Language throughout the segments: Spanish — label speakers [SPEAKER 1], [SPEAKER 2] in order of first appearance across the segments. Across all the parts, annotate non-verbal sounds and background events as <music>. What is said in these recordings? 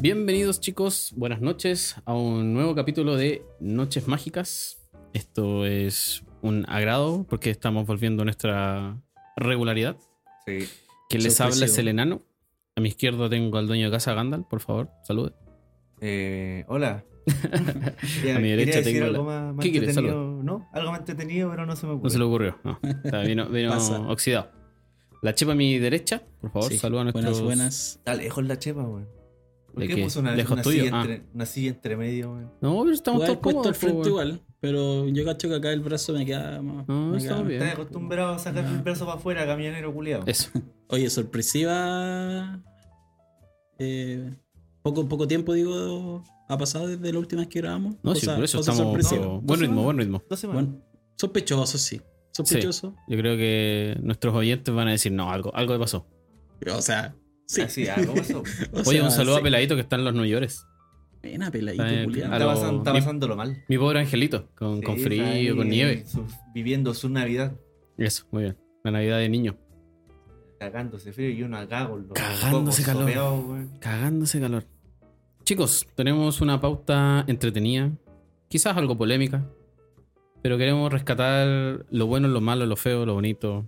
[SPEAKER 1] Bienvenidos chicos, buenas noches a un nuevo capítulo de Noches Mágicas. Esto es un agrado porque estamos volviendo a nuestra regularidad.
[SPEAKER 2] Sí.
[SPEAKER 1] Quien les habla es
[SPEAKER 2] Sorpresivo.
[SPEAKER 1] el enano. A mi izquierda tengo al dueño de casa, Gandalf, por favor, salude.
[SPEAKER 2] Eh,
[SPEAKER 1] <laughs>
[SPEAKER 2] hola.
[SPEAKER 1] A mi derecha
[SPEAKER 2] Quería decir
[SPEAKER 1] tengo la-
[SPEAKER 2] algo más, más
[SPEAKER 1] ¿Qué quieres,
[SPEAKER 2] entretenido, ¿no? Algo más entretenido, pero no se me ocurre.
[SPEAKER 1] No se le ocurrió,
[SPEAKER 3] <laughs>
[SPEAKER 1] no. Está- vino vino
[SPEAKER 3] Pasa.
[SPEAKER 1] oxidado. La chepa a mi derecha, por favor,
[SPEAKER 3] Sí.
[SPEAKER 1] saluda a nuestros...
[SPEAKER 3] Buenas, buenas.
[SPEAKER 2] Está lejos la chepa, weón. ¿Por
[SPEAKER 1] ¿De
[SPEAKER 2] qué
[SPEAKER 1] qué?
[SPEAKER 2] puso una,
[SPEAKER 1] ¿Lejos
[SPEAKER 2] una
[SPEAKER 1] tuyo? Ah.
[SPEAKER 2] silla entre, una silla entre medio, weón?
[SPEAKER 1] No, pero estamos
[SPEAKER 3] Igual
[SPEAKER 1] todos
[SPEAKER 3] puesto al
[SPEAKER 1] cómodos.
[SPEAKER 3] frente
[SPEAKER 1] po, weón.
[SPEAKER 3] igual, pero yo cacho que acá el brazo me queda más.
[SPEAKER 1] No,
[SPEAKER 3] me
[SPEAKER 1] estamos
[SPEAKER 3] queda-
[SPEAKER 1] bien.
[SPEAKER 2] Estás acostumbrado a sacar el brazo para afuera, camionero culiado.
[SPEAKER 1] Eso.
[SPEAKER 3] Oye, sorpresiva. eh, poco, poco tiempo, digo, ha pasado desde la última vez que grabamos.
[SPEAKER 1] No, sí,
[SPEAKER 3] Cosa-
[SPEAKER 1] por eso
[SPEAKER 3] cosa
[SPEAKER 1] estamos...
[SPEAKER 3] sorpresiva.
[SPEAKER 2] No,
[SPEAKER 1] Buen ritmo, buen ritmo.
[SPEAKER 2] Dos semanas.
[SPEAKER 3] Bueno, sospechoso, sí. Sospechoso.
[SPEAKER 1] Yo creo que nuestros oyentes van a decir, no, algo, algo le pasó.
[SPEAKER 3] O sea, sí.
[SPEAKER 2] Así, algo
[SPEAKER 1] <laughs>
[SPEAKER 2] pasó.
[SPEAKER 3] <laughs> O
[SPEAKER 1] Oye,
[SPEAKER 3] sea,
[SPEAKER 1] un saludo
[SPEAKER 3] sí.
[SPEAKER 1] a Peladito que está en los New Yorkers. Está
[SPEAKER 3] Buena,
[SPEAKER 1] en-
[SPEAKER 3] peladito,
[SPEAKER 1] a
[SPEAKER 3] culiao.
[SPEAKER 2] Está,
[SPEAKER 1] lo-
[SPEAKER 2] pasan- está
[SPEAKER 1] mi-
[SPEAKER 2] pasándolo mal.
[SPEAKER 1] Mi pobre angelito, con, con
[SPEAKER 2] Sí,
[SPEAKER 1] frío,
[SPEAKER 2] está ahí,
[SPEAKER 1] con nieve.
[SPEAKER 2] su- viviendo su Navidad,
[SPEAKER 1] Eso, muy bien. La Navidad de niño.
[SPEAKER 2] cagándose frío y uno acá con los
[SPEAKER 1] Cagándose
[SPEAKER 2] cocos
[SPEAKER 1] calor.
[SPEAKER 2] sopeados, weón.
[SPEAKER 1] Cagándose calor. Chicos, tenemos una pauta entretenida, quizás algo polémica, pero queremos rescatar lo bueno, lo malo, lo feo, lo bonito,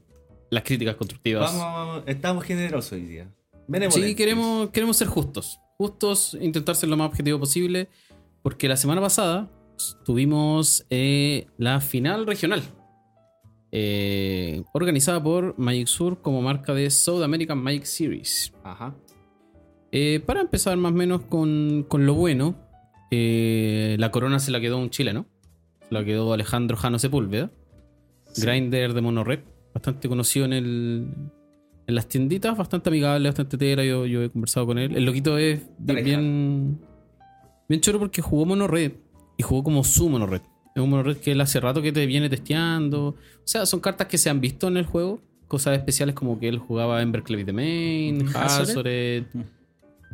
[SPEAKER 1] las críticas constructivas.
[SPEAKER 2] Vamos, vamos, estamos generosos hoy día. Venemos
[SPEAKER 1] Sí, queremos, queremos ser justos. Justos, intentar ser lo más objetivo posible. Porque la semana pasada tuvimos eh, la final regional. eh, organizada por Magic Sur como marca de South American Magic Series.
[SPEAKER 2] Ajá.
[SPEAKER 1] Eh, para empezar más o menos con, con lo bueno, eh, la corona se la quedó un chileno. Se la quedó Alejandro Jano Sepúlveda. Grinder de Monorred. Bastante conocido en, el, en las tienditas, bastante amigable, bastante tera. Yo, yo he conversado con él. El loquito es bien,
[SPEAKER 2] Tryhard.
[SPEAKER 1] bien, bien choro porque jugó Monorred y jugó como su Monorred. Es un Monorred que él hace rato que te viene testeando. O sea, son cartas que se han visto en el juego. Cosas especiales como que él jugaba Embercleave de Main,
[SPEAKER 3] Hazoret.
[SPEAKER 1] Hazoret.
[SPEAKER 3] Mm.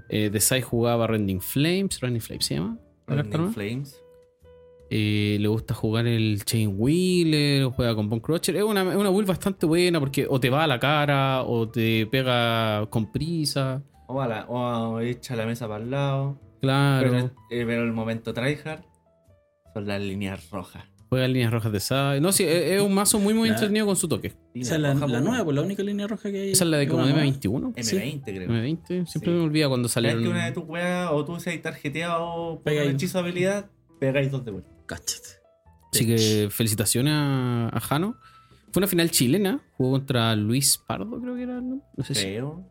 [SPEAKER 1] Eh, The Sai jugaba Rending Flames. Rending Flames se llama. la carta
[SPEAKER 2] Burning
[SPEAKER 1] nueva.
[SPEAKER 2] Flames.
[SPEAKER 1] Eh, le gusta jugar el Chain Wheeler, juega con Bone Crusher. Es una, es una build bastante buena porque o te va a la cara o te pega con prisa.
[SPEAKER 2] O, a la, o echa la mesa para el lado.
[SPEAKER 1] Claro,
[SPEAKER 2] Pero, eh, pero el momento tryhard son las líneas rojas.
[SPEAKER 1] juega líneas rojas de Sai. No, sí, es, es un mazo muy, muy
[SPEAKER 3] La-
[SPEAKER 1] entretenido con su toque.
[SPEAKER 3] Esa es la,
[SPEAKER 2] Líneas rojas,
[SPEAKER 3] la
[SPEAKER 2] po,
[SPEAKER 3] nueva, pues la única línea roja que hay.
[SPEAKER 1] Esa es la de como
[SPEAKER 3] Una nueva.
[SPEAKER 1] M21.
[SPEAKER 3] Sí.
[SPEAKER 2] M20, creo.
[SPEAKER 1] M20. Siempre
[SPEAKER 2] Sí.
[SPEAKER 1] me olvida cuando
[SPEAKER 2] Cada vez
[SPEAKER 1] salieron.
[SPEAKER 2] que una de tus weas o tú seas tarjeteado por
[SPEAKER 3] Pegáis.
[SPEAKER 2] un hechizo de habilidad, pegáis dos de vuelta.
[SPEAKER 3] Cáchate.
[SPEAKER 1] Así que felicitaciones a, a Jano. Fue una final chilena. Jugó contra Luis Pardo, creo que era. No, no sé si.
[SPEAKER 2] Creo.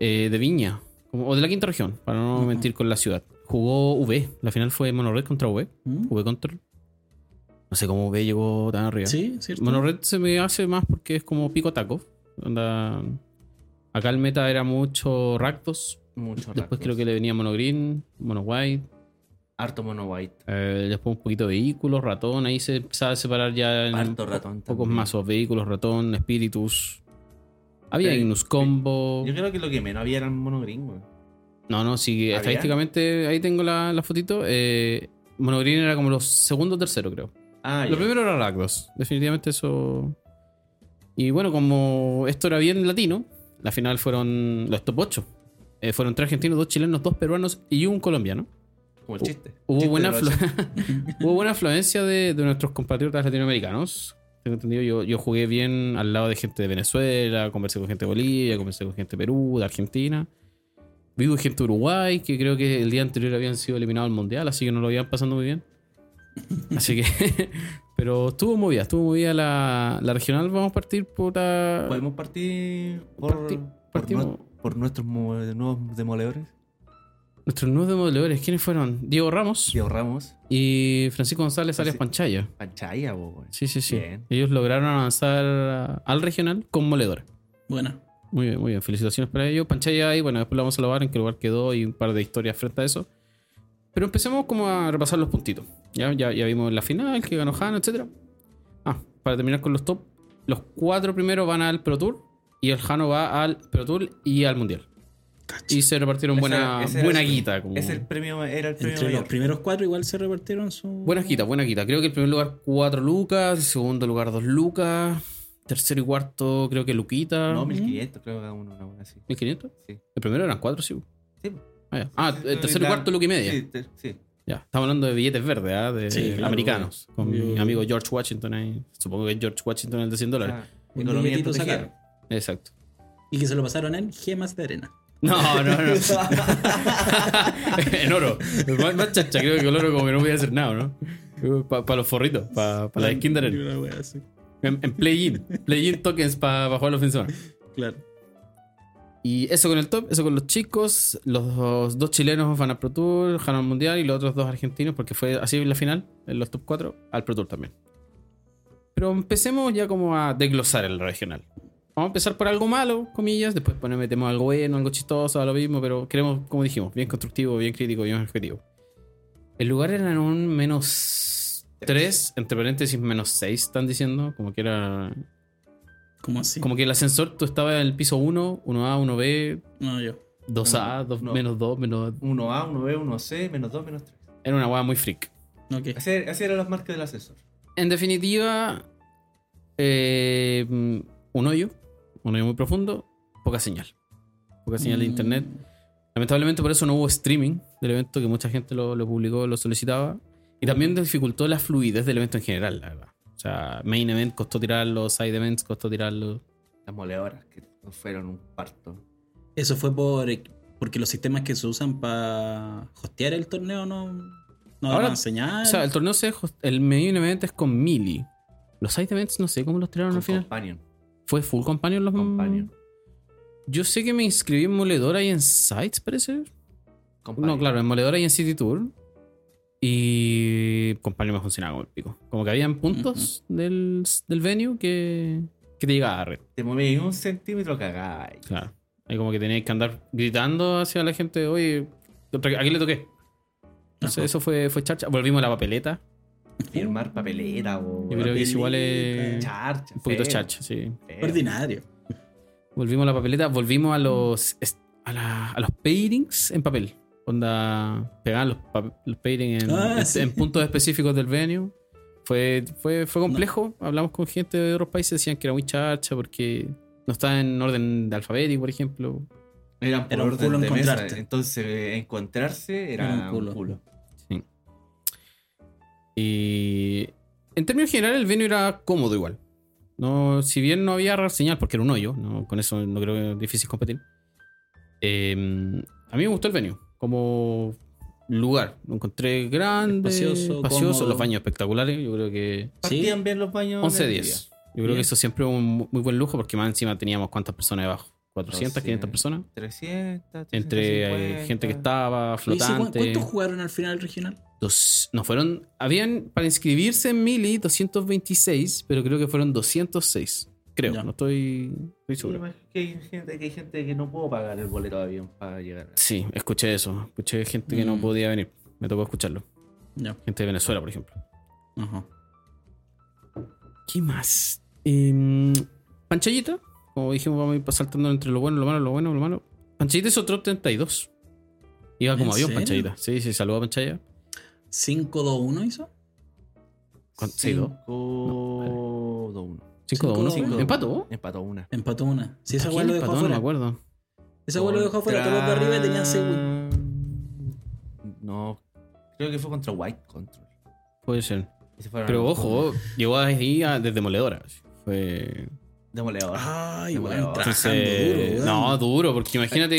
[SPEAKER 1] eh, de Viña, como- o de la quinta región, para no
[SPEAKER 3] Ujú.
[SPEAKER 1] mentir con la ciudad. Jugó V, la final fue Monored contra V,
[SPEAKER 3] ¿Mm?
[SPEAKER 1] V Control. No sé cómo V llegó tan arriba.
[SPEAKER 3] Sí, cierto.
[SPEAKER 1] Monored se me hace más porque es como pico taco. Onda, acá el meta era mucho Rakdos,
[SPEAKER 2] Mucho
[SPEAKER 1] después
[SPEAKER 2] rato.
[SPEAKER 1] creo que le venía Mono Green, Mono White,
[SPEAKER 2] Harto mono white.
[SPEAKER 1] eh, después un poquito de vehículos, ratón, ahí se empezaba a separar ya en
[SPEAKER 2] Harto ratón.
[SPEAKER 1] pocos
[SPEAKER 2] también.
[SPEAKER 1] mazos, vehículos, ratón, espíritus. Había
[SPEAKER 2] Sí,
[SPEAKER 1] Ignus
[SPEAKER 2] sí.
[SPEAKER 1] Combo.
[SPEAKER 2] Yo creo que lo que menos había eran mono green, weón.
[SPEAKER 1] No, no, sí,
[SPEAKER 2] ¿Había?
[SPEAKER 1] estadísticamente ahí tengo la, la fotito. Eh, Monogreen era como los segundo o tercero, creo.
[SPEAKER 2] Ah,
[SPEAKER 1] Lo
[SPEAKER 2] ya.
[SPEAKER 1] primero era Rakdos, definitivamente eso. Y bueno, como esto era bien latino, la final fueron los top 8. fueron tres argentinos, dos chilenos, dos peruanos y un colombiano.
[SPEAKER 2] Como el chiste.
[SPEAKER 1] Hubo
[SPEAKER 2] Chiste
[SPEAKER 1] buena,
[SPEAKER 2] de los
[SPEAKER 1] aflu- <laughs> hubo buena afluencia de, de nuestros compatriotas latinoamericanos. Tengo entendido, yo, yo jugué bien al lado de gente de Venezuela, conversé con gente de Bolivia, conversé con gente de Perú, de Argentina. Vi con gente de Uruguay, que creo que el día anterior habían sido eliminados al Mundial, así que no lo iban pasando muy
[SPEAKER 2] <laughs>
[SPEAKER 1] bien. Así que... <laughs> pero estuvo movida, estuvo movida la, la regional. Vamos a partir por la...
[SPEAKER 2] Podemos partir por,
[SPEAKER 1] Parti-
[SPEAKER 2] por,
[SPEAKER 1] partimos-
[SPEAKER 2] nue- por nuestros mo- nuevos demoledores.
[SPEAKER 1] nuestros nuevos demoledores. ¿Quiénes fueron? Diego Ramos
[SPEAKER 2] Y ahorramos
[SPEAKER 1] y Francisco González
[SPEAKER 2] Franci-
[SPEAKER 1] Arias Panchaya.
[SPEAKER 2] panchaya, po, weón.
[SPEAKER 1] Sí, sí, sí.
[SPEAKER 2] Bien.
[SPEAKER 1] Ellos lograron avanzar al regional con moledor.
[SPEAKER 3] Buena.
[SPEAKER 1] Muy bien, muy bien. Felicitaciones para ellos. Panchaya ahí, bueno, después lo vamos a lavar en qué lugar quedó y un par de historias frente a eso. Pero empecemos como a repasar los puntitos. Ya, ya, ya vimos la final, que ganó Jano, etc. Ah, para terminar con los top, los cuatro primeros van al Pro Tour y el Jano va al Pro Tour y al Mundial.
[SPEAKER 3] Cacha.
[SPEAKER 1] Y se repartieron
[SPEAKER 2] Ese
[SPEAKER 1] buena,
[SPEAKER 2] era- ese era
[SPEAKER 1] buena
[SPEAKER 2] el-
[SPEAKER 1] guita. Como...
[SPEAKER 2] Es el premio, era el premio
[SPEAKER 3] Entre los
[SPEAKER 2] mayor.
[SPEAKER 3] primeros cuatro igual se repartieron su...
[SPEAKER 1] Buenas quitas, buena quita. Creo que el primer lugar 4 lucas, el segundo lugar 2 lucas, tercero y cuarto creo que Luquita.
[SPEAKER 2] No, 1500, creo que cada uno, una buena así.
[SPEAKER 1] 1500.
[SPEAKER 2] Sí.
[SPEAKER 1] El primero eran 4, sí.
[SPEAKER 2] Sí, po.
[SPEAKER 1] Ah, ya. Ah, el tercer y
[SPEAKER 2] Eh, La-
[SPEAKER 1] cuarto Luke y media.
[SPEAKER 2] Sí, te- sí.
[SPEAKER 1] Ya, estamos hablando de billetes verdes, ¿ah? De
[SPEAKER 3] Sí, claro.
[SPEAKER 1] americanos. Con mi
[SPEAKER 3] Yo-
[SPEAKER 1] amigo George Washington ahí. Supongo que es George Washington el de 100 dólares.
[SPEAKER 2] Ah,
[SPEAKER 3] Un
[SPEAKER 2] economía
[SPEAKER 3] billetito
[SPEAKER 2] protegida.
[SPEAKER 3] sacaron.
[SPEAKER 1] Exacto.
[SPEAKER 3] Y que se lo pasaron en gemas de arena.
[SPEAKER 1] No, no, no. en oro. Más, más chacha, creo que el oro como que no podía hacer nada, ¿no? Para los forritos, para la skin de arena.
[SPEAKER 3] Una wea así,
[SPEAKER 1] En, en play-in. Play-in tokens para jugar la ofensiva.
[SPEAKER 3] Claro.
[SPEAKER 1] Y eso con el top, eso con los chicos. Los dos chilenos van al Pro Tour, ganaron el Mundial y los otros dos argentinos, porque fue así en la final, en los top 4, al Pro Tour también. Pero empecemos ya como a desglosar el regional. Vamos a empezar por algo malo, comillas, después pues, nos metemos algo bueno, algo chistoso, a lo mismo, pero queremos, como dijimos, bien constructivo, bien crítico, bien objetivo. El lugar era en un menos 3, entre paréntesis menos 6, están diciendo, como que era...
[SPEAKER 3] ¿Cómo así?
[SPEAKER 1] Como que el ascensor, tú estabas en el piso 1, 1A, 1B,
[SPEAKER 3] No, yo.
[SPEAKER 1] 2A, dos-
[SPEAKER 2] no.
[SPEAKER 1] menos 2, menos.
[SPEAKER 2] 1A, 1B, 1C, menos 2, menos 3.
[SPEAKER 1] Era una hueá muy freak.
[SPEAKER 3] Ok.
[SPEAKER 2] Así, así eran las marcas del ascensor.
[SPEAKER 1] En definitiva, eh, un hoyo, un hoyo muy profundo, poca señal. Poca señal de
[SPEAKER 3] Mm.
[SPEAKER 1] internet. Lamentablemente por eso no hubo streaming del evento, que mucha gente lo, lo publicó, lo solicitaba. Y también dificultó la fluidez del evento en general, la verdad. O sea, main event costó tirarlo, side events costó tirarlo.
[SPEAKER 2] Las moleadoras que fueron un parto.
[SPEAKER 3] Eso fue por eh, porque los sistemas que se usan para hostear el torneo no, no
[SPEAKER 1] Ahora-
[SPEAKER 3] daban
[SPEAKER 2] Ah,
[SPEAKER 3] señal.
[SPEAKER 1] O sea, el torneo se host- el main event es con Mili. Los side events no sé cómo los tiraron
[SPEAKER 2] Con
[SPEAKER 1] al final. Mm.
[SPEAKER 2] Companion.
[SPEAKER 1] ¿Fue full companion los
[SPEAKER 2] Companion.
[SPEAKER 1] Yo sé que me inscribí en Moledora y en Sites, parece. No,
[SPEAKER 2] Companion.
[SPEAKER 1] claro, en Moledora y en City Tour. Y Companion me funcionaba como el pico. Como que habían puntos del, del venue que, que te llegaba a red.
[SPEAKER 2] Te moví un centímetro, cagáis.
[SPEAKER 1] Claro. Ahí como que tenías que andar gritando hacia la gente, oye, ¿contra- ¿a quién le toqué? Entonces
[SPEAKER 3] Ajá.
[SPEAKER 1] eso fue, fue charcha. Volvimos a la papeleta.
[SPEAKER 2] Firmar papelera o.
[SPEAKER 1] Yo creo que es igual es
[SPEAKER 2] Charcha.
[SPEAKER 1] un poquito
[SPEAKER 2] feo,
[SPEAKER 1] charcha, sí.
[SPEAKER 2] feo.
[SPEAKER 3] ordinario.
[SPEAKER 1] Volvimos a la papeleta, volvimos a los est- a, la- a los pairings en papel. Onda, pegaban los, pa- los pairings en,
[SPEAKER 3] Ah,
[SPEAKER 1] en-
[SPEAKER 3] sí.
[SPEAKER 1] en puntos específicos del venue. Fue, fue, fue complejo. Hablamos con gente de otros países, decían que era muy charcha porque no estaba en orden de alfabético, por ejemplo.
[SPEAKER 2] Eran por
[SPEAKER 3] Era un
[SPEAKER 2] orden
[SPEAKER 3] culo
[SPEAKER 2] de mesa,
[SPEAKER 3] encontrarte.
[SPEAKER 2] Entonces, eh, encontrarse era, un culo.
[SPEAKER 1] Y en términos generales, el venue era cómodo igual. No, si bien no había señal porque era un hoyo, no, con eso no creo que es difícil competir. Eh, a mí me gustó el venue como lugar. Lo encontré grande, espacioso,
[SPEAKER 3] Espacioso, cómodo.
[SPEAKER 1] los baños espectaculares. Yo creo que
[SPEAKER 2] Partían bien los baños.
[SPEAKER 1] 11-10. Yo creo
[SPEAKER 3] Bien.
[SPEAKER 1] que eso siempre es un muy buen lujo porque más encima teníamos cuántas personas debajo.
[SPEAKER 3] Oh,
[SPEAKER 1] 400, 500
[SPEAKER 2] 200.
[SPEAKER 1] personas.
[SPEAKER 2] 300.
[SPEAKER 1] Entre eh,
[SPEAKER 2] 350.
[SPEAKER 1] gente que estaba
[SPEAKER 3] Oye, sí, ¿cu-
[SPEAKER 1] flotante.
[SPEAKER 3] ¿Cuántos jugaron al final del regional?
[SPEAKER 1] Dos- no fueron. Habían para inscribirse en Mili 226, pero creo que fueron 206. Creo,
[SPEAKER 3] Ya.
[SPEAKER 1] no estoy, estoy
[SPEAKER 2] Sí,
[SPEAKER 1] seguro.
[SPEAKER 2] más que hay gente, que hay gente que no pudo pagar el boleto de avión para llegar.
[SPEAKER 1] Sí, escuché eso. Escuché gente que no
[SPEAKER 3] Mm.
[SPEAKER 1] podía venir. Me tocó escucharlo.
[SPEAKER 3] Ya.
[SPEAKER 1] Gente de Venezuela, por ejemplo.
[SPEAKER 3] Ajá.
[SPEAKER 1] ¿Qué más? Em, Panchayita. Como dijimos, vamos a ir saltando entre lo bueno, lo malo, lo bueno, lo malo. Panchayita hizo otro 32. Iba como
[SPEAKER 3] ¿En
[SPEAKER 1] avión,
[SPEAKER 3] serio?
[SPEAKER 1] Panchayita. Sí, sí, saludó a Panchaya.
[SPEAKER 3] 5-2-1 hizo.
[SPEAKER 1] ¿Cuánto? ¿Seis, dos?
[SPEAKER 2] 5 2 1.
[SPEAKER 1] 5-1.
[SPEAKER 3] cinco-
[SPEAKER 1] ¿Empató?
[SPEAKER 2] Empató una.
[SPEAKER 3] Empató una. Sí, esa
[SPEAKER 1] ¿A
[SPEAKER 3] weá
[SPEAKER 1] quién
[SPEAKER 3] lo dejó
[SPEAKER 1] empató? No me
[SPEAKER 3] afuera.
[SPEAKER 1] acuerdo.
[SPEAKER 3] Esa weá lo dejó afuera. Todos los de arriba tenían 6 win.
[SPEAKER 2] No, creo que fue contra White Control.
[SPEAKER 1] Puede ser.
[SPEAKER 2] Ese fueron
[SPEAKER 1] Pero
[SPEAKER 2] los dos.
[SPEAKER 1] ojo, llegó ahí a- desde demoledora. Fue.
[SPEAKER 2] Demoledor.
[SPEAKER 3] Ay,
[SPEAKER 2] Qué
[SPEAKER 3] weón,
[SPEAKER 2] weón.
[SPEAKER 3] trabajando
[SPEAKER 1] Entonces,
[SPEAKER 3] duro, weón.
[SPEAKER 1] no, duro, porque imagínate.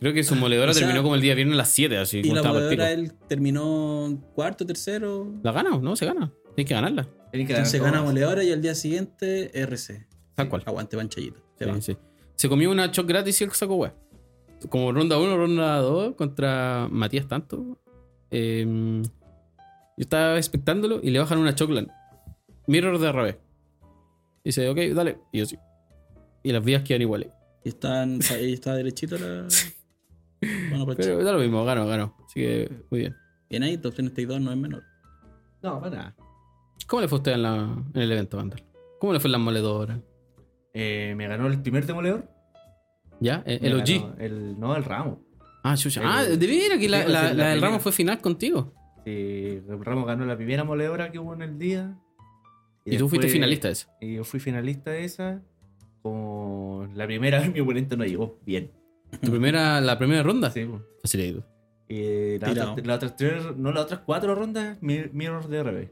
[SPEAKER 1] Creo que su moledora
[SPEAKER 3] O sea,
[SPEAKER 1] terminó como el día viernes a las 7, así
[SPEAKER 3] Y
[SPEAKER 1] como
[SPEAKER 3] la
[SPEAKER 1] estaba pa'l pico.
[SPEAKER 3] jugadora él terminó cuarto, tercero.
[SPEAKER 1] La gana, ¿no? Se gana. Tienes que ganarla.
[SPEAKER 2] Tienen que
[SPEAKER 3] Entonces
[SPEAKER 2] ganar
[SPEAKER 3] gana
[SPEAKER 2] todas.
[SPEAKER 3] goleadora y al día siguiente RC.
[SPEAKER 1] Tal cual.
[SPEAKER 3] Aguante panchayita. Te
[SPEAKER 1] Sí,
[SPEAKER 3] va.
[SPEAKER 1] sí. Se comió una shot gratis y el saco weá. Como ronda 1, ronda 2 contra Matías Tanto. Eh, yo estaba expectándolo y le bajan una choclan. Mirror de revés. Dice, ok, dale. Y yo sí. Y las vías quedan iguales.
[SPEAKER 3] Y están, ahí está derechito la. Bueno, pues
[SPEAKER 1] Pero da lo mismo, gano, gano. Así que, muy bien.
[SPEAKER 3] bien ahí, top 32 no es menor.
[SPEAKER 2] No, para nada.
[SPEAKER 1] ¿Cómo le fue a usted en, la- en el evento, Vandal? ¿Cómo le fue en la moledora?
[SPEAKER 2] Eh, me ganó el primer demoledor.
[SPEAKER 1] ¿Ya? ¿El,
[SPEAKER 2] Me
[SPEAKER 1] el OG?
[SPEAKER 2] ganó El, no, el ramo.
[SPEAKER 1] Ah, chucha.
[SPEAKER 2] El-
[SPEAKER 1] Ah, de veras que la,
[SPEAKER 2] Sí,
[SPEAKER 1] la-
[SPEAKER 2] la
[SPEAKER 1] la del
[SPEAKER 2] primera.
[SPEAKER 1] ramo fue final contigo.
[SPEAKER 2] Sí, el ramo ganó la primera moledora que hubo en el día.
[SPEAKER 1] Y, tú fuiste
[SPEAKER 2] después-
[SPEAKER 1] finalista de eso.
[SPEAKER 2] <laughs> Y yo fui finalista de esa. Con la primera vez mi oponente no llegó bien.
[SPEAKER 1] Tu primera, la primera ronda.
[SPEAKER 2] Sí, po.
[SPEAKER 1] Facilito.
[SPEAKER 2] Y las
[SPEAKER 3] Tirado.
[SPEAKER 2] otras la otra tres- no, las otras cuatro rondas, Mir- Mirror de RB.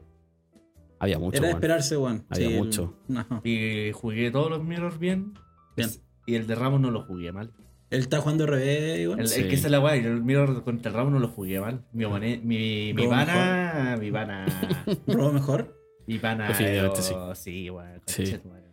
[SPEAKER 1] Había mucho.
[SPEAKER 3] Era de
[SPEAKER 1] weón.
[SPEAKER 3] esperarse, weón.
[SPEAKER 1] Había
[SPEAKER 3] el-
[SPEAKER 1] mucho.
[SPEAKER 2] <laughs>
[SPEAKER 3] no.
[SPEAKER 2] Y jugué todos los Mirrors bien.
[SPEAKER 3] Bien.
[SPEAKER 2] Y el de Ramos no lo jugué mal.
[SPEAKER 3] Él está jugando al revés, igual.
[SPEAKER 2] El, es
[SPEAKER 1] Sí.
[SPEAKER 2] que esa es la guay. Yo el Mirror contra el Ramos no lo jugué mal. Mi opone- mi, mi
[SPEAKER 3] Robo
[SPEAKER 2] pana.
[SPEAKER 1] <laughs>
[SPEAKER 2] Mi pana.
[SPEAKER 3] Robó mejor.
[SPEAKER 2] mi pana. eh, oh,
[SPEAKER 1] Definitivamente sí.
[SPEAKER 2] Sí, guay.
[SPEAKER 1] Sí.
[SPEAKER 2] conchetumare.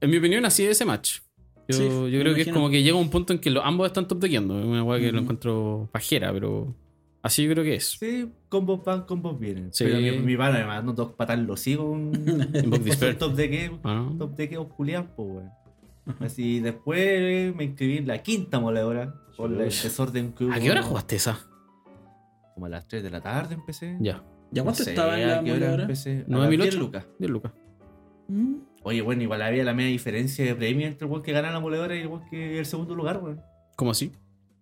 [SPEAKER 1] En mi opinión, así es ese match. Yo,
[SPEAKER 3] Sí,
[SPEAKER 1] yo
[SPEAKER 3] me
[SPEAKER 1] creo que es
[SPEAKER 3] imagino.
[SPEAKER 1] como que llega un punto en que los, ambos están top dequeando. Es una weá que lo
[SPEAKER 3] Ujú.
[SPEAKER 1] encuentro pajera, pero así yo creo que es.
[SPEAKER 2] Sí, combos van, combos vienen.
[SPEAKER 1] Sí.
[SPEAKER 2] Pero mi, mi pana, además, no dos patas lo
[SPEAKER 1] <laughs>
[SPEAKER 2] sigo. Un
[SPEAKER 1] Invoke Despair.
[SPEAKER 2] top de qué.
[SPEAKER 1] Ah, ¿no?
[SPEAKER 2] Top de qué osculián, pues, weón. Así después eh, me inscribí en la quinta moledora. Por el
[SPEAKER 1] Chuch.
[SPEAKER 2] desorden que hubo.
[SPEAKER 1] ¿A qué hora jugaste esa?
[SPEAKER 2] Como a las 3 de la tarde empecé.
[SPEAKER 1] Ya,
[SPEAKER 3] ¿Ya cuánto
[SPEAKER 2] No sé,
[SPEAKER 3] estaba en
[SPEAKER 2] ¿a
[SPEAKER 3] la
[SPEAKER 2] qué hora
[SPEAKER 3] mole ahora?
[SPEAKER 2] empecé? A las
[SPEAKER 1] 9.008.
[SPEAKER 2] 10 lucas.
[SPEAKER 1] 10 lucas.
[SPEAKER 3] Mm.
[SPEAKER 2] Oye, bueno, igual había la media diferencia de premio entre el weón que gana la moledora y el weón que el segundo lugar, weón.
[SPEAKER 1] ¿Cómo así?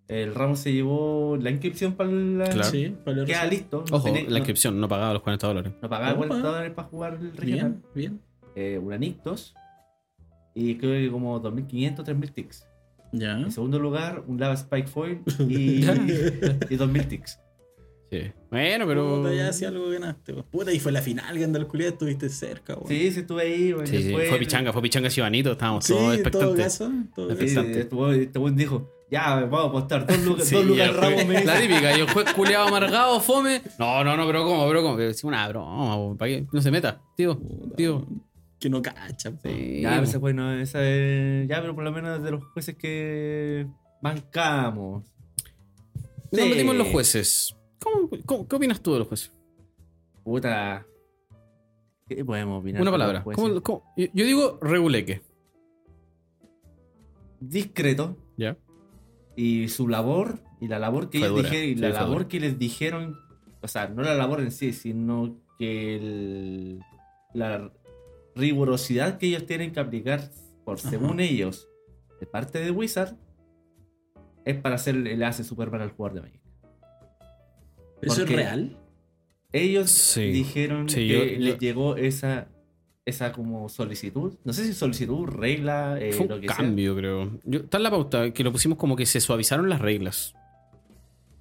[SPEAKER 2] El Ramos se llevó la inscripción para la.
[SPEAKER 1] Claro.
[SPEAKER 3] Sí, para el
[SPEAKER 2] Queda listo. no
[SPEAKER 1] Ojo,
[SPEAKER 2] tenía-
[SPEAKER 1] la
[SPEAKER 2] no-
[SPEAKER 1] inscripción no pagaba los 40 dólares.
[SPEAKER 2] No pagaba
[SPEAKER 3] Opa.
[SPEAKER 2] 40 dólares para jugar el regional.
[SPEAKER 3] Bien, bien.
[SPEAKER 2] Eh, un Anictos. Y creo que como 2.500, 3.000 ticks.
[SPEAKER 3] Ya.
[SPEAKER 2] En segundo lugar, un Lava
[SPEAKER 1] <laughs>
[SPEAKER 2] Spike Foil y,
[SPEAKER 1] Ya.
[SPEAKER 2] y 2.000 ticks.
[SPEAKER 1] Sí. Bueno,
[SPEAKER 3] Pero.
[SPEAKER 1] pero.
[SPEAKER 3] ya si algo ganaste, pues. Puta, y fue la final, que el culiado, estuviste cerca, weón.
[SPEAKER 2] Sí, sí, estuve ahí. weón.
[SPEAKER 1] Sí, sí,
[SPEAKER 2] Después-
[SPEAKER 1] Fue pichanga, fue pichanga Sibanito, estábamos
[SPEAKER 3] Sí,
[SPEAKER 1] todos
[SPEAKER 3] en todo
[SPEAKER 1] expectantes.
[SPEAKER 3] caso. en todo
[SPEAKER 1] Sí,
[SPEAKER 3] caso.
[SPEAKER 2] Sí,
[SPEAKER 1] Expectante.
[SPEAKER 2] este weón este weón dijo: Ya, vamos a apostar. Dos lucas,
[SPEAKER 1] Sí,
[SPEAKER 2] dos
[SPEAKER 1] y
[SPEAKER 2] lucas
[SPEAKER 1] el
[SPEAKER 2] Ramos
[SPEAKER 1] juez-
[SPEAKER 2] me dice.
[SPEAKER 1] la típica, y el juez culeado amargado, fome. No, no, no, pero ¿cómo? Pero ¿cómo? Pero sí, una broma, po, ¿para qué? No se meta, tío.
[SPEAKER 3] Puta,
[SPEAKER 1] Tío.
[SPEAKER 3] Que no cacha, po.
[SPEAKER 1] Sí,
[SPEAKER 2] Ya,
[SPEAKER 1] po.
[SPEAKER 2] pero ese juez no, esa es- Ya, pero por lo menos de los jueces que bancamos.
[SPEAKER 1] Nos
[SPEAKER 2] Sí.
[SPEAKER 1] metimos en los jueces. ¿Cómo, cómo- qué opinas tú de los jueces?
[SPEAKER 2] Puta. ¿Qué podemos opinar?
[SPEAKER 1] Una
[SPEAKER 2] de los
[SPEAKER 1] palabra.
[SPEAKER 2] jueces?
[SPEAKER 1] ¿Cómo- cómo? Yo, yo digo reguleque.
[SPEAKER 2] Discreto.
[SPEAKER 1] ¿Ya?
[SPEAKER 2] Y su labor. Y la labor que
[SPEAKER 1] Fue
[SPEAKER 2] ellos
[SPEAKER 1] dura,
[SPEAKER 2] dijeron. Y
[SPEAKER 1] sí,
[SPEAKER 2] la
[SPEAKER 1] fue
[SPEAKER 2] labor
[SPEAKER 1] dura.
[SPEAKER 2] que les dijeron. O sea, no la labor en sí, sino que el- la rigurosidad que ellos tienen que aplicar por
[SPEAKER 3] Ajá.
[SPEAKER 2] según ellos, de parte de Wizard, es para hacer el hace Superman al jugador de Magic.
[SPEAKER 3] ¿Eso es
[SPEAKER 2] Porque-
[SPEAKER 3] real?
[SPEAKER 2] Ellos
[SPEAKER 1] Sí.
[SPEAKER 2] dijeron
[SPEAKER 1] Sí,
[SPEAKER 2] que
[SPEAKER 1] yo-
[SPEAKER 2] les
[SPEAKER 1] yo-
[SPEAKER 2] llegó esa esa como solicitud. No sé si solicitud, regla, eh,
[SPEAKER 1] Fue
[SPEAKER 2] lo
[SPEAKER 1] un
[SPEAKER 2] que
[SPEAKER 1] cambio, creo. Yo- está en la pauta que lo pusimos como que se suavizaron las reglas.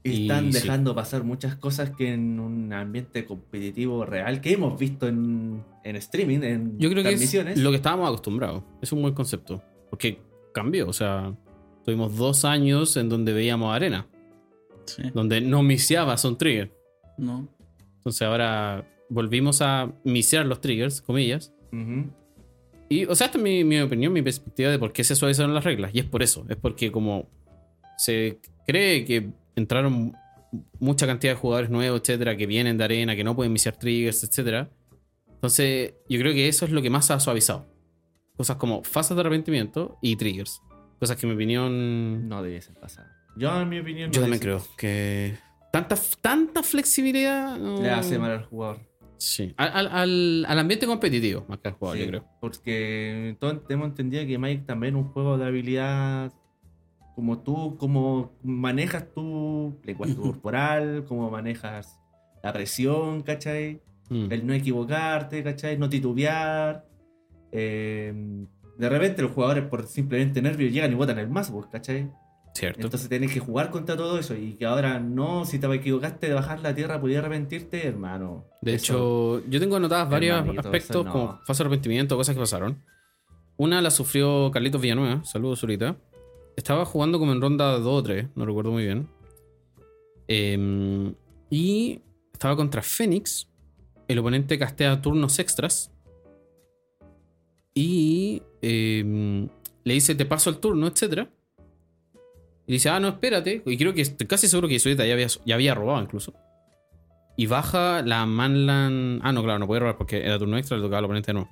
[SPEAKER 2] sea.
[SPEAKER 1] Y
[SPEAKER 2] Están
[SPEAKER 1] sí.
[SPEAKER 2] dejando pasar muchas cosas que en un ambiente competitivo real que hemos visto en, en streaming, en
[SPEAKER 1] Yo creo que
[SPEAKER 2] transmisiones.
[SPEAKER 1] es lo que estábamos acostumbrados. Es un buen concepto. Porque cambió, o sea, tuvimos dos años en donde veíamos arena,
[SPEAKER 3] Sí.
[SPEAKER 1] donde no miseaba son trigger.
[SPEAKER 3] No.
[SPEAKER 1] Entonces ahora volvimos a misear los triggers, comillas.
[SPEAKER 2] Ujú.
[SPEAKER 1] Y, o sea, esta es mi, mi opinión, mi perspectiva de por qué se suavizaron las reglas. Y es por eso. Es porque como se cree que entraron mucha cantidad de jugadores nuevos, etcétera, que vienen de arena, que no pueden iniciar triggers, etcétera. Entonces, yo creo que eso es lo que más ha suavizado. Cosas como fases de arrepentimiento y triggers. Cosas que en mi opinión...
[SPEAKER 2] No debiesen pasar. Yo, en mi opinión,
[SPEAKER 1] yo
[SPEAKER 2] no
[SPEAKER 1] también
[SPEAKER 2] debiesen-
[SPEAKER 1] creo que... Tanta, tanta flexibilidad... no-
[SPEAKER 2] Le hace mal al jugador.
[SPEAKER 1] Sí. Al, al- al- al ambiente competitivo, más que al jugador,
[SPEAKER 2] Sí,
[SPEAKER 1] Oh, yo creo.
[SPEAKER 2] Porque todos hemos entendido que Magic también es un juego de habilidad. Como tú, como manejas tu
[SPEAKER 1] <laughs>
[SPEAKER 2] lenguaje
[SPEAKER 3] Ujú.
[SPEAKER 2] corporal, como manejas la presión, ¿cachai?
[SPEAKER 1] Mm.
[SPEAKER 2] El no equivocarte, ¿cachai? No titubear. Eh, de repente los jugadores por simplemente nervios llegan y botan el mazo, pues, ¿cachai?
[SPEAKER 1] Cierto.
[SPEAKER 2] Entonces tienes que jugar contra todo eso y que ahora no, si te equivocaste de bajar la tierra, podías arrepentirte, hermano.
[SPEAKER 1] De
[SPEAKER 2] Eso-
[SPEAKER 1] hecho, yo tengo anotadas varios
[SPEAKER 2] Hermanito, eso
[SPEAKER 1] aspectos
[SPEAKER 2] no.
[SPEAKER 1] como falso arrepentimiento, cosas que pasaron. Una la sufrió Carlitos Villanueva, saludos Zurita. Estaba jugando como en ronda 2 o 3, no recuerdo muy bien. Em, y estaba contra Fénix. El oponente castea turnos extras. Y em, le dice, te paso el turno, etc. Y dice, ah, no, espérate. Y creo que estoy casi seguro que Zurita ya había, ya había robado incluso. Y baja la Manlan. Ah, no, claro, no puede robar porque era turno extra, le tocaba al oponente no.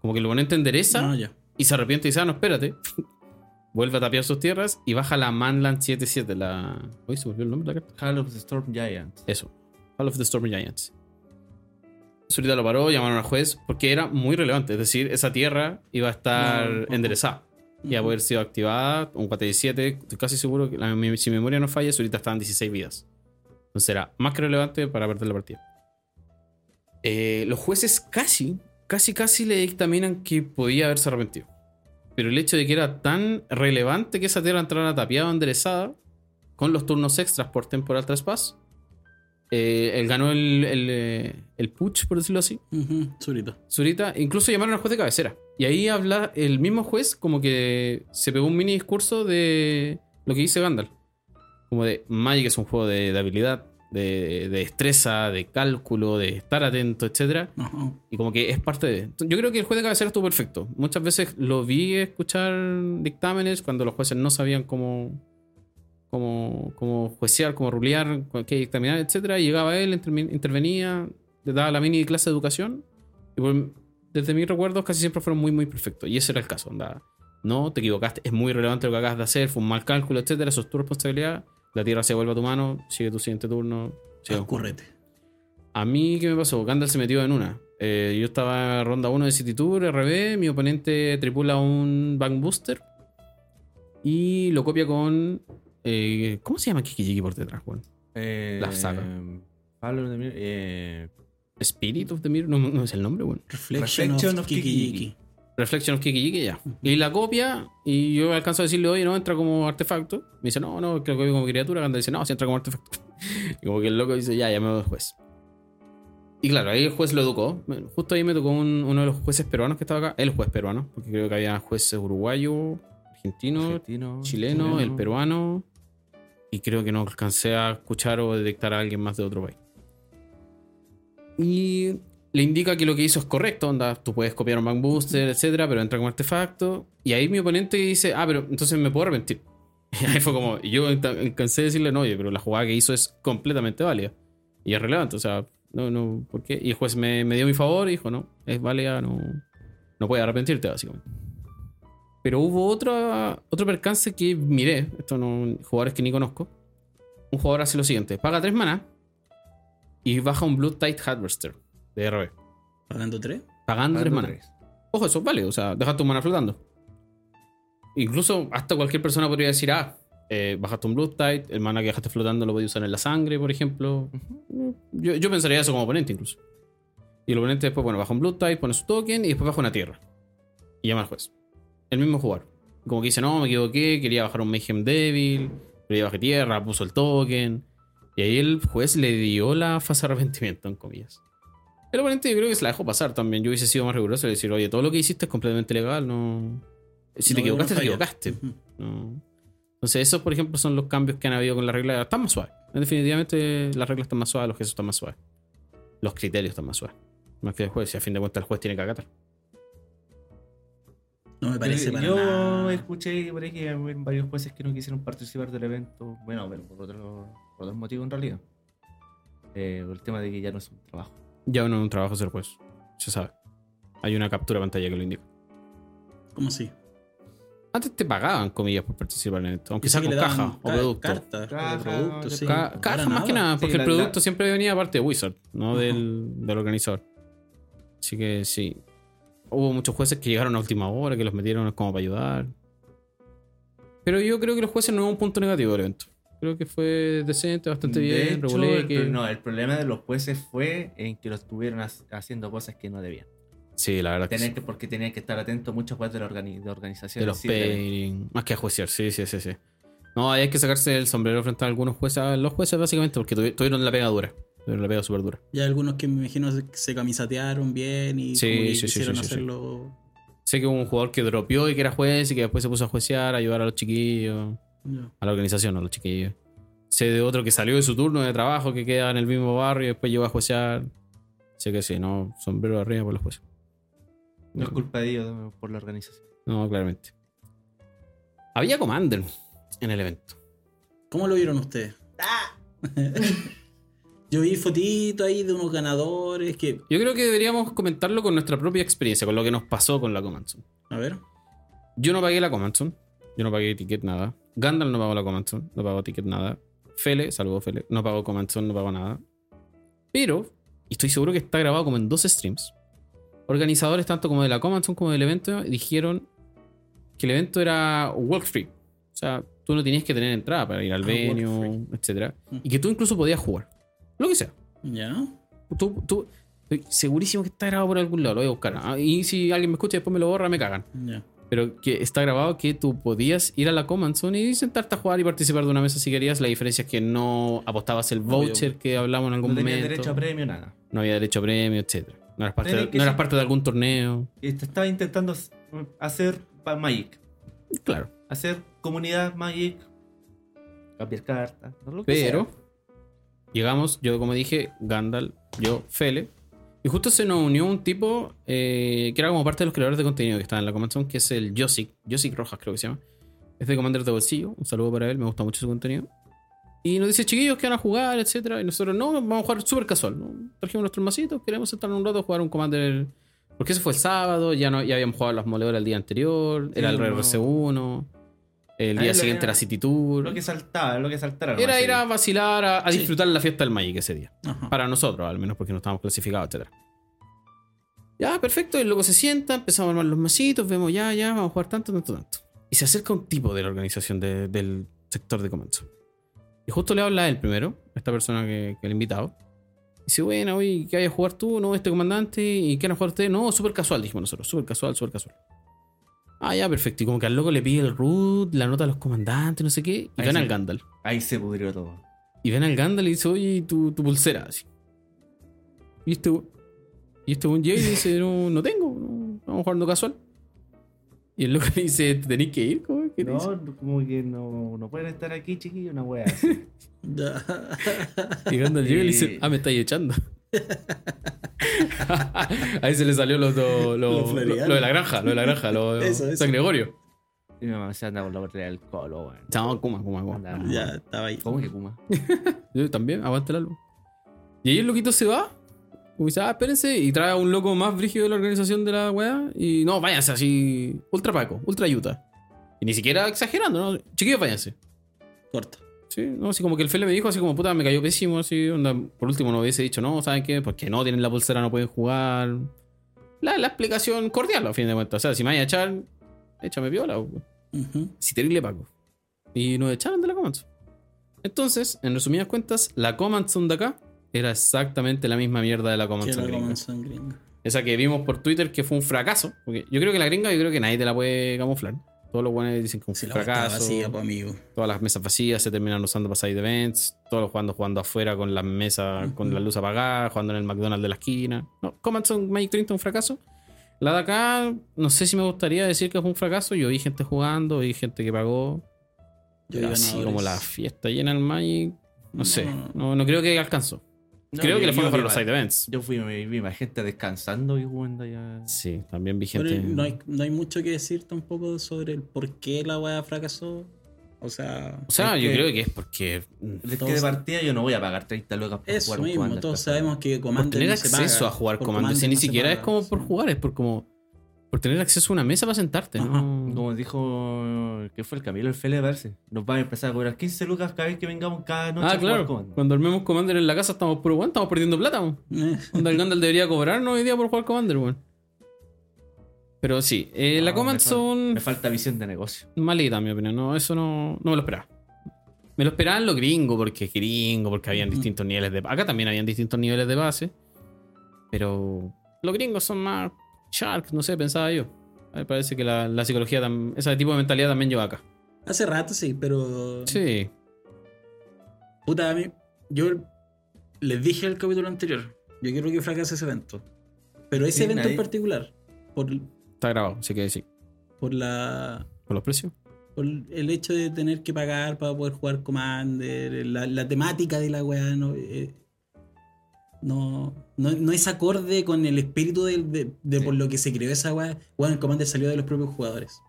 [SPEAKER 1] Como que el oponente endereza
[SPEAKER 3] No, ya.
[SPEAKER 1] y se arrepiente y dice, ah, no, espérate. <laughs> Vuelve a tapiar sus tierras y baja la Manland 77, la. Uy, se volvió el nombre de la carta.
[SPEAKER 2] Hall of the Storm Giant.
[SPEAKER 1] Eso. Hall of the Storm Giants. Zurita lo paró, llamaron al juez porque era muy relevante. Es decir, esa tierra iba a estar
[SPEAKER 3] No, ojo.
[SPEAKER 1] enderezada. Y a
[SPEAKER 3] Ujú.
[SPEAKER 1] poder sido activada, un 47, estoy casi seguro que la- mi- si mi memoria no falla, Zurita estaba en 16 vidas. Entonces era más que relevante para perder la partida. Eh, los jueces casi, casi, casi le dictaminan que podía haberse arrepentido. Pero el hecho de que era tan relevante que esa tierra entrara tapiada o enderezada, con los turnos extras por temporal traspass, eh, él ganó el, el, eh, el putsch, por decirlo así.
[SPEAKER 3] Ujú, Zurita.
[SPEAKER 1] Zurita, incluso llamaron al juez de cabecera. Y ahí habla el mismo juez, como que se pegó un mini discurso de lo que dice Gandalf. Como de Magic es un juego de, de habilidad, de, de destreza, de cálculo, de estar atento, etcétera
[SPEAKER 3] Ajá.
[SPEAKER 1] y como que es parte de. Yo creo que el juez de cabecera estuvo perfecto. Muchas veces lo vi escuchar dictámenes cuando los jueces no sabían cómo, cómo, cómo juecear, cómo rulear, qué dictaminar, etc. Y llegaba él, intermi- intervenía, le daba la mini clase de educación. Y por- desde mis recuerdos casi siempre fueron muy, muy perfectos. Y ese era el caso. onda, no, te equivocaste, es muy relevante lo que acabas de hacer, fue un mal cálculo, etc. Eso es tu responsabilidad. La tierra se vuelve a tu mano, sigue tu siguiente turno. sigue
[SPEAKER 3] Al currete.
[SPEAKER 1] a mí, ¿qué me pasó? Gandalf se metió en una. Eh, yo estaba en ronda 1 de City Tour, RB, mi oponente tripula un Bank Booster y lo copia con... eh, ¿Cómo se llama Kikijiki por detrás, weón?
[SPEAKER 2] Eh,
[SPEAKER 1] La saga.
[SPEAKER 2] Pablo de Mir- eh,
[SPEAKER 1] Spirit of the Mirror, no, no es el nombre, weón.
[SPEAKER 3] Reflection,
[SPEAKER 2] Reflection
[SPEAKER 3] of,
[SPEAKER 2] of
[SPEAKER 3] Kikijiki.
[SPEAKER 1] Reflection of Kikijiki, ya. Y la copia y yo alcanzo a decirle, oye, no, entra como artefacto. Me dice, no, no, creo que como criatura. Gandalf dice, no, sí entra como artefacto. <laughs> Y como que el loco dice, ya, llamemos al juez. Y claro, ahí el juez lo educó. Justo ahí me tocó un- uno de los jueces peruanos que estaba acá. El juez peruano, porque creo que había jueces uruguayo, argentino,
[SPEAKER 2] argentino,
[SPEAKER 1] chileno, el peruano. Y creo que no alcancé a escuchar o detectar a alguien más de otro país. Y le indica que lo que hizo es correcto, onda, tú puedes copiar un Bank Booster, etcétera, pero entra como artefacto. Y ahí mi oponente dice, ah, pero entonces me puedo arrepentir. <laughs> Y ahí fue como, y yo ta- cansé de decirle, no, oye, pero la jugada que hizo es completamente válida. Y es relevante, o sea, no, no, ¿por qué? Y el juez me, me dio mi favor y dijo, no, es válida, no, no puedes arrepentirte, básicamente. Pero hubo otra, otro percance que miré. Esto no. Jugadores que ni conozco. Un jugador hace lo siguiente: paga 3 maná y baja un Blue Tide Harvester de RB.
[SPEAKER 3] Pagando 3.
[SPEAKER 1] Pagando 3
[SPEAKER 2] Pablo
[SPEAKER 1] maná.
[SPEAKER 2] tres.
[SPEAKER 1] Ojo, eso vale. O sea, deja tu mana flotando. Incluso hasta cualquier persona podría decir: ah, eh, bajaste un Blue Tide, el mana que dejaste flotando lo puedes usar en la sangre, por ejemplo. Yo, yo pensaría eso como oponente incluso. Y el oponente después, bueno, baja un Blue Tide, pone su token y después baja una tierra. Y llama al juez. El mismo jugador. Como que dice, no, me equivoqué, quería bajar un Mayhem Devil, pero ya bajé tierra, puso el token. Y ahí el juez le dio la fase de arrepentimiento, en comillas. El oponente yo creo que se la dejó pasar también. Yo hubiese sido más riguroso y decir, oye, todo lo que hiciste es completamente legal, no... Si te
[SPEAKER 3] No,
[SPEAKER 1] equivocaste,
[SPEAKER 3] no
[SPEAKER 1] te
[SPEAKER 3] falla.
[SPEAKER 1] equivocaste.
[SPEAKER 3] Ujú.
[SPEAKER 1] No. Entonces, esos, por ejemplo, son los cambios que han habido con la regla. Están más suaves. Definitivamente, las reglas están más suaves, los gestos están más suaves. Los criterios están más suaves. Más que el juez, si a fin de cuentas el juez tiene que acatar.
[SPEAKER 3] No me parece para
[SPEAKER 2] Yo
[SPEAKER 3] nada.
[SPEAKER 2] escuché por ahí que hay varios jueces que no quisieron participar del evento. Bueno, pero por otro, por otro motivo en realidad. Eh, por el tema de que ya no es un trabajo.
[SPEAKER 1] Ya uno en un trabajo ser juez. Se sabe. Hay una captura de pantalla que lo indica.
[SPEAKER 3] ¿Cómo así?
[SPEAKER 1] Antes te pagaban comillas por participar en esto, aunque
[SPEAKER 3] Pensé
[SPEAKER 1] sea
[SPEAKER 3] que
[SPEAKER 1] con
[SPEAKER 3] le daban
[SPEAKER 1] caja o
[SPEAKER 3] ca-
[SPEAKER 1] producto.
[SPEAKER 3] Cartas,
[SPEAKER 2] Caja,
[SPEAKER 3] o producto,
[SPEAKER 2] de
[SPEAKER 3] sí.
[SPEAKER 1] Ca-
[SPEAKER 3] No
[SPEAKER 1] caja
[SPEAKER 3] era
[SPEAKER 1] más que nada,
[SPEAKER 2] Sí,
[SPEAKER 1] porque
[SPEAKER 2] la-
[SPEAKER 1] el producto
[SPEAKER 2] la-
[SPEAKER 1] siempre venía aparte de Wizard, no
[SPEAKER 3] Ajá.
[SPEAKER 1] del, del organizador. Así que sí. Hubo muchos jueces que llegaron a última hora, que los metieron como para ayudar. Pero yo creo que los jueces no es un punto negativo del evento. Creo que fue decente, bastante
[SPEAKER 2] De
[SPEAKER 1] bien,
[SPEAKER 2] hecho,
[SPEAKER 1] regulé
[SPEAKER 2] el,
[SPEAKER 1] que-
[SPEAKER 2] pro- no, el problema de los jueces fue en que los estuvieron ha- haciendo cosas que no debían.
[SPEAKER 1] Sí, la verdad que
[SPEAKER 2] Tenían
[SPEAKER 1] sí.
[SPEAKER 2] que, porque tenían que estar atentos muchos jueces de, la organi- de organización.
[SPEAKER 1] De los pairing. Más que a juiciar, sí, sí, sí, sí. No, ahí hay que sacarse el sombrero frente a algunos jueces. a Los jueces, básicamente, porque tuvi- tuvieron la pega dura. Tuvieron la pega súper dura.
[SPEAKER 3] Y hay algunos que me imagino se- se camisatearon bien y
[SPEAKER 1] Sí,
[SPEAKER 3] como que
[SPEAKER 1] sí, sí,
[SPEAKER 3] quisieron
[SPEAKER 1] sí, sí, sí.
[SPEAKER 3] hacerlo.
[SPEAKER 1] Sé que hubo un jugador que dropeó y que era juez y que después se puso a juecear, a ayudar a los chiquillos.
[SPEAKER 3] ya.
[SPEAKER 1] a la organización, a los chiquillos. Sé de otro que salió de su turno de trabajo, que queda en el mismo barrio y después llegó a juecear. Sé que sí, no, sombrero arriba por los jueces.
[SPEAKER 2] No es culpa de ellos no, por la organización.
[SPEAKER 1] No, claramente. Había Commander en el evento.
[SPEAKER 3] ¿Cómo lo vieron ustedes?
[SPEAKER 2] Ah.
[SPEAKER 3] <laughs> Yo vi fotitos ahí de unos ganadores que.
[SPEAKER 1] Yo creo que deberíamos comentarlo con nuestra propia experiencia, con lo que nos pasó con la Command Zone.
[SPEAKER 3] A ver.
[SPEAKER 1] Yo no pagué la Command Zone. Yo no pagué ticket, nada. Gandalf no pagó la Command Zone, no pagó ticket, nada. Fele, salvo Fele, no pagó Command Zone, no pagó nada. Pero, y estoy seguro que está grabado como en dos streams, organizadores tanto como de la Command Zone como del evento dijeron que el evento era walk free. O sea, tú no tenías que tener entrada para ir al
[SPEAKER 3] Ah,
[SPEAKER 1] venue,
[SPEAKER 3] walk
[SPEAKER 1] etc.
[SPEAKER 3] Mm.
[SPEAKER 1] Y que tú incluso podías jugar. Lo que sea.
[SPEAKER 3] Ya.
[SPEAKER 1] Tú, tú- estoy segurísimo que está grabado por algún lado, lo voy a buscar. Ah, Y si alguien me escucha y después me lo borra, me cagan.
[SPEAKER 3] Ya.
[SPEAKER 1] Pero que está grabado que tú podías ir a la Command Zone y sentarte a jugar y participar de una mesa si querías. La diferencia es que no apostabas el voucher que hablamos en
[SPEAKER 2] No
[SPEAKER 1] algún
[SPEAKER 2] tenía
[SPEAKER 1] momento.
[SPEAKER 2] derecho a premio, nada.
[SPEAKER 1] no había derecho a premio, etc. No eras parte,
[SPEAKER 2] Tenés
[SPEAKER 1] de,
[SPEAKER 2] que
[SPEAKER 1] no eras
[SPEAKER 2] ser-
[SPEAKER 1] parte de algún torneo.
[SPEAKER 2] Y te Estaba intentando hacer pa- Magic.
[SPEAKER 1] Claro.
[SPEAKER 2] Hacer comunidad Magic. Cambiar cartas. lo que sea.
[SPEAKER 1] Pero llegamos, yo como dije, Gandalf, yo, Fele. Y justo se nos unió un tipo eh, que era como parte de los creadores de contenido que estaba en la Command Zone, que es el Josic. Josic Rojas creo que se llama. Es de Commander de Bolsillo. Un saludo para él, me gusta mucho su contenido. Y nos dice, chiquillos, que van a jugar, etcétera. Y nosotros, no, vamos a jugar súper casual. ¿no? Trajimos nuestros masitos, queremos estar un rato a jugar un Commander... Porque eso fue el sábado, ya, no, ya habíamos jugado las moledoras el día anterior,
[SPEAKER 2] Sí,
[SPEAKER 1] era el
[SPEAKER 2] no.
[SPEAKER 1] RRC1, el
[SPEAKER 2] Ahí
[SPEAKER 1] día
[SPEAKER 2] lo
[SPEAKER 1] siguiente
[SPEAKER 2] que-
[SPEAKER 1] era City Tour.
[SPEAKER 2] Lo que saltaba, lo que saltara. nomás
[SPEAKER 1] Era
[SPEAKER 2] ese
[SPEAKER 1] ir a vacilar, a, a
[SPEAKER 3] Sí.
[SPEAKER 1] disfrutar la fiesta del Magic ese día.
[SPEAKER 3] Ajá.
[SPEAKER 1] Para nosotros, al menos porque no estábamos clasificados, etc. Ya, perfecto. Y luego se sienta, empezamos a armar los masitos, vemos ya, ya, vamos a jugar tanto, tanto, tanto. Y se acerca un tipo de la organización de- del sector de Comanzo. Y justo le habla a él primero, a esta persona que, que le invitado. Dice, bueno, oye, ¿qué hay a jugar tú? No, este comandante. ¿Y qué van a jugar ustedes? No, súper casual, dijimos nosotros. Súper casual, súper casual. Ah, ya, perfecto. Y como que al loco le pide el root, la nota a los comandantes, no sé qué. Y
[SPEAKER 2] Ahí
[SPEAKER 1] gana
[SPEAKER 2] sí.
[SPEAKER 1] el Gandalf.
[SPEAKER 2] Ahí se pudrió todo.
[SPEAKER 1] Y ven al Gandalf y dice, oye, ¿y tu, tu pulsera. Así. Y este we- y este buen llega y dice, no, no tengo, no, vamos jugando casual. Y el loco le dice, ¿te tenés que ir? ¿Cómo es que te
[SPEAKER 2] <laughs>
[SPEAKER 1] dice?
[SPEAKER 2] No, como que no, no pueden estar aquí, chiquillos, una wea.
[SPEAKER 1] Y Gandalf llega y le
[SPEAKER 2] Sí.
[SPEAKER 1] dice, ah, me estáis echando. <laughs> Ahí se le salió lo, lo, lo-
[SPEAKER 3] Lo floriano.
[SPEAKER 1] lo de la granja, lo de la granja, lo de
[SPEAKER 3] Eso, eso.
[SPEAKER 1] San Gregorio.
[SPEAKER 2] <laughs> Y mi mamá se anda con la botella del colo, weón.
[SPEAKER 1] Chao, Kuma, Kuma, Kuma.
[SPEAKER 2] Anda.
[SPEAKER 3] <laughs> ya estaba ahí.
[SPEAKER 2] ¿Cómo que Kuma?
[SPEAKER 1] Yo también, aguanta el álbum. Y ahí el loquito se va. Como dice, ah, espérense. Y trae a un loco más brígido de la organización de la weá. Y no, váyanse así. Ultra Paco, ultra Utah. Y ni siquiera exagerando, ¿no? Chiquillos, váyanse.
[SPEAKER 3] Corto.
[SPEAKER 1] Sí, no, así como que el Fele me dijo, así como puta, me cayó pésimo. Así, onda, por último no hubiese dicho, no, ¿saben qué? Porque no tienen la pulsera, no pueden jugar. La, la explicación cordial, a fin de cuentas. O sea, si me van a echar, échame viola.
[SPEAKER 3] Ujú.
[SPEAKER 1] Si terrible Paco. Y nos echaron de la Command Zone. Entonces, en resumidas cuentas, la Command Zone de acá era exactamente la misma mierda de la Command
[SPEAKER 3] Que
[SPEAKER 1] Zone
[SPEAKER 3] era
[SPEAKER 1] gringa.
[SPEAKER 3] Command Zone gringa.
[SPEAKER 1] Esa que vimos por Twitter que fue un fracaso. Porque yo creo que la gringa, yo creo que nadie te la puede camuflar. Todos los buenos dicen que
[SPEAKER 3] Si
[SPEAKER 1] fue
[SPEAKER 3] la
[SPEAKER 1] un
[SPEAKER 3] weá estaba
[SPEAKER 1] fracaso.
[SPEAKER 3] vacía, pues, amigo.
[SPEAKER 1] todas las mesas vacías se terminaron usando para side events. Todos los jugando jugando afuera con las mesas, con
[SPEAKER 3] Ujú.
[SPEAKER 1] la luz apagada, jugando en el McDonald's de la esquina. No, Command Zone Magic 30 un fracaso. La de acá, no sé si me gustaría decir que fue un fracaso. Yo vi gente jugando, vi gente que pagó.
[SPEAKER 3] Yo
[SPEAKER 1] Pero
[SPEAKER 3] vi
[SPEAKER 1] así
[SPEAKER 3] ganadores.
[SPEAKER 1] como la fiesta llena el Magic. No,
[SPEAKER 3] No.
[SPEAKER 1] sé. No, no creo que alcanzó.
[SPEAKER 2] No,
[SPEAKER 1] creo que
[SPEAKER 2] yo-
[SPEAKER 1] le fue
[SPEAKER 2] yo
[SPEAKER 1] mejor
[SPEAKER 2] vi
[SPEAKER 1] a los
[SPEAKER 2] más-
[SPEAKER 1] side events.
[SPEAKER 2] Yo fui, vi, vi más gente descansando y jugando allá.
[SPEAKER 1] Sí, también vi
[SPEAKER 3] Pero
[SPEAKER 1] gente.
[SPEAKER 3] no, hay, no hay mucho que decir tampoco sobre el por qué la weá fracasó. O sea,
[SPEAKER 1] O sea,
[SPEAKER 2] es
[SPEAKER 1] yo
[SPEAKER 2] que-
[SPEAKER 1] creo que es porque. mm,
[SPEAKER 2] Es que
[SPEAKER 3] Todos-
[SPEAKER 2] de partida yo no voy a pagar 30 lucas por
[SPEAKER 3] eso
[SPEAKER 2] jugar un
[SPEAKER 3] mismo.
[SPEAKER 2] Commander,
[SPEAKER 3] Todos
[SPEAKER 2] ¿cachai?
[SPEAKER 3] sabemos que
[SPEAKER 1] Por
[SPEAKER 3] Commander
[SPEAKER 1] tener
[SPEAKER 3] no se
[SPEAKER 1] acceso
[SPEAKER 3] paga,
[SPEAKER 1] a jugar
[SPEAKER 3] por
[SPEAKER 1] Commander, si
[SPEAKER 3] no
[SPEAKER 1] ni
[SPEAKER 3] se
[SPEAKER 1] siquiera es
[SPEAKER 3] paga,
[SPEAKER 1] como por
[SPEAKER 3] sí.
[SPEAKER 1] jugar, es por como. Por tener acceso a una mesa para sentarte,
[SPEAKER 3] Ajá.
[SPEAKER 1] ¿no?
[SPEAKER 2] Como dijo que fue el Camilo el Fele parece. Nos van a empezar a cobrar 15 lucas cada vez que vengamos cada noche
[SPEAKER 1] ah,
[SPEAKER 2] a jugar
[SPEAKER 1] claro.
[SPEAKER 2] Commander.
[SPEAKER 1] Cuando dormimos Commander en la casa estamos puro weón, estamos perdiendo plata, weón.
[SPEAKER 3] Eh,
[SPEAKER 1] Onda, el Gandalf debería cobrarnos hoy día por jugar Commander, weón. Pero sí, eh, la
[SPEAKER 2] No,
[SPEAKER 1] Command
[SPEAKER 2] me fal-
[SPEAKER 1] Zone
[SPEAKER 2] Me falta visión de negocio.
[SPEAKER 1] malita, en mi opinión. No, eso no, no me lo esperaba. Me lo esperaban los gringos, porque es gringo, porque habían
[SPEAKER 3] Ujú.
[SPEAKER 1] distintos niveles de. Acá también habían distintos niveles de base. Pero los gringos son más sharks, no sé, pensaba yo. A mí Me parece que la, la psicología, tam- ese tipo de mentalidad también lleva acá.
[SPEAKER 3] <laughs> Hace rato sí, pero.
[SPEAKER 1] Sí.
[SPEAKER 3] Puta, a mí. Yo les dije el capítulo anterior. Yo quiero que fracase ese evento. Pero ese
[SPEAKER 2] Sí,
[SPEAKER 3] evento en
[SPEAKER 2] nadie-
[SPEAKER 3] particular, por,
[SPEAKER 1] Está grabado, así que sí.
[SPEAKER 3] por la.
[SPEAKER 1] Por los precios.
[SPEAKER 3] por el hecho de tener que pagar para poder jugar Commander, la, la temática de la weá no, eh, no, no, no es acorde con el espíritu del- de, de
[SPEAKER 2] Sí.
[SPEAKER 3] por lo que se creó esa weá. Weón, el Commander salió de los propios jugadores.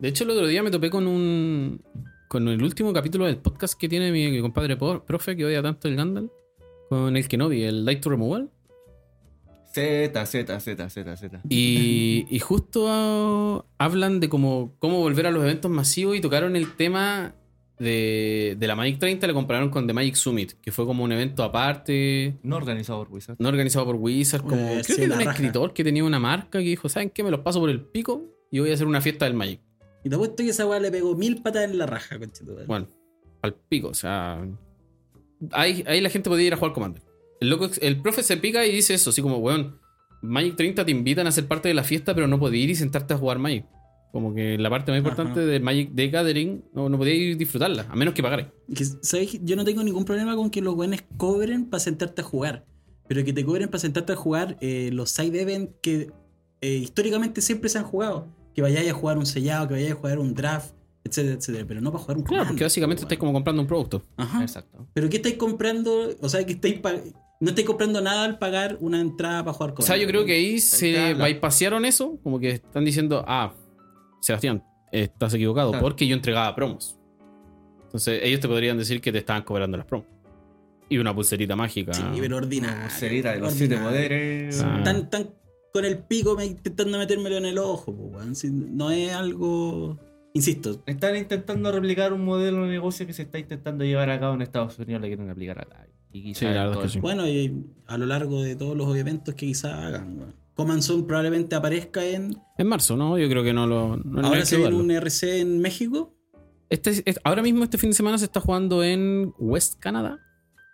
[SPEAKER 1] De hecho, el otro día me topé con un. con el último capítulo del podcast que tiene mi compadre por- profe que odia tanto el Gandalf. Con el Kenobi, el Light to Removal.
[SPEAKER 2] Z, Z, Z, Z, Z.
[SPEAKER 3] <laughs>
[SPEAKER 1] Y, y justo ah, hablan de cómo, cómo volver a los eventos masivos y tocaron el tema de, de la Magic 30, lo compararon con The Magic Summit, que fue como un evento aparte,
[SPEAKER 2] No organizado por Wizard.
[SPEAKER 1] no organizado por Wizard, como
[SPEAKER 3] Eh,
[SPEAKER 1] creo
[SPEAKER 3] sí,
[SPEAKER 1] que de
[SPEAKER 3] la
[SPEAKER 1] un
[SPEAKER 3] raja.
[SPEAKER 1] escritor que tenía una marca que dijo, ¿saben qué? Me los paso por el pico y voy a hacer una fiesta del Magic.
[SPEAKER 3] Y te apuesto que esa weá le pegó mil patas en la raja, conchetumare.
[SPEAKER 1] Bueno, al pico, o sea. Ahí, ahí la gente podía ir a jugar Commander. El, loco, el profe se pica y dice eso, así como, weón, Magic 30 te invitan a ser parte de la fiesta, pero no podías ir y sentarte a jugar Magic. Como que la parte más importante de Magic the Gathering no, no podías disfrutarla, a menos que pagarais.
[SPEAKER 3] Y que, ¿sabes? Yo no tengo ningún problema con que los weones cobren para sentarte a jugar. Pero que te cobren para sentarte a jugar eh, los side events que eh, históricamente siempre se han jugado. Que vayáis a jugar un sellado, que vayáis a jugar un draft, etcétera, etcétera. Pero no para jugar un
[SPEAKER 1] Claro,
[SPEAKER 3] comando,
[SPEAKER 1] porque básicamente
[SPEAKER 3] weón.
[SPEAKER 1] estáis como comprando un producto.
[SPEAKER 3] Ajá.
[SPEAKER 2] Exacto.
[SPEAKER 3] Pero ¿qué estáis comprando? O sea, que estáis pa- no estáis comprando nada al pagar una entrada para jugar
[SPEAKER 1] O
[SPEAKER 3] con.
[SPEAKER 1] sea, yo creo que ahí se
[SPEAKER 2] está la-
[SPEAKER 1] bypasearon eso, como que están diciendo, ah, Sebastián, estás equivocado,
[SPEAKER 2] Claro.
[SPEAKER 1] porque yo entregaba promos. Entonces, ellos te podrían decir que te estaban cobrando las promos. Y una pulserita mágica.
[SPEAKER 3] Sí, pero ordinario.
[SPEAKER 2] Cerita Ah. de los siete
[SPEAKER 3] ordinario.
[SPEAKER 2] poderes.
[SPEAKER 1] Ah.
[SPEAKER 3] Tan, tan con el pico me- intentando metérmelo en el ojo, po, weón. Si No es algo. Insisto,
[SPEAKER 2] Están intentando replicar un modelo de negocio que se está intentando llevar a cabo en Estados Unidos, le quieren aplicar acá. Y quizá
[SPEAKER 1] Sí, la verdad
[SPEAKER 2] todo
[SPEAKER 1] es que
[SPEAKER 2] el-
[SPEAKER 3] bueno, y a lo largo de todos los eventos que quizá hagan, weón. Command Zone probablemente aparezca en.
[SPEAKER 1] En marzo, ¿no? Yo creo que no lo... no- no hay
[SPEAKER 3] Ahora
[SPEAKER 1] que
[SPEAKER 3] se viene
[SPEAKER 1] dudarlo.
[SPEAKER 3] un RC en México.
[SPEAKER 1] Este es- es- ahora mismo este fin de semana se está jugando en West Canadá.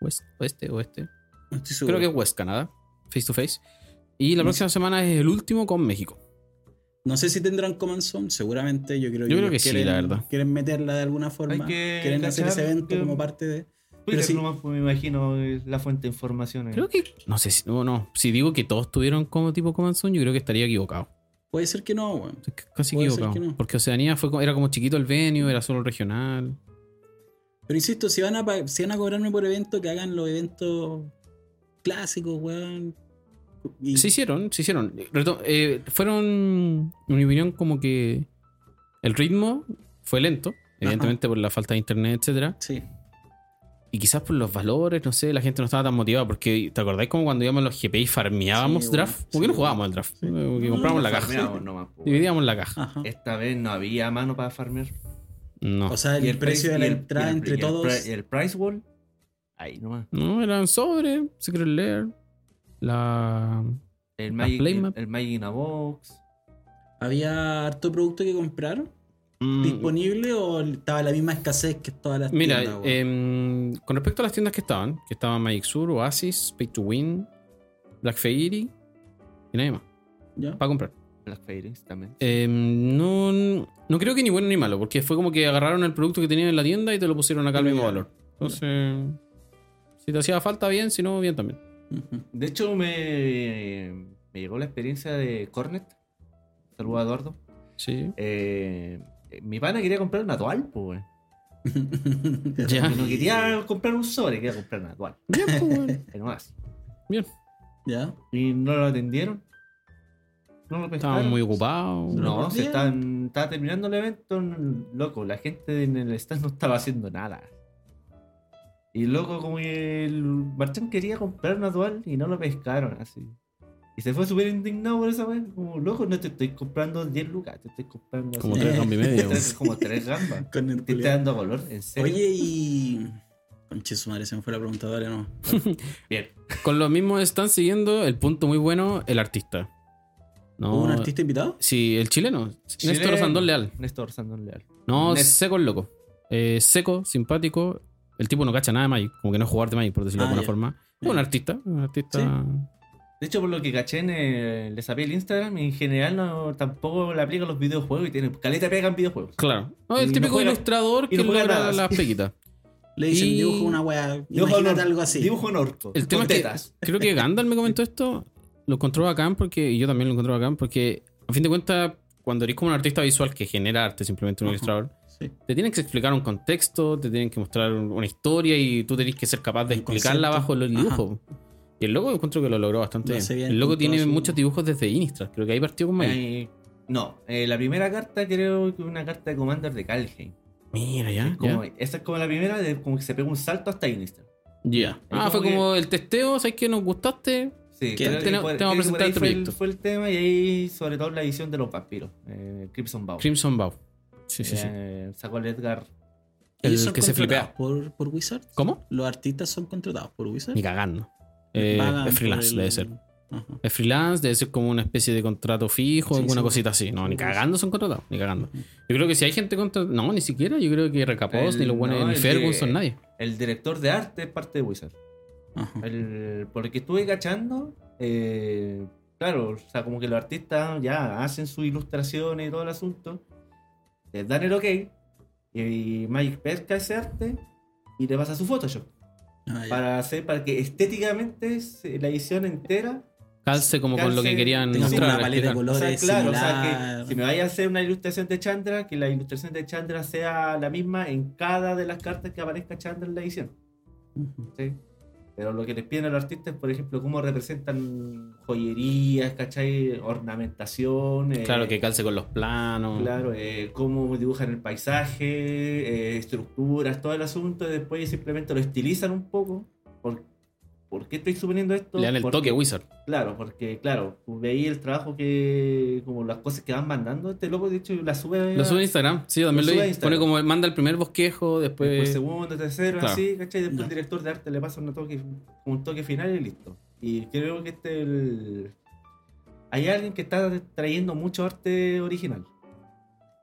[SPEAKER 1] West, oeste, oeste.
[SPEAKER 3] No estoy seguro.
[SPEAKER 1] Creo que es West Canadá. Face to face. Y la
[SPEAKER 3] No
[SPEAKER 1] próxima semana es el último con México.
[SPEAKER 3] No sé si tendrán Command Zone, seguramente yo creo
[SPEAKER 1] Yo creo
[SPEAKER 3] ellos
[SPEAKER 1] que sí,
[SPEAKER 3] quieren-
[SPEAKER 1] la verdad.
[SPEAKER 3] Quieren meterla de alguna forma.
[SPEAKER 2] que
[SPEAKER 3] Quieren hacer
[SPEAKER 2] cachar
[SPEAKER 3] ese evento
[SPEAKER 2] que-
[SPEAKER 3] como parte de.
[SPEAKER 2] Twitter
[SPEAKER 3] sí.
[SPEAKER 2] nomás, pues, me imagino es la fuente de
[SPEAKER 3] Mm.
[SPEAKER 2] información. eh.
[SPEAKER 1] Creo que... No sé si... No, no. Si digo que todos tuvieron como tipo Command Zone, yo creo que estaría equivocado.
[SPEAKER 3] Puede ser que no, weón.
[SPEAKER 1] Es que Casi
[SPEAKER 3] Puede ser
[SPEAKER 1] equivocado.
[SPEAKER 3] que no.
[SPEAKER 1] Porque Oceanía fue, co- era como chiquito el venue, era solo regional.
[SPEAKER 3] Pero insisto, si van a, pa- si van a cobrarme por evento, que hagan los eventos clásicos, weón. Y-
[SPEAKER 1] Se hicieron, se hicieron. Reto- eh, fueron, en mi opinión, como que el ritmo fue lento, evidentemente por la falta de internet, etcétera.
[SPEAKER 3] Sí.
[SPEAKER 1] Y quizás por los valores, no sé, la gente no estaba tan motivada. Porque, ¿te acordáis como cuando íbamos a los GP y farmeábamos
[SPEAKER 3] Sí,
[SPEAKER 1] draft?
[SPEAKER 3] bueno,
[SPEAKER 1] ¿Por qué
[SPEAKER 3] sí,
[SPEAKER 1] no jugábamos al draft? Como que
[SPEAKER 3] No,
[SPEAKER 1] comprábamos la caja.
[SPEAKER 2] Farmeamos nomás, pues.
[SPEAKER 1] Dividíamos la caja.
[SPEAKER 3] Ajá.
[SPEAKER 2] Esta vez no había mano para farmear.
[SPEAKER 1] No.
[SPEAKER 3] O sea, el,
[SPEAKER 2] Y
[SPEAKER 3] precio
[SPEAKER 2] price-
[SPEAKER 3] de la
[SPEAKER 2] y el-
[SPEAKER 3] entrada
[SPEAKER 2] y el-
[SPEAKER 3] entre
[SPEAKER 2] y el
[SPEAKER 3] todos.
[SPEAKER 2] pri- y el price wall. Ahí nomás.
[SPEAKER 1] no, eran sobre, Secret Lair, la.
[SPEAKER 2] El
[SPEAKER 1] La
[SPEAKER 2] Magic, el,
[SPEAKER 1] playmap.
[SPEAKER 2] el Magic in a Box.
[SPEAKER 3] ¿Había harto producto que comprar
[SPEAKER 1] Mm,
[SPEAKER 3] disponible o estaba la misma escasez que todas las
[SPEAKER 1] Mira,
[SPEAKER 3] tiendas, weón?
[SPEAKER 1] em, con respecto a las tiendas que estaban, que estaban Magic Sur, Oasis, Pay to Win, Black Fairy y nadie más,
[SPEAKER 3] <laughs> ¿Ya?
[SPEAKER 1] para comprar.
[SPEAKER 2] Black Fairies también.
[SPEAKER 1] Em, no, no creo que ni bueno ni malo, porque fue como que agarraron el producto que tenían en la tienda y te lo pusieron acá al mismo
[SPEAKER 3] Ya.
[SPEAKER 1] valor. Entonces, si te hacía falta, bien, si no, bien también.
[SPEAKER 3] Ujú.
[SPEAKER 2] De hecho, me, me llegó la experiencia de Cornet. Saludos a Eduardo.
[SPEAKER 1] Sí.
[SPEAKER 2] Eh, mi pana quería comprar una dual, pues. weón.
[SPEAKER 1] Ya. <laughs>
[SPEAKER 2] No quería comprar un sobre, quería comprar una dual.
[SPEAKER 1] Bien, pues,
[SPEAKER 3] <laughs>
[SPEAKER 1] bueno.
[SPEAKER 2] pero más.
[SPEAKER 1] bien.
[SPEAKER 3] ¿Ya?
[SPEAKER 2] Y no lo atendieron. No lo pescaron.
[SPEAKER 1] Estaban muy ocupados.
[SPEAKER 3] No
[SPEAKER 2] No,
[SPEAKER 3] lo
[SPEAKER 2] se
[SPEAKER 3] perdieron.
[SPEAKER 2] estaban- estaba terminando el evento, n- loco. La gente en el stand no estaba haciendo nada. Y loco, como que el marchán quería comprar una dual y no lo pescaron, así. Y se fue súper indignado por esa wea. Como, loco, no te estoy comprando 10 lucas, te estoy comprando
[SPEAKER 1] Como
[SPEAKER 2] así,
[SPEAKER 1] tres
[SPEAKER 3] Sí.
[SPEAKER 1] gambas y medio.
[SPEAKER 2] tres- <laughs> como tres gambas.
[SPEAKER 3] Con el
[SPEAKER 2] Te está
[SPEAKER 3] culiao.
[SPEAKER 2] dando color, en serio.
[SPEAKER 3] Oye, y. Conche su madre, se me fue la preguntadora, no.
[SPEAKER 2] Bien.
[SPEAKER 1] Con lo mismo están siguiendo el punto muy bueno, el artista. No,
[SPEAKER 3] ¿Hubo un artista invitado?
[SPEAKER 1] Sí, el chileno. Néstor
[SPEAKER 2] Chileno.
[SPEAKER 1] Sandón Leal.
[SPEAKER 2] Néstor Sandón Leal.
[SPEAKER 1] No,
[SPEAKER 2] Net.
[SPEAKER 1] seco el loco. Eh, seco, simpático. El tipo no cacha nada de Magic. Como que no es jugador de Magic, por decirlo
[SPEAKER 3] Ah,
[SPEAKER 1] de alguna
[SPEAKER 3] ya.
[SPEAKER 1] forma. Es
[SPEAKER 3] Ya.
[SPEAKER 1] un artista. Un artista.
[SPEAKER 2] De hecho, por lo que caché en el, les abrí el Instagram, en general no, tampoco le aplica a los videojuegos y tiene caleta pega en videojuegos.
[SPEAKER 1] Claro. No, el
[SPEAKER 2] Y no
[SPEAKER 1] típico
[SPEAKER 2] juega-
[SPEAKER 1] ilustrador que
[SPEAKER 2] y no juega
[SPEAKER 1] logra <laughs>
[SPEAKER 2] nada.
[SPEAKER 1] las peguitas.
[SPEAKER 3] Le dicen
[SPEAKER 1] Y-
[SPEAKER 3] dibujo una weá.
[SPEAKER 2] Dibujo
[SPEAKER 3] Imagínate
[SPEAKER 2] en or-
[SPEAKER 3] algo así.
[SPEAKER 2] Dibujo en orto.
[SPEAKER 1] El tema
[SPEAKER 2] con
[SPEAKER 1] es que
[SPEAKER 2] tetas.
[SPEAKER 1] creo que Gandalf me comentó esto. Lo encontró bacán porque, y yo también lo encontré bacán porque, a fin de cuentas, cuando eres como un artista visual que genera arte, simplemente un
[SPEAKER 3] Ajá.
[SPEAKER 1] ilustrador,
[SPEAKER 3] Sí.
[SPEAKER 1] te tienen que explicar un contexto, te tienen que mostrar un- una historia y tú tenés que ser capaz de
[SPEAKER 3] Un
[SPEAKER 1] explicarla
[SPEAKER 3] concepto.
[SPEAKER 1] bajo los
[SPEAKER 3] Ajá.
[SPEAKER 1] dibujos. Y el loco encuentro que lo logró bastante
[SPEAKER 3] Lo
[SPEAKER 1] bien.
[SPEAKER 3] hace bien,
[SPEAKER 1] El loco
[SPEAKER 3] con
[SPEAKER 1] tiene
[SPEAKER 3] todo su-
[SPEAKER 1] muchos dibujos desde Innistrad. Creo que ahí partió con Magic.
[SPEAKER 2] Eh, no, eh, la primera carta creo que una carta de Commander de Kalheim.
[SPEAKER 1] Mira, ya.
[SPEAKER 2] Como-
[SPEAKER 1] ya.
[SPEAKER 2] Esa es como la primera, de, como que se pegó un salto hasta Instagram.
[SPEAKER 1] Ya. Ah,
[SPEAKER 2] como
[SPEAKER 1] fue
[SPEAKER 2] que-
[SPEAKER 1] como el testeo, ¿sabes qué? Nos gustaste.
[SPEAKER 2] Sí,
[SPEAKER 3] ¿Qué?
[SPEAKER 2] creo que
[SPEAKER 1] Tenemos- tenemos
[SPEAKER 2] por- creo que por
[SPEAKER 1] presentar
[SPEAKER 2] ahí
[SPEAKER 1] este
[SPEAKER 2] fue el,
[SPEAKER 1] proyecto.
[SPEAKER 2] fue el tema y ahí sobre todo la edición de los vampiros, eh, Crimson Bow.
[SPEAKER 1] Crimson Bow. Sí, sí, sí.
[SPEAKER 2] Eh, sacó el Edgar.
[SPEAKER 3] Ellos
[SPEAKER 1] El
[SPEAKER 3] son
[SPEAKER 1] que se
[SPEAKER 3] contratados
[SPEAKER 1] flipea.
[SPEAKER 3] Por, por Wizard.
[SPEAKER 1] ¿Cómo?
[SPEAKER 3] Los artistas son contratados por Wizard.
[SPEAKER 1] Ni cagando. Eh,
[SPEAKER 3] Pagan
[SPEAKER 1] es freelance,
[SPEAKER 3] por el-
[SPEAKER 1] debe ser.
[SPEAKER 3] Ajá.
[SPEAKER 1] Es freelance, debe ser como una especie de contrato fijo,
[SPEAKER 3] Sí,
[SPEAKER 1] alguna
[SPEAKER 3] sí.
[SPEAKER 1] cosita así. No, ni
[SPEAKER 3] Sí,
[SPEAKER 1] cagando son contratados, ni cagando.
[SPEAKER 3] Ujú.
[SPEAKER 1] Yo creo que si hay gente contra. No, ni siquiera. Yo creo que Recapos,
[SPEAKER 2] El-
[SPEAKER 1] ni los buenos,
[SPEAKER 2] Eh, no,
[SPEAKER 1] ni
[SPEAKER 2] el
[SPEAKER 1] Ferguson,
[SPEAKER 2] que-
[SPEAKER 1] nadie.
[SPEAKER 2] El director de arte es parte de Wizard.
[SPEAKER 3] Ajá.
[SPEAKER 2] El, por lo que estuve cachando, eh, claro, o sea, como que los artistas ya hacen sus ilustraciones y todo el asunto, les dan el ok, y Magic pesca ese arte y le pasa su Photoshop.
[SPEAKER 3] Ah, ya.
[SPEAKER 2] Para hacer, para que estéticamente se- la edición entera
[SPEAKER 1] Calce como con lo que
[SPEAKER 2] Calce,
[SPEAKER 1] querían
[SPEAKER 3] Tengo
[SPEAKER 1] mostrar.
[SPEAKER 3] una paleta de
[SPEAKER 1] explicar.
[SPEAKER 2] O sea,
[SPEAKER 3] colores
[SPEAKER 2] claro, o sea,
[SPEAKER 3] similar.
[SPEAKER 2] que si me vaya a hacer una ilustración de Chandra, que la ilustración de Chandra sea la misma en cada de las cartas que aparezca Chandra en la edición.
[SPEAKER 3] Ujú.
[SPEAKER 2] ¿sí? Pero lo que les piden a los artistas es, por ejemplo, cómo representan joyerías, ¿cachai? Ornamentación. eh,
[SPEAKER 1] Claro, que calce con los planos.
[SPEAKER 2] Claro, eh, cómo dibujan el paisaje, eh, estructuras, todo el asunto. y después simplemente lo estilizan un poco. ¿Por, por qué estoy suponiendo esto?
[SPEAKER 1] Le dan el
[SPEAKER 2] Porque-
[SPEAKER 1] toque, Wizard.
[SPEAKER 2] Claro, porque claro, tú veí el trabajo que, como las cosas que van mandando, este loco de hecho la sube,
[SPEAKER 1] Lo sube a Instagram. Sí, yo también
[SPEAKER 2] Lo
[SPEAKER 1] lo,
[SPEAKER 2] sube a
[SPEAKER 1] vi.
[SPEAKER 2] Instagram.
[SPEAKER 1] Pone como manda el primer bosquejo, después.
[SPEAKER 2] después segundo, tercero,
[SPEAKER 1] Pues, Claro.
[SPEAKER 2] así, ¿cachai? Después
[SPEAKER 3] Ya.
[SPEAKER 2] el director de arte le pasa un toque, un toque final y listo. Y creo que este el- hay alguien que está trayendo mucho arte original.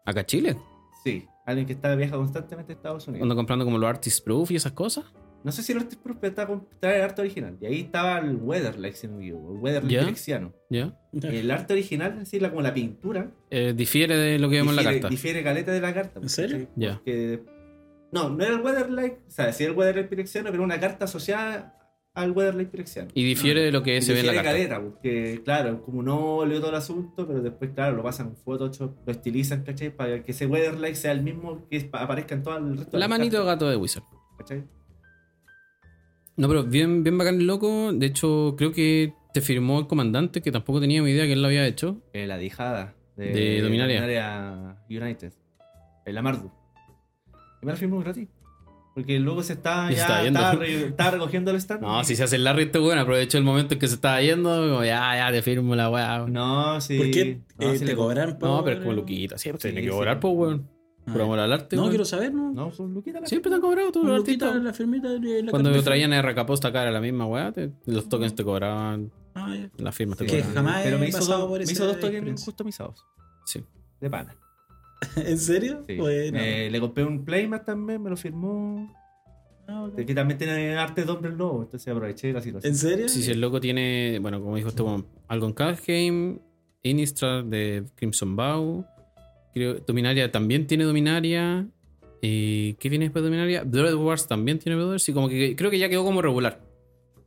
[SPEAKER 1] Acá a Chile.
[SPEAKER 2] Sí, alguien que está viaja constantemente a Estados Unidos.
[SPEAKER 1] Cuando comprando como los Artist Proof y esas cosas.
[SPEAKER 2] No sé si el artista pero está con- trae arte original. Y ahí estaba el Weatherlight, si no me equivoco, el Weatherlight
[SPEAKER 1] Ya.
[SPEAKER 2] Pirexiano.
[SPEAKER 1] ¿Ya?
[SPEAKER 2] El arte original, así la, como la pintura,
[SPEAKER 1] Eh, difiere de lo que vemos en la
[SPEAKER 2] difiere-
[SPEAKER 1] carta.
[SPEAKER 2] Difiere caleta de la carta. pues,
[SPEAKER 3] ¿En serio?
[SPEAKER 2] ¿cachai?
[SPEAKER 1] Ya.
[SPEAKER 2] que- no, no era el Weatherlight, o sea, sí era el Weatherlight pirexiano, pero una carta asociada al Weatherlight pirexiano.
[SPEAKER 1] Y difiere de lo que
[SPEAKER 2] Y
[SPEAKER 1] se ve en la
[SPEAKER 2] difiere
[SPEAKER 1] carta.
[SPEAKER 2] caleta, porque claro, como no leo todo el asunto, pero después, claro, lo pasan en Photoshop, lo estilizan, ¿cachai? Para que ese Weatherlight sea el mismo que es- aparezca en todo el resto de
[SPEAKER 1] La
[SPEAKER 2] las
[SPEAKER 1] manito de
[SPEAKER 2] cartas,
[SPEAKER 1] gato de Wizard.
[SPEAKER 2] ¿cachai?
[SPEAKER 1] No, pero bien, bien bacán el loco. De hecho, creo que te firmó el comandante, que tampoco teníamos idea que él lo había hecho.
[SPEAKER 2] Eh, la dijada de,
[SPEAKER 1] De Dominaria.
[SPEAKER 2] Dominaria United, el Amardu. Y me la firmó gratis. Porque luego se
[SPEAKER 1] Ya
[SPEAKER 2] está, ya
[SPEAKER 1] se está yendo.
[SPEAKER 2] estaba re- estaba recogiendo el
[SPEAKER 1] <laughs>
[SPEAKER 2] stand.
[SPEAKER 1] No, si se hace el Larry, este weón aprovechó el momento en que se estaba yendo. Como, ya, ya, te firmo la weá. No,
[SPEAKER 2] No, sí.
[SPEAKER 3] ¿Por qué
[SPEAKER 2] No,
[SPEAKER 3] eh,
[SPEAKER 2] Ah, sí
[SPEAKER 3] te
[SPEAKER 2] le-
[SPEAKER 3] cobran por-
[SPEAKER 1] pero es como Luquita. Siempre
[SPEAKER 2] Sí,
[SPEAKER 1] tiene que
[SPEAKER 2] sí.
[SPEAKER 1] cobrar, pues, weón.
[SPEAKER 3] Ah,
[SPEAKER 1] Por amor al arte.
[SPEAKER 3] No,
[SPEAKER 1] weón.
[SPEAKER 3] quiero saber, ¿no?
[SPEAKER 2] No, son Luquita la
[SPEAKER 1] Siempre te han cobrado todos los
[SPEAKER 3] Luquita,
[SPEAKER 1] artistas.
[SPEAKER 3] la firmita de la
[SPEAKER 1] Cuando me
[SPEAKER 3] carta.
[SPEAKER 1] traían a RKPost acá era la misma weá. te- los tokens te cobraban,
[SPEAKER 3] Ah, ya.
[SPEAKER 1] las firmas te
[SPEAKER 3] Que
[SPEAKER 1] cobraban.
[SPEAKER 3] jamás
[SPEAKER 2] Pero
[SPEAKER 3] he
[SPEAKER 2] me hizo,
[SPEAKER 3] pasado
[SPEAKER 2] dos,
[SPEAKER 3] por
[SPEAKER 2] me
[SPEAKER 3] esa
[SPEAKER 2] hizo dos tokens
[SPEAKER 3] experiencia.
[SPEAKER 2] customizados.
[SPEAKER 1] Sí.
[SPEAKER 2] De pana.
[SPEAKER 3] ¿En serio?
[SPEAKER 2] Sí.
[SPEAKER 3] Bueno.
[SPEAKER 2] Eh, le compré un Playmat también, me lo firmó.
[SPEAKER 3] Ah, ok.
[SPEAKER 2] Es que también tiene arte doble el lobo, entonces aproveché la situación.
[SPEAKER 3] ¿En serio?
[SPEAKER 1] Si el loco tiene, bueno, como dijo este weón, algo en Calheim, Innistrad de Crimson Bow, creo Dominaria también tiene Dominaria. ¿Y qué viene después de Dominaria? Blood Wars también tiene Blood Wars. Y como que creo que ya quedó como regular.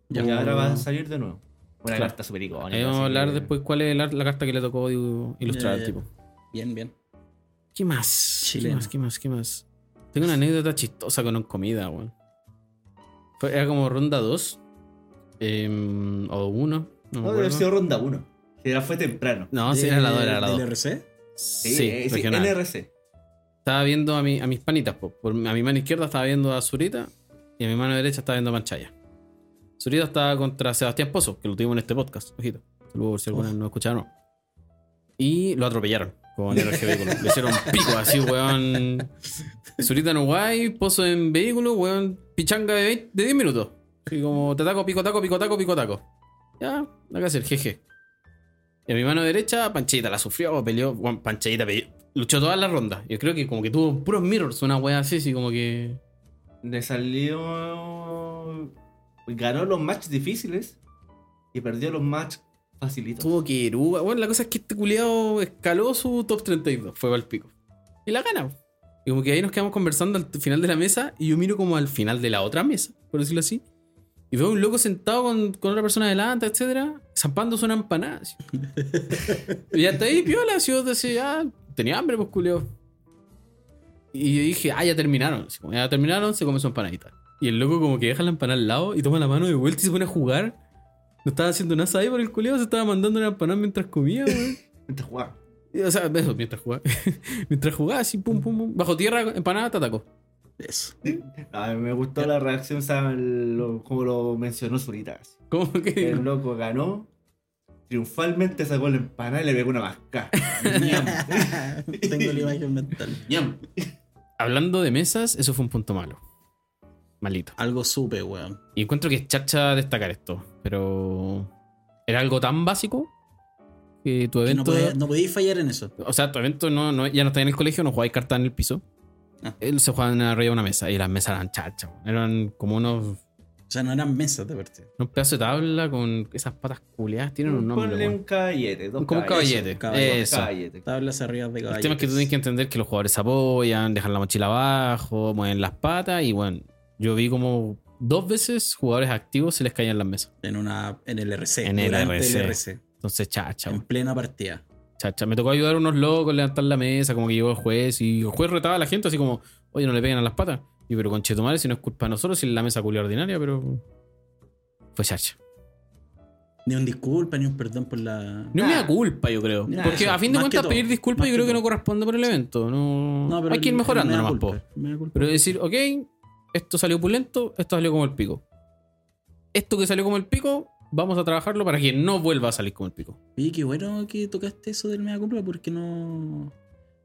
[SPEAKER 3] Ya.
[SPEAKER 2] Y ahora va a salir de nuevo. Una
[SPEAKER 1] Claro.
[SPEAKER 2] carta super icónica.
[SPEAKER 1] Ahí Eh, vamos
[SPEAKER 2] así
[SPEAKER 1] a hablar
[SPEAKER 2] que-
[SPEAKER 1] después cuál es la, la carta que le tocó digo, ilustrar
[SPEAKER 3] Ya,
[SPEAKER 1] al
[SPEAKER 3] ya.
[SPEAKER 1] tipo.
[SPEAKER 3] Bien, bien.
[SPEAKER 1] ¿Qué más? ¿Qué
[SPEAKER 3] Chileno.
[SPEAKER 1] más? ¿Qué más? ¿Qué más? Tengo una anécdota chistosa con un comida, weón. Fue- Era como ronda 2 o 1. No, me
[SPEAKER 2] No, Oh, debe
[SPEAKER 1] acuerdo.
[SPEAKER 2] haber sido ronda 1. Que ya fue temprano.
[SPEAKER 1] no sí, era la 2,
[SPEAKER 3] ¿Del-
[SPEAKER 1] era la
[SPEAKER 3] del
[SPEAKER 1] 2.
[SPEAKER 3] RC?
[SPEAKER 1] Sí,
[SPEAKER 2] Sí, eh, sí,
[SPEAKER 1] regional.
[SPEAKER 2] LRC.
[SPEAKER 1] Estaba viendo a, mi- a mis panitas, po. Por- a mi mano izquierda estaba viendo a Zurita y a mi mano derecha estaba viendo a Manchaya. Zurita estaba contra Sebastián Pozo, que lo tuvimos en este podcast, ojito. Saludos por si algunos no escucharon. Y lo atropellaron con el vehículo. Le hicieron pico así, weón. Zurita en Uruguay, Pozo en vehículo, weón. Pichanga de, 20 de 10 minutos. Así como te taco, pico, taco, pico, taco, pico, taco. Ya, nada que hacer, jeje. Y a mi mano derecha, Panchita la sufrió, peleó. Bueno, Panchita peleó- luchó todas las rondas. Yo creo que como que tuvo puros mirrors, una wea así, así como que.
[SPEAKER 2] Le salió. Ganó los matches difíciles y perdió los matches facilitos.
[SPEAKER 1] Tuvo que ir. uva. Bueno, la cosa es que este culiado escaló su top 32, fue al pico. Y la gana. Y como que ahí nos quedamos conversando al final de la mesa y yo miro como al final de la otra mesa, por decirlo así. Y veo un loco sentado con, con otra persona adelante, etcétera, zampándose una empanada. así. y hasta ahí piola, si yo decía, ah, tenía hambre, pues culeo. Y yo dije, ah, ya terminaron. Así como, ya terminaron, se come su empanadita. Y el loco como que deja la empanada al lado y toma la mano de vuelta y se pone a jugar. No estaba haciendo nada ahí por el culeo, se estaba mandando una empanada mientras comía, weón.
[SPEAKER 2] Mientras jugaba.
[SPEAKER 1] Y, O sea, eso, mientras jugaba. <laughs> mientras jugaba, así, pum, pum, pum. Bajo tierra, empanada, te atacó.
[SPEAKER 3] Eso.
[SPEAKER 1] <laughs>
[SPEAKER 2] A mí me gustó la reacción, o sea, lo- como lo mencionó Zurita. así.
[SPEAKER 1] Como <laughs> que
[SPEAKER 2] <laughs> El loco ganó, triunfalmente sacó la empanada y le pegó una vasca.
[SPEAKER 3] <laughs> Tengo la imagen mental.
[SPEAKER 2] Ñam.
[SPEAKER 1] Hablando de mesas, eso fue un punto malo. Malito.
[SPEAKER 3] Algo supe, weón.
[SPEAKER 1] Y encuentro que es chacha destacar esto, pero era algo tan básico que tu
[SPEAKER 3] Que
[SPEAKER 1] evento.
[SPEAKER 3] No, podía- no podéis fallar en eso.
[SPEAKER 1] O sea, tu evento no, no- ya no está en el colegio, no jugáis cartas en el piso.
[SPEAKER 3] Ah.
[SPEAKER 1] Él se jugaban arriba de una mesa y las mesas eran chachas. Eran como unos
[SPEAKER 3] O sea, no eran mesas de partida.
[SPEAKER 1] Un pedazo de tabla con esas patas culeadas. Tienen un nombre.
[SPEAKER 2] Ponle
[SPEAKER 1] weón.
[SPEAKER 2] un caballete. Dos
[SPEAKER 1] Como un
[SPEAKER 2] caballetes,
[SPEAKER 1] caballete.
[SPEAKER 3] caballete,
[SPEAKER 2] dos
[SPEAKER 1] Eso.
[SPEAKER 2] caballetes.
[SPEAKER 3] Tablas arriba de
[SPEAKER 1] El
[SPEAKER 3] caballetes.
[SPEAKER 1] tema es que tú tienes que entender que los jugadores se apoyan, dejan la mochila abajo, mueven las patas y bueno, yo vi como dos veces jugadores activos se les caían las mesas.
[SPEAKER 3] En, una, en el RC.
[SPEAKER 1] En el
[SPEAKER 3] durante
[SPEAKER 1] RC.
[SPEAKER 3] RC,
[SPEAKER 1] Entonces, chacha,
[SPEAKER 3] En
[SPEAKER 1] weón,
[SPEAKER 3] plena partida.
[SPEAKER 1] chacha. Me tocó ayudar a unos locos, levantar la mesa, como que llegó el juez y el juez retaba a la gente así como, oye, no le peguen a las patas. Y pero conchetumare, si no es culpa de nosotros, si es la mesa culia ordinaria, pero... Fue chacha.
[SPEAKER 3] Ni un disculpa, ni un perdón por la.
[SPEAKER 1] No
[SPEAKER 2] Nah.
[SPEAKER 1] me da culpa, yo creo.
[SPEAKER 3] Nah,
[SPEAKER 1] Porque
[SPEAKER 3] eso,
[SPEAKER 1] a fin de
[SPEAKER 3] más que
[SPEAKER 1] cuentas
[SPEAKER 3] todo,
[SPEAKER 1] pedir disculpas
[SPEAKER 3] más
[SPEAKER 1] yo
[SPEAKER 3] que
[SPEAKER 1] creo que
[SPEAKER 3] todo.
[SPEAKER 1] no corresponde por el evento. No,
[SPEAKER 3] No, pero
[SPEAKER 1] Hay que ir
[SPEAKER 3] el-
[SPEAKER 1] mejorando
[SPEAKER 3] me da
[SPEAKER 1] nomás, po.
[SPEAKER 3] culpa, me da culpa.
[SPEAKER 1] Pero decir, ok, esto salió opulento, esto salió como el pico. Esto que salió como el pico, vamos a trabajarlo para que no vuelva a salir como el pico.
[SPEAKER 3] Oye, qué bueno que tocaste eso del mea culpa porque no.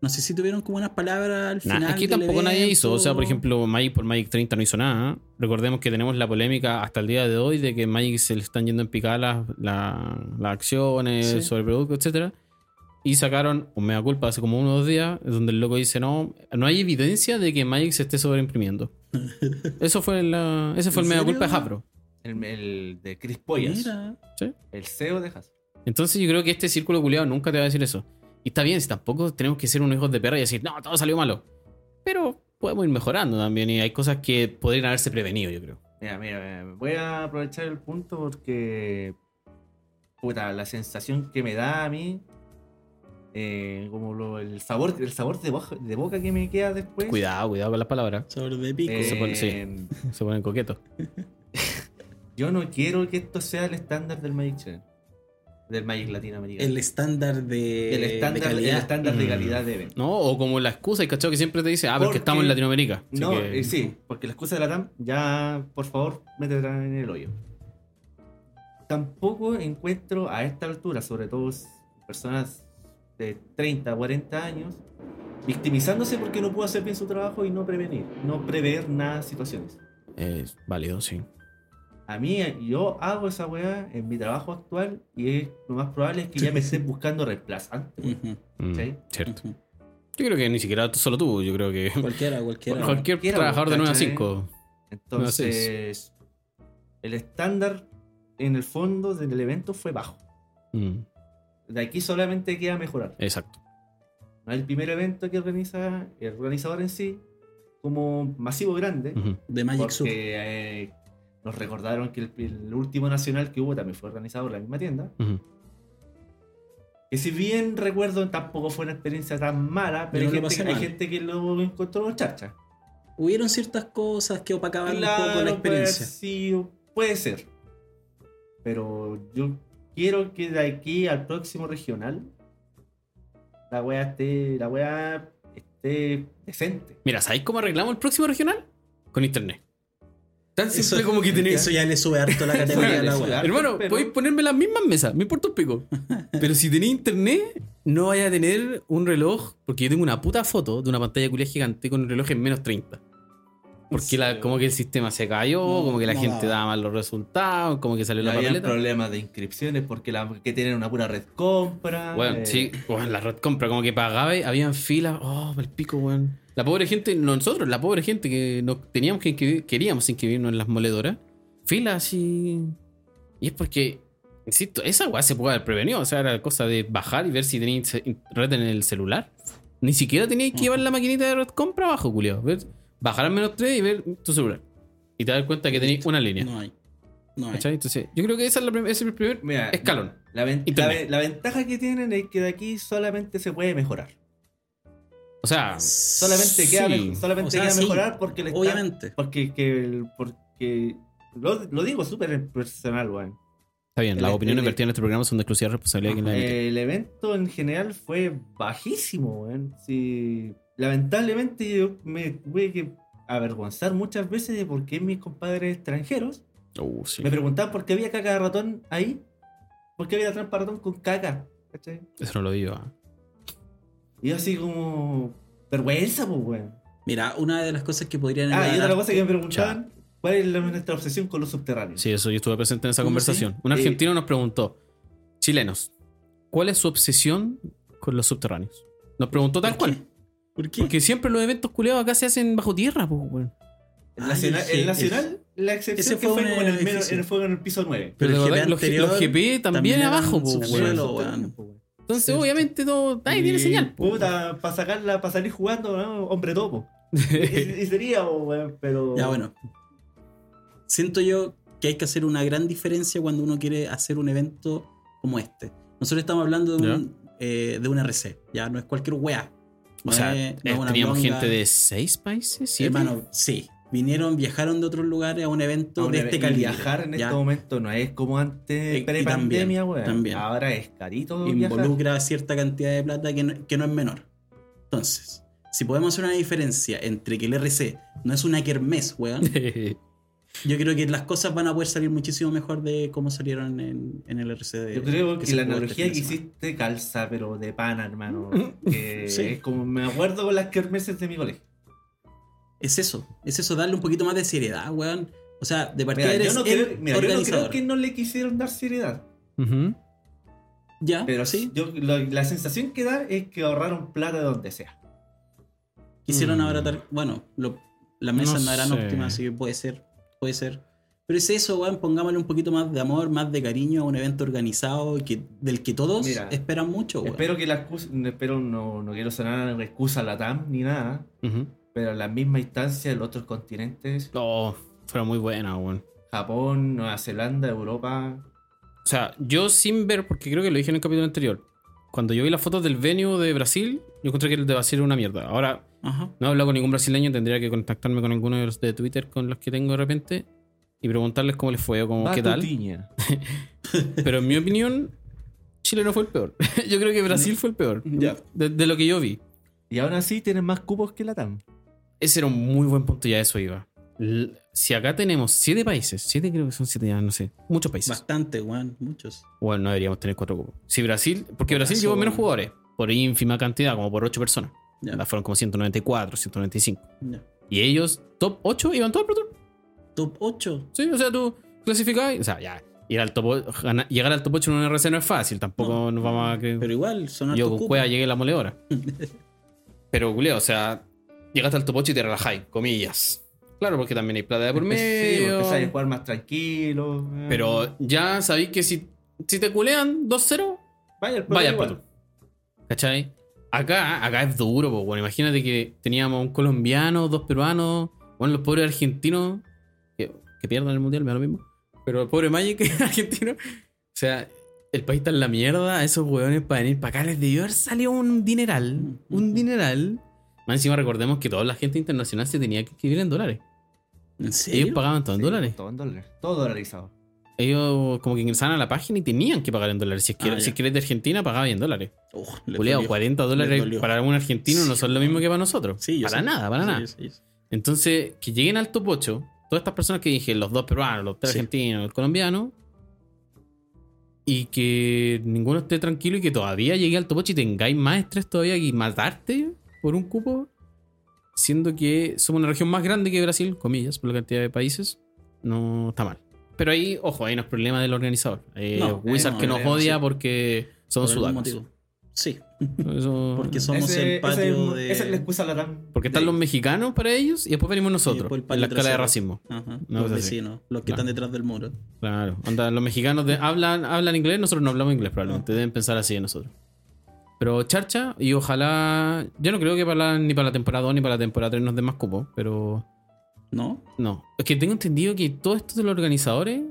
[SPEAKER 3] No sé si tuvieron como unas palabras al
[SPEAKER 1] Nah,
[SPEAKER 3] final.
[SPEAKER 1] aquí
[SPEAKER 3] del
[SPEAKER 1] tampoco nadie
[SPEAKER 3] evento.
[SPEAKER 1] hizo. O sea, por ejemplo, Magic por Magic 30 no hizo nada. ¿eh? Recordemos que tenemos la polémica hasta el día de hoy de que Magic se le están yendo en picada las, la- las acciones
[SPEAKER 3] Sí.
[SPEAKER 1] sobre el producto, etcétera. Y sacaron un mea culpa hace como unos días, donde el loco dice, no, no hay evidencia de que Magic se esté
[SPEAKER 3] <laughs>
[SPEAKER 1] sobreimprimiendo. Eso fue la, ese fue
[SPEAKER 3] ¿En
[SPEAKER 1] el mea
[SPEAKER 3] serio?
[SPEAKER 1] culpa de Hasbro.
[SPEAKER 2] El, el de Chris Poyas.
[SPEAKER 3] Mira.
[SPEAKER 2] El CEO de Hasbro.
[SPEAKER 1] Entonces yo creo que este círculo culiado nunca te va a decir eso. Y está bien, si tampoco tenemos que ser unos hijos de perra y decir, no, todo salió malo. Pero podemos ir mejorando también y hay cosas que podrían haberse prevenido, yo creo.
[SPEAKER 2] Mira, mira, mira, voy a aprovechar el punto porque. Puta, la sensación que me da a mí. eh, como lo- el sabor, el sabor de, boca, de boca que me queda después.
[SPEAKER 1] Cuidado, cuidado con las palabras.
[SPEAKER 3] Sobre de pico.
[SPEAKER 2] eh,
[SPEAKER 1] se pone- sí. Se ponen coquetos.
[SPEAKER 2] Yo no quiero que esto sea el estándar del Magic Channel. Del Magic Latinoamericano.
[SPEAKER 3] El estándar de.
[SPEAKER 2] El estándar,
[SPEAKER 3] de
[SPEAKER 2] el
[SPEAKER 3] calidad.
[SPEAKER 2] estándar de
[SPEAKER 1] Eh, Mm.
[SPEAKER 2] calidad de evento.
[SPEAKER 1] ¿No? O como la excusa, el cachado que siempre te dice, ah, porque
[SPEAKER 2] Porque-
[SPEAKER 1] estamos en Latinoamérica. Así
[SPEAKER 2] No,
[SPEAKER 1] que-
[SPEAKER 2] eh, sí, porque la excusa de la TAM, ya, por favor, métetela en el hoyo. Tampoco encuentro a esta altura, sobre todo s- personas de 30, 40 años, victimizándose porque no pudo hacer bien su trabajo y no prevenir, no prever nada de situaciones.
[SPEAKER 1] Es válido, sí.
[SPEAKER 2] A mí, eh, yo hago esa weá en mi trabajo actual y es- lo más probable es
[SPEAKER 1] <laughs>
[SPEAKER 2] que ya me estén buscando reemplazante.
[SPEAKER 3] Ujú,
[SPEAKER 1] Mm,
[SPEAKER 2] Sí.
[SPEAKER 1] Cierto.
[SPEAKER 3] ujú.
[SPEAKER 1] Yo creo que ni siquiera tú- solo tú, yo creo que
[SPEAKER 3] Cualquiera,
[SPEAKER 1] <laughs>
[SPEAKER 3] cualquiera.
[SPEAKER 1] cualquier
[SPEAKER 2] cualquiera,
[SPEAKER 1] trabajador de 9 a
[SPEAKER 2] ¿cachai?
[SPEAKER 1] 5.
[SPEAKER 2] Entonces, el estándar en el fondo del evento fue bajo.
[SPEAKER 1] Mm,
[SPEAKER 2] De aquí solamente queda mejorar.
[SPEAKER 1] exacto.
[SPEAKER 2] No es el primer evento que organiza el organizador en sí, como masivo grande,
[SPEAKER 1] Ujú.
[SPEAKER 3] De Magic Sur.
[SPEAKER 2] porque eh, nos recordaron que el, el último nacional que hubo también fue organizado por la misma tienda.
[SPEAKER 1] Ujú.
[SPEAKER 2] Que si bien recuerdo, tampoco fue una experiencia tan mala, pero
[SPEAKER 3] Yo
[SPEAKER 2] hay,
[SPEAKER 3] no lo
[SPEAKER 2] gente,
[SPEAKER 3] pasé
[SPEAKER 2] hay
[SPEAKER 3] mal.
[SPEAKER 2] gente que lo encontró charcha.
[SPEAKER 3] Hubieron ciertas cosas que opacaban un poco la
[SPEAKER 2] Claro, puede, haber
[SPEAKER 3] experiencia.
[SPEAKER 2] sido- puede ser. Pero yo quiero que de aquí al próximo regional la wea esté, la wea esté decente.
[SPEAKER 1] Mira, ¿sabéis cómo arreglamos el próximo regional? Con internet. Tan
[SPEAKER 2] pues,
[SPEAKER 3] Eso-
[SPEAKER 1] simple como que tenés.
[SPEAKER 3] Eso ya le sube harto la categoría a
[SPEAKER 2] <laughs>
[SPEAKER 3] la
[SPEAKER 2] Eso ya le sube
[SPEAKER 3] wea.
[SPEAKER 1] Hermano,
[SPEAKER 2] Pero-
[SPEAKER 1] podéis ponerme las mismas mesas, me importa un
[SPEAKER 3] <laughs>
[SPEAKER 1] pico. Pero si tenés internet, no vaya a tener un reloj, porque yo tengo una puta foto de una pantalla culia gigante con un reloj en menos 30. Porque la, como que el sistema se cayó,
[SPEAKER 3] No,
[SPEAKER 1] como que la
[SPEAKER 3] no
[SPEAKER 1] gente
[SPEAKER 3] daba.
[SPEAKER 1] daba mal los resultados, como que salió la
[SPEAKER 2] había
[SPEAKER 1] papeleta.
[SPEAKER 2] problemas de inscripciones porque la, que tienen una pura red compra.
[SPEAKER 1] Bueno,
[SPEAKER 2] eh,
[SPEAKER 1] sí, bueno, la red compra, como que pagaba y habían filas. Oh, el pico, weón. La pobre gente, nosotros, la pobre gente que nos teníamos que inscribir, queríamos inscribirnos en las moledoras, filas y. Y es porque, insisto, esa weá se puede haber prevenido. O sea, era cosa de bajar y ver si tenía inse- red en el celular. Ni siquiera tenías que llevar la maquinita de red compra abajo, culiao. Ver, bajar al menos 3 y ver tu celular. Y te das cuenta que tenéis una línea.
[SPEAKER 3] No hay. No hay.
[SPEAKER 1] ¿Cachai? Entonces, yo creo que esa es la prim- ese es el primer
[SPEAKER 2] Mira,
[SPEAKER 1] escalón.
[SPEAKER 2] La, ven- la
[SPEAKER 1] Internet.
[SPEAKER 2] ve- la ventaja que tienen es que de aquí solamente se puede mejorar.
[SPEAKER 1] O sea,
[SPEAKER 2] Solamente queda,
[SPEAKER 1] Sí.
[SPEAKER 2] me- solamente
[SPEAKER 3] O sea,
[SPEAKER 2] queda
[SPEAKER 3] sí,
[SPEAKER 2] mejorar porque le está-
[SPEAKER 3] Obviamente.
[SPEAKER 2] Porque, que el- porque lo, lo digo súper personal, weón.
[SPEAKER 1] Está bien,
[SPEAKER 2] El
[SPEAKER 1] las
[SPEAKER 2] este-
[SPEAKER 1] opiniones
[SPEAKER 2] el-
[SPEAKER 1] vertidas en este programa son de exclusiva responsabilidad de quien la
[SPEAKER 3] Eh,
[SPEAKER 1] emite.
[SPEAKER 2] Eh, El evento en general fue bajísimo, weón. Sí, lamentablemente yo me tuve que avergonzar muchas veces de por qué mis compadres extranjeros
[SPEAKER 1] Uh, sí.
[SPEAKER 2] me preguntaban por qué había caca de ratón ahí. ¿Por qué había trampa de ratón con caca? ¿Cachai?
[SPEAKER 1] <laughs> Eso no lo digo. ah.
[SPEAKER 2] Y yo así como... Vergüenza, pues, weón.
[SPEAKER 3] Mira, una de las cosas que
[SPEAKER 2] Ah,
[SPEAKER 3] podrían
[SPEAKER 2] y otra
[SPEAKER 3] agradar-
[SPEAKER 2] cosa que me preguntaban, ¿cuál es la- nuestra obsesión con los subterráneos?
[SPEAKER 1] Sí, eso yo estuve presente en esa
[SPEAKER 3] ¿Cómo Eh,
[SPEAKER 1] conversación.
[SPEAKER 3] sí?
[SPEAKER 1] Un
[SPEAKER 2] Sí.
[SPEAKER 1] argentino nos preguntó, chilenos, ¿cuál es su obsesión con los subterráneos? Nos preguntó tal
[SPEAKER 3] ¿Por qué?
[SPEAKER 1] cual.
[SPEAKER 3] ¿Por qué?
[SPEAKER 1] Porque siempre los eventos culeados acá se hacen bajo tierra, pues, weón.
[SPEAKER 2] El nacional,
[SPEAKER 3] Ay, sí,
[SPEAKER 2] el nacional, la excepción
[SPEAKER 3] Ese
[SPEAKER 2] que
[SPEAKER 3] fue
[SPEAKER 2] fue
[SPEAKER 3] un
[SPEAKER 2] como en el, mero-
[SPEAKER 3] edificio.
[SPEAKER 2] en el fuego en el piso 9.
[SPEAKER 3] Pero el
[SPEAKER 1] Pero
[SPEAKER 3] GP
[SPEAKER 1] los, G-
[SPEAKER 3] anterior
[SPEAKER 1] los GP también,
[SPEAKER 3] también
[SPEAKER 1] abajo,
[SPEAKER 3] eran
[SPEAKER 1] po,
[SPEAKER 3] subsuelo.
[SPEAKER 1] weón.
[SPEAKER 3] Pero, pues, weón.
[SPEAKER 1] Entonces,
[SPEAKER 3] Cierto.
[SPEAKER 1] obviamente, no, nadie tiene señal. po. <laughs>
[SPEAKER 2] Puta, para sacarla, para salir jugando, ¿no? hombre
[SPEAKER 3] <laughs>
[SPEAKER 2] topo.
[SPEAKER 3] eh,
[SPEAKER 2] y, y sería, po, weón, pero.
[SPEAKER 3] Ya, bueno. Siento yo que hay que hacer una gran diferencia cuando uno quiere hacer un evento como este. Nosotros estamos hablando de, un, eh, de una RC, ya no es cualquier weá. No
[SPEAKER 1] O sea,
[SPEAKER 3] es- no es
[SPEAKER 1] eh,
[SPEAKER 3] una
[SPEAKER 1] teníamos
[SPEAKER 3] blonga.
[SPEAKER 1] gente de seis países,
[SPEAKER 3] Sí,
[SPEAKER 1] ¿sí?
[SPEAKER 3] hermano, sí. Vinieron, viajaron de otros lugares a un evento
[SPEAKER 2] Ahora,
[SPEAKER 3] de este
[SPEAKER 2] y
[SPEAKER 3] calibre.
[SPEAKER 2] Viajar en
[SPEAKER 3] ya.
[SPEAKER 2] este momento no es como
[SPEAKER 3] Y-
[SPEAKER 2] antes,
[SPEAKER 3] y
[SPEAKER 2] pre-pandemia,
[SPEAKER 3] también,
[SPEAKER 2] weón.
[SPEAKER 3] también.
[SPEAKER 2] Ahora es carito. viajar.
[SPEAKER 3] involucra cierta cantidad de plata que no, que no es menor. Entonces, si podemos hacer una diferencia entre que el RC no es una kermés, weón, yo creo que las cosas van a poder salir muchísimo mejor de cómo salieron en, en el RC. de-
[SPEAKER 2] Yo creo que,
[SPEAKER 3] se
[SPEAKER 2] la
[SPEAKER 3] jugó
[SPEAKER 2] analogía
[SPEAKER 3] este
[SPEAKER 2] que
[SPEAKER 3] fin de semana.
[SPEAKER 2] hiciste calza, pero de pana, hermano.
[SPEAKER 3] <laughs>
[SPEAKER 2] Que
[SPEAKER 3] Sí.
[SPEAKER 2] Es como me acuerdo con las kermeses de mi colegio.
[SPEAKER 3] Es eso, es eso, darle un poquito más de seriedad, weón. O sea, de partida
[SPEAKER 2] Mira, yo
[SPEAKER 3] eres
[SPEAKER 2] no,
[SPEAKER 3] el
[SPEAKER 2] creo, mira, yo no creo
[SPEAKER 3] organizador.
[SPEAKER 2] que no le quisieron dar seriedad.
[SPEAKER 1] <laughs> Ujú.
[SPEAKER 3] Ya,
[SPEAKER 2] Pero
[SPEAKER 3] Ah, sí.
[SPEAKER 2] yo- lo- la sensación que da es que ahorraron plata de donde sea.
[SPEAKER 3] Quisieron
[SPEAKER 1] Mm.
[SPEAKER 3] abaratar. Bueno, lo- las mesas
[SPEAKER 1] No
[SPEAKER 3] no, eran
[SPEAKER 1] sé.
[SPEAKER 3] óptimas, así que puede ser, puede ser. Pero es eso, weón, pongámosle un poquito más de amor, más de cariño a un evento organizado y que, del que todos
[SPEAKER 2] Mira,
[SPEAKER 3] esperan mucho, weón.
[SPEAKER 2] Espero que la excusa, espero no, no quiero sonar excusa latam ni nada,
[SPEAKER 1] Ujú.
[SPEAKER 2] pero en la misma instancia de los otros continentes,
[SPEAKER 1] Oh, fueron muy buenas, weón.
[SPEAKER 2] Japón, Nueva Zelanda, Europa,
[SPEAKER 1] O sea, yo sin ver, porque creo que lo dije en el capítulo anterior, cuando yo vi las fotos del venue de Brasil, yo encontré que el de Brasil era una mierda. Ahora,
[SPEAKER 3] Ajá.
[SPEAKER 1] no he hablado con ningún brasileño, tendría que contactarme con alguno de los de Twitter con los que tengo de repente y preguntarles cómo les fue o cómo, qué tal.
[SPEAKER 2] Batutiña.
[SPEAKER 1] Pero en mi opinión, Chile no fue el peor. <laughs> yo creo que Brasil fue el peor.
[SPEAKER 3] Ya.
[SPEAKER 1] De, de lo que yo vi.
[SPEAKER 2] Y aún así tienen más cupos que latam.
[SPEAKER 1] Ese era un muy buen punto, ya eso iba. L- Si acá tenemos siete países, siete creo que son siete, ya no sé, muchos países.
[SPEAKER 3] Bastante, weón, muchos.
[SPEAKER 1] Bueno, no deberíamos tener cuatro cupos. Si Brasil, porque Brasil
[SPEAKER 3] Brasil.
[SPEAKER 1] llevó menos jugadores, por ínfima cantidad, como por ocho personas.
[SPEAKER 3] Ya,
[SPEAKER 1] Onda, Fueron como 194, 195.
[SPEAKER 3] ya.
[SPEAKER 1] Y ellos, top 8, iban todo el Pro Tour.
[SPEAKER 3] Top 8.
[SPEAKER 1] Sí, o sea, tú clasificás, y- o sea, ya, ir al top, o- gana- llegar al top 8 en un RC no es fácil, tampoco
[SPEAKER 3] No.
[SPEAKER 1] nos vamos a creer.
[SPEAKER 3] Pero igual, son
[SPEAKER 1] Yo
[SPEAKER 3] hartos
[SPEAKER 1] con
[SPEAKER 3] cupos.
[SPEAKER 1] Cueva llegué a la moleadora. Pero, culeo, o sea, llegaste al top 8 y te relajáis, comillas. Claro, porque también hay plata de por
[SPEAKER 2] Sí, pues,
[SPEAKER 1] medio.
[SPEAKER 2] empezáis a jugar más tranquilo. eh.
[SPEAKER 1] pero ya sabéis que si, si te culean 2-0,
[SPEAKER 2] vaya el
[SPEAKER 1] Vaya,
[SPEAKER 2] igual.
[SPEAKER 1] Pato. ¿Cachai? Acá, acá es duro, pues, bueno, imagínate que teníamos un colombiano, dos peruanos, bueno, los pobres argentinos, que, que pierdan el mundial, me da lo mismo, pero el pobre Magic <laughs> argentino, o sea, el país está en la mierda, a esos hueones para venir para acá les debió haber salido un dineral, un dineral. Más encima recordemos que toda la gente internacional se tenía que escribir en dólares.
[SPEAKER 3] ¿En
[SPEAKER 1] Ellos
[SPEAKER 3] serio?
[SPEAKER 1] pagaban todo en
[SPEAKER 2] Sí,
[SPEAKER 1] dólares.
[SPEAKER 2] Todo en dólares. Todo dolarizado.
[SPEAKER 1] Ellos como que ingresaban a la página y tenían que pagar en dólares. Si es que,
[SPEAKER 3] Ah, ya.
[SPEAKER 1] si es que eres de Argentina, pagaban en dólares.
[SPEAKER 3] Ugh, le
[SPEAKER 1] Culeado,
[SPEAKER 3] dolió.
[SPEAKER 1] 40
[SPEAKER 3] Les
[SPEAKER 1] dólares
[SPEAKER 3] dolió.
[SPEAKER 1] para un argentino no
[SPEAKER 3] Sí,
[SPEAKER 1] son lo mismo que para nosotros.
[SPEAKER 3] Sí, yo
[SPEAKER 1] para
[SPEAKER 3] sé.
[SPEAKER 1] nada, para
[SPEAKER 3] Sí,
[SPEAKER 1] nada.
[SPEAKER 3] yo sé, yo sé.
[SPEAKER 1] Entonces, que lleguen al top 8, todas estas personas que dije, los dos peruanos, los tres
[SPEAKER 3] Sí.
[SPEAKER 1] argentinos, el colombiano, y que ninguno esté tranquilo y que todavía llegue al top 8 y tengáis más estrés todavía y matarte por un cupo, siendo que somos una región más grande que Brasil, comillas, por la cantidad de países, no está mal. Pero ahí, ojo, ahí no es problema del organizador. Eh,
[SPEAKER 3] No,
[SPEAKER 1] Wizard
[SPEAKER 3] no,
[SPEAKER 1] que nos
[SPEAKER 3] no,
[SPEAKER 1] odia
[SPEAKER 3] sí.
[SPEAKER 1] porque
[SPEAKER 3] Por
[SPEAKER 1] somos
[SPEAKER 3] algún
[SPEAKER 1] sudacos.
[SPEAKER 3] motivo. Sí,
[SPEAKER 1] Eso-
[SPEAKER 3] porque somos
[SPEAKER 2] Ese-
[SPEAKER 3] el
[SPEAKER 2] ese-
[SPEAKER 3] patio de...
[SPEAKER 2] Esa es la excusa latam.
[SPEAKER 1] Porque están
[SPEAKER 2] de- pues,
[SPEAKER 1] los mexicanos para ellos y después venimos nosotros.
[SPEAKER 3] después el
[SPEAKER 1] en la
[SPEAKER 3] patio
[SPEAKER 1] escala de
[SPEAKER 3] trasero.
[SPEAKER 1] racismo.
[SPEAKER 3] Ajá,
[SPEAKER 1] No, es
[SPEAKER 3] los
[SPEAKER 1] así.
[SPEAKER 3] vecinos, los que
[SPEAKER 1] Claro.
[SPEAKER 3] están detrás del muro.
[SPEAKER 1] Claro. Onda, los mexicanos de- hablan, hablan inglés, nosotros no hablamos inglés
[SPEAKER 2] Ah.
[SPEAKER 1] probablemente. Deben pensar así de nosotros. Pero charcha y ojalá... Yo no creo que para la- ni para la temporada 2 ni para la temporada 3 nos den más cupos, pero...
[SPEAKER 3] ¿No?
[SPEAKER 1] No. Es que tengo entendido que todo esto de los organizadores...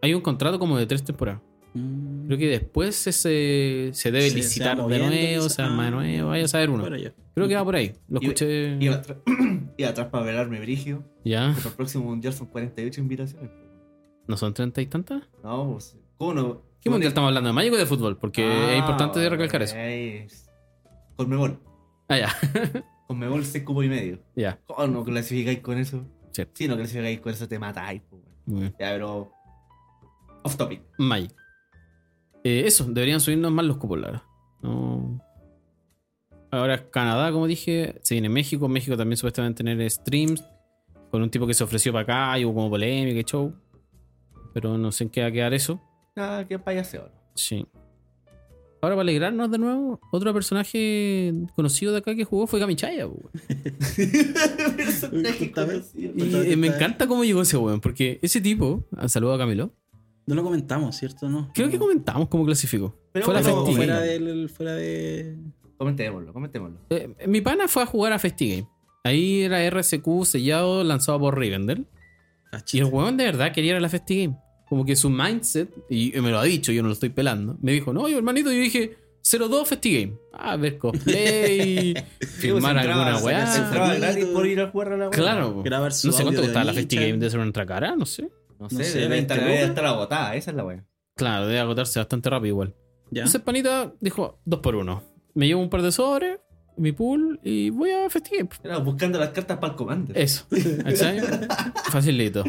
[SPEAKER 1] Hay un contrato como de tres temporadas.
[SPEAKER 3] Mm,
[SPEAKER 1] Creo que después se, se, se debe
[SPEAKER 3] Sí, se
[SPEAKER 1] licitar
[SPEAKER 3] va
[SPEAKER 1] de
[SPEAKER 3] moviendo,
[SPEAKER 1] nuevo,
[SPEAKER 3] quizá.
[SPEAKER 1] se arma de nuevo, vaya a saber uno.
[SPEAKER 3] fuera yo.
[SPEAKER 1] Creo que va por ahí. Lo
[SPEAKER 2] ah. Y-
[SPEAKER 1] escuché.
[SPEAKER 2] Iba atrás, <clears throat> iba atrás para velarme brigio.
[SPEAKER 1] ¿Ya?
[SPEAKER 2] Porque el próximo mundial son 48 invitaciones.
[SPEAKER 1] ¿No son treinta y tantas?
[SPEAKER 2] No, pues, ¿cómo no?
[SPEAKER 1] ¿Qué mundial estamos hablando? ¿De Magic o de fútbol? Porque
[SPEAKER 2] Ah,
[SPEAKER 1] es importante recalcar eso.
[SPEAKER 2] eso. Conmebol.
[SPEAKER 1] Ah, ya. <laughs>
[SPEAKER 2] Conmebol 6 cupos y medio.
[SPEAKER 1] ya,
[SPEAKER 2] ¿Cómo no clasificáis con eso?
[SPEAKER 1] cierto.
[SPEAKER 2] Si no clasificáis con eso te matáis. po, weón.
[SPEAKER 1] Muy bien.
[SPEAKER 2] Ya, pero... Off topic.
[SPEAKER 1] Magic. Eh, eso, deberían subirnos más los cupos, la verdad. No. Ahora es Canadá, como dije. Se viene México. México también supuestamente tener streams. Con un tipo que se ofreció para acá y hubo como polémica y show. Pero no sé en qué va a quedar eso.
[SPEAKER 2] <laughs> Nada, que payaseo.
[SPEAKER 1] Sí. Ahora, para alegrarnos de nuevo, otro personaje conocido de acá que jugó fue Gamichaya. po, weón.
[SPEAKER 2] Personaje conocido.
[SPEAKER 1] Y eh, me encanta cómo llegó ese weón, porque ese tipo, ah, saludo a Camilo,
[SPEAKER 3] No lo comentamos, ¿cierto? No.
[SPEAKER 1] creo que comentamos cómo clasificó.
[SPEAKER 2] Pero
[SPEAKER 1] fue a la
[SPEAKER 2] bueno,
[SPEAKER 1] Festi
[SPEAKER 3] fuera
[SPEAKER 1] Game.
[SPEAKER 3] del fuera de
[SPEAKER 2] Comentémoslo, comentémoslo.
[SPEAKER 1] Eh, mi pana fue a jugar a Festi Game. Ahí era RSQ sellado, lanzado por Rivendell.
[SPEAKER 3] Ah,
[SPEAKER 1] Y el weón de verdad quería ir a la Festi Game. Como que su mindset, y me lo ha dicho, yo no lo estoy pelando. Me dijo, no, yo hermanito, yo dije 02 Festi Game. Ah, A ver,
[SPEAKER 3] <laughs>
[SPEAKER 1] cosplay, firmar alguna
[SPEAKER 2] Se
[SPEAKER 1] weá.
[SPEAKER 2] entraba gratis por ir a jugar a la weá.
[SPEAKER 1] Claro, po.
[SPEAKER 3] grabar su
[SPEAKER 1] no sé
[SPEAKER 3] audio
[SPEAKER 1] cuánto
[SPEAKER 3] de
[SPEAKER 1] costaba la
[SPEAKER 3] Nichan.
[SPEAKER 1] Festi Game de ser una cara, no sé.
[SPEAKER 2] No
[SPEAKER 3] No
[SPEAKER 2] sé,
[SPEAKER 3] sé,
[SPEAKER 2] debe, estar,
[SPEAKER 3] 20
[SPEAKER 2] debe
[SPEAKER 3] lucas.
[SPEAKER 2] estar agotada, esa es la weá.
[SPEAKER 1] Claro, debe agotarse bastante rápido igual.
[SPEAKER 3] Ya.
[SPEAKER 1] Entonces Panita dijo, dos por uno. Me llevo un par de sobres, mi pool, y voy a Festi Game.
[SPEAKER 2] Era buscando las cartas para el comando.
[SPEAKER 1] Eso, ¿cachai? Facilito.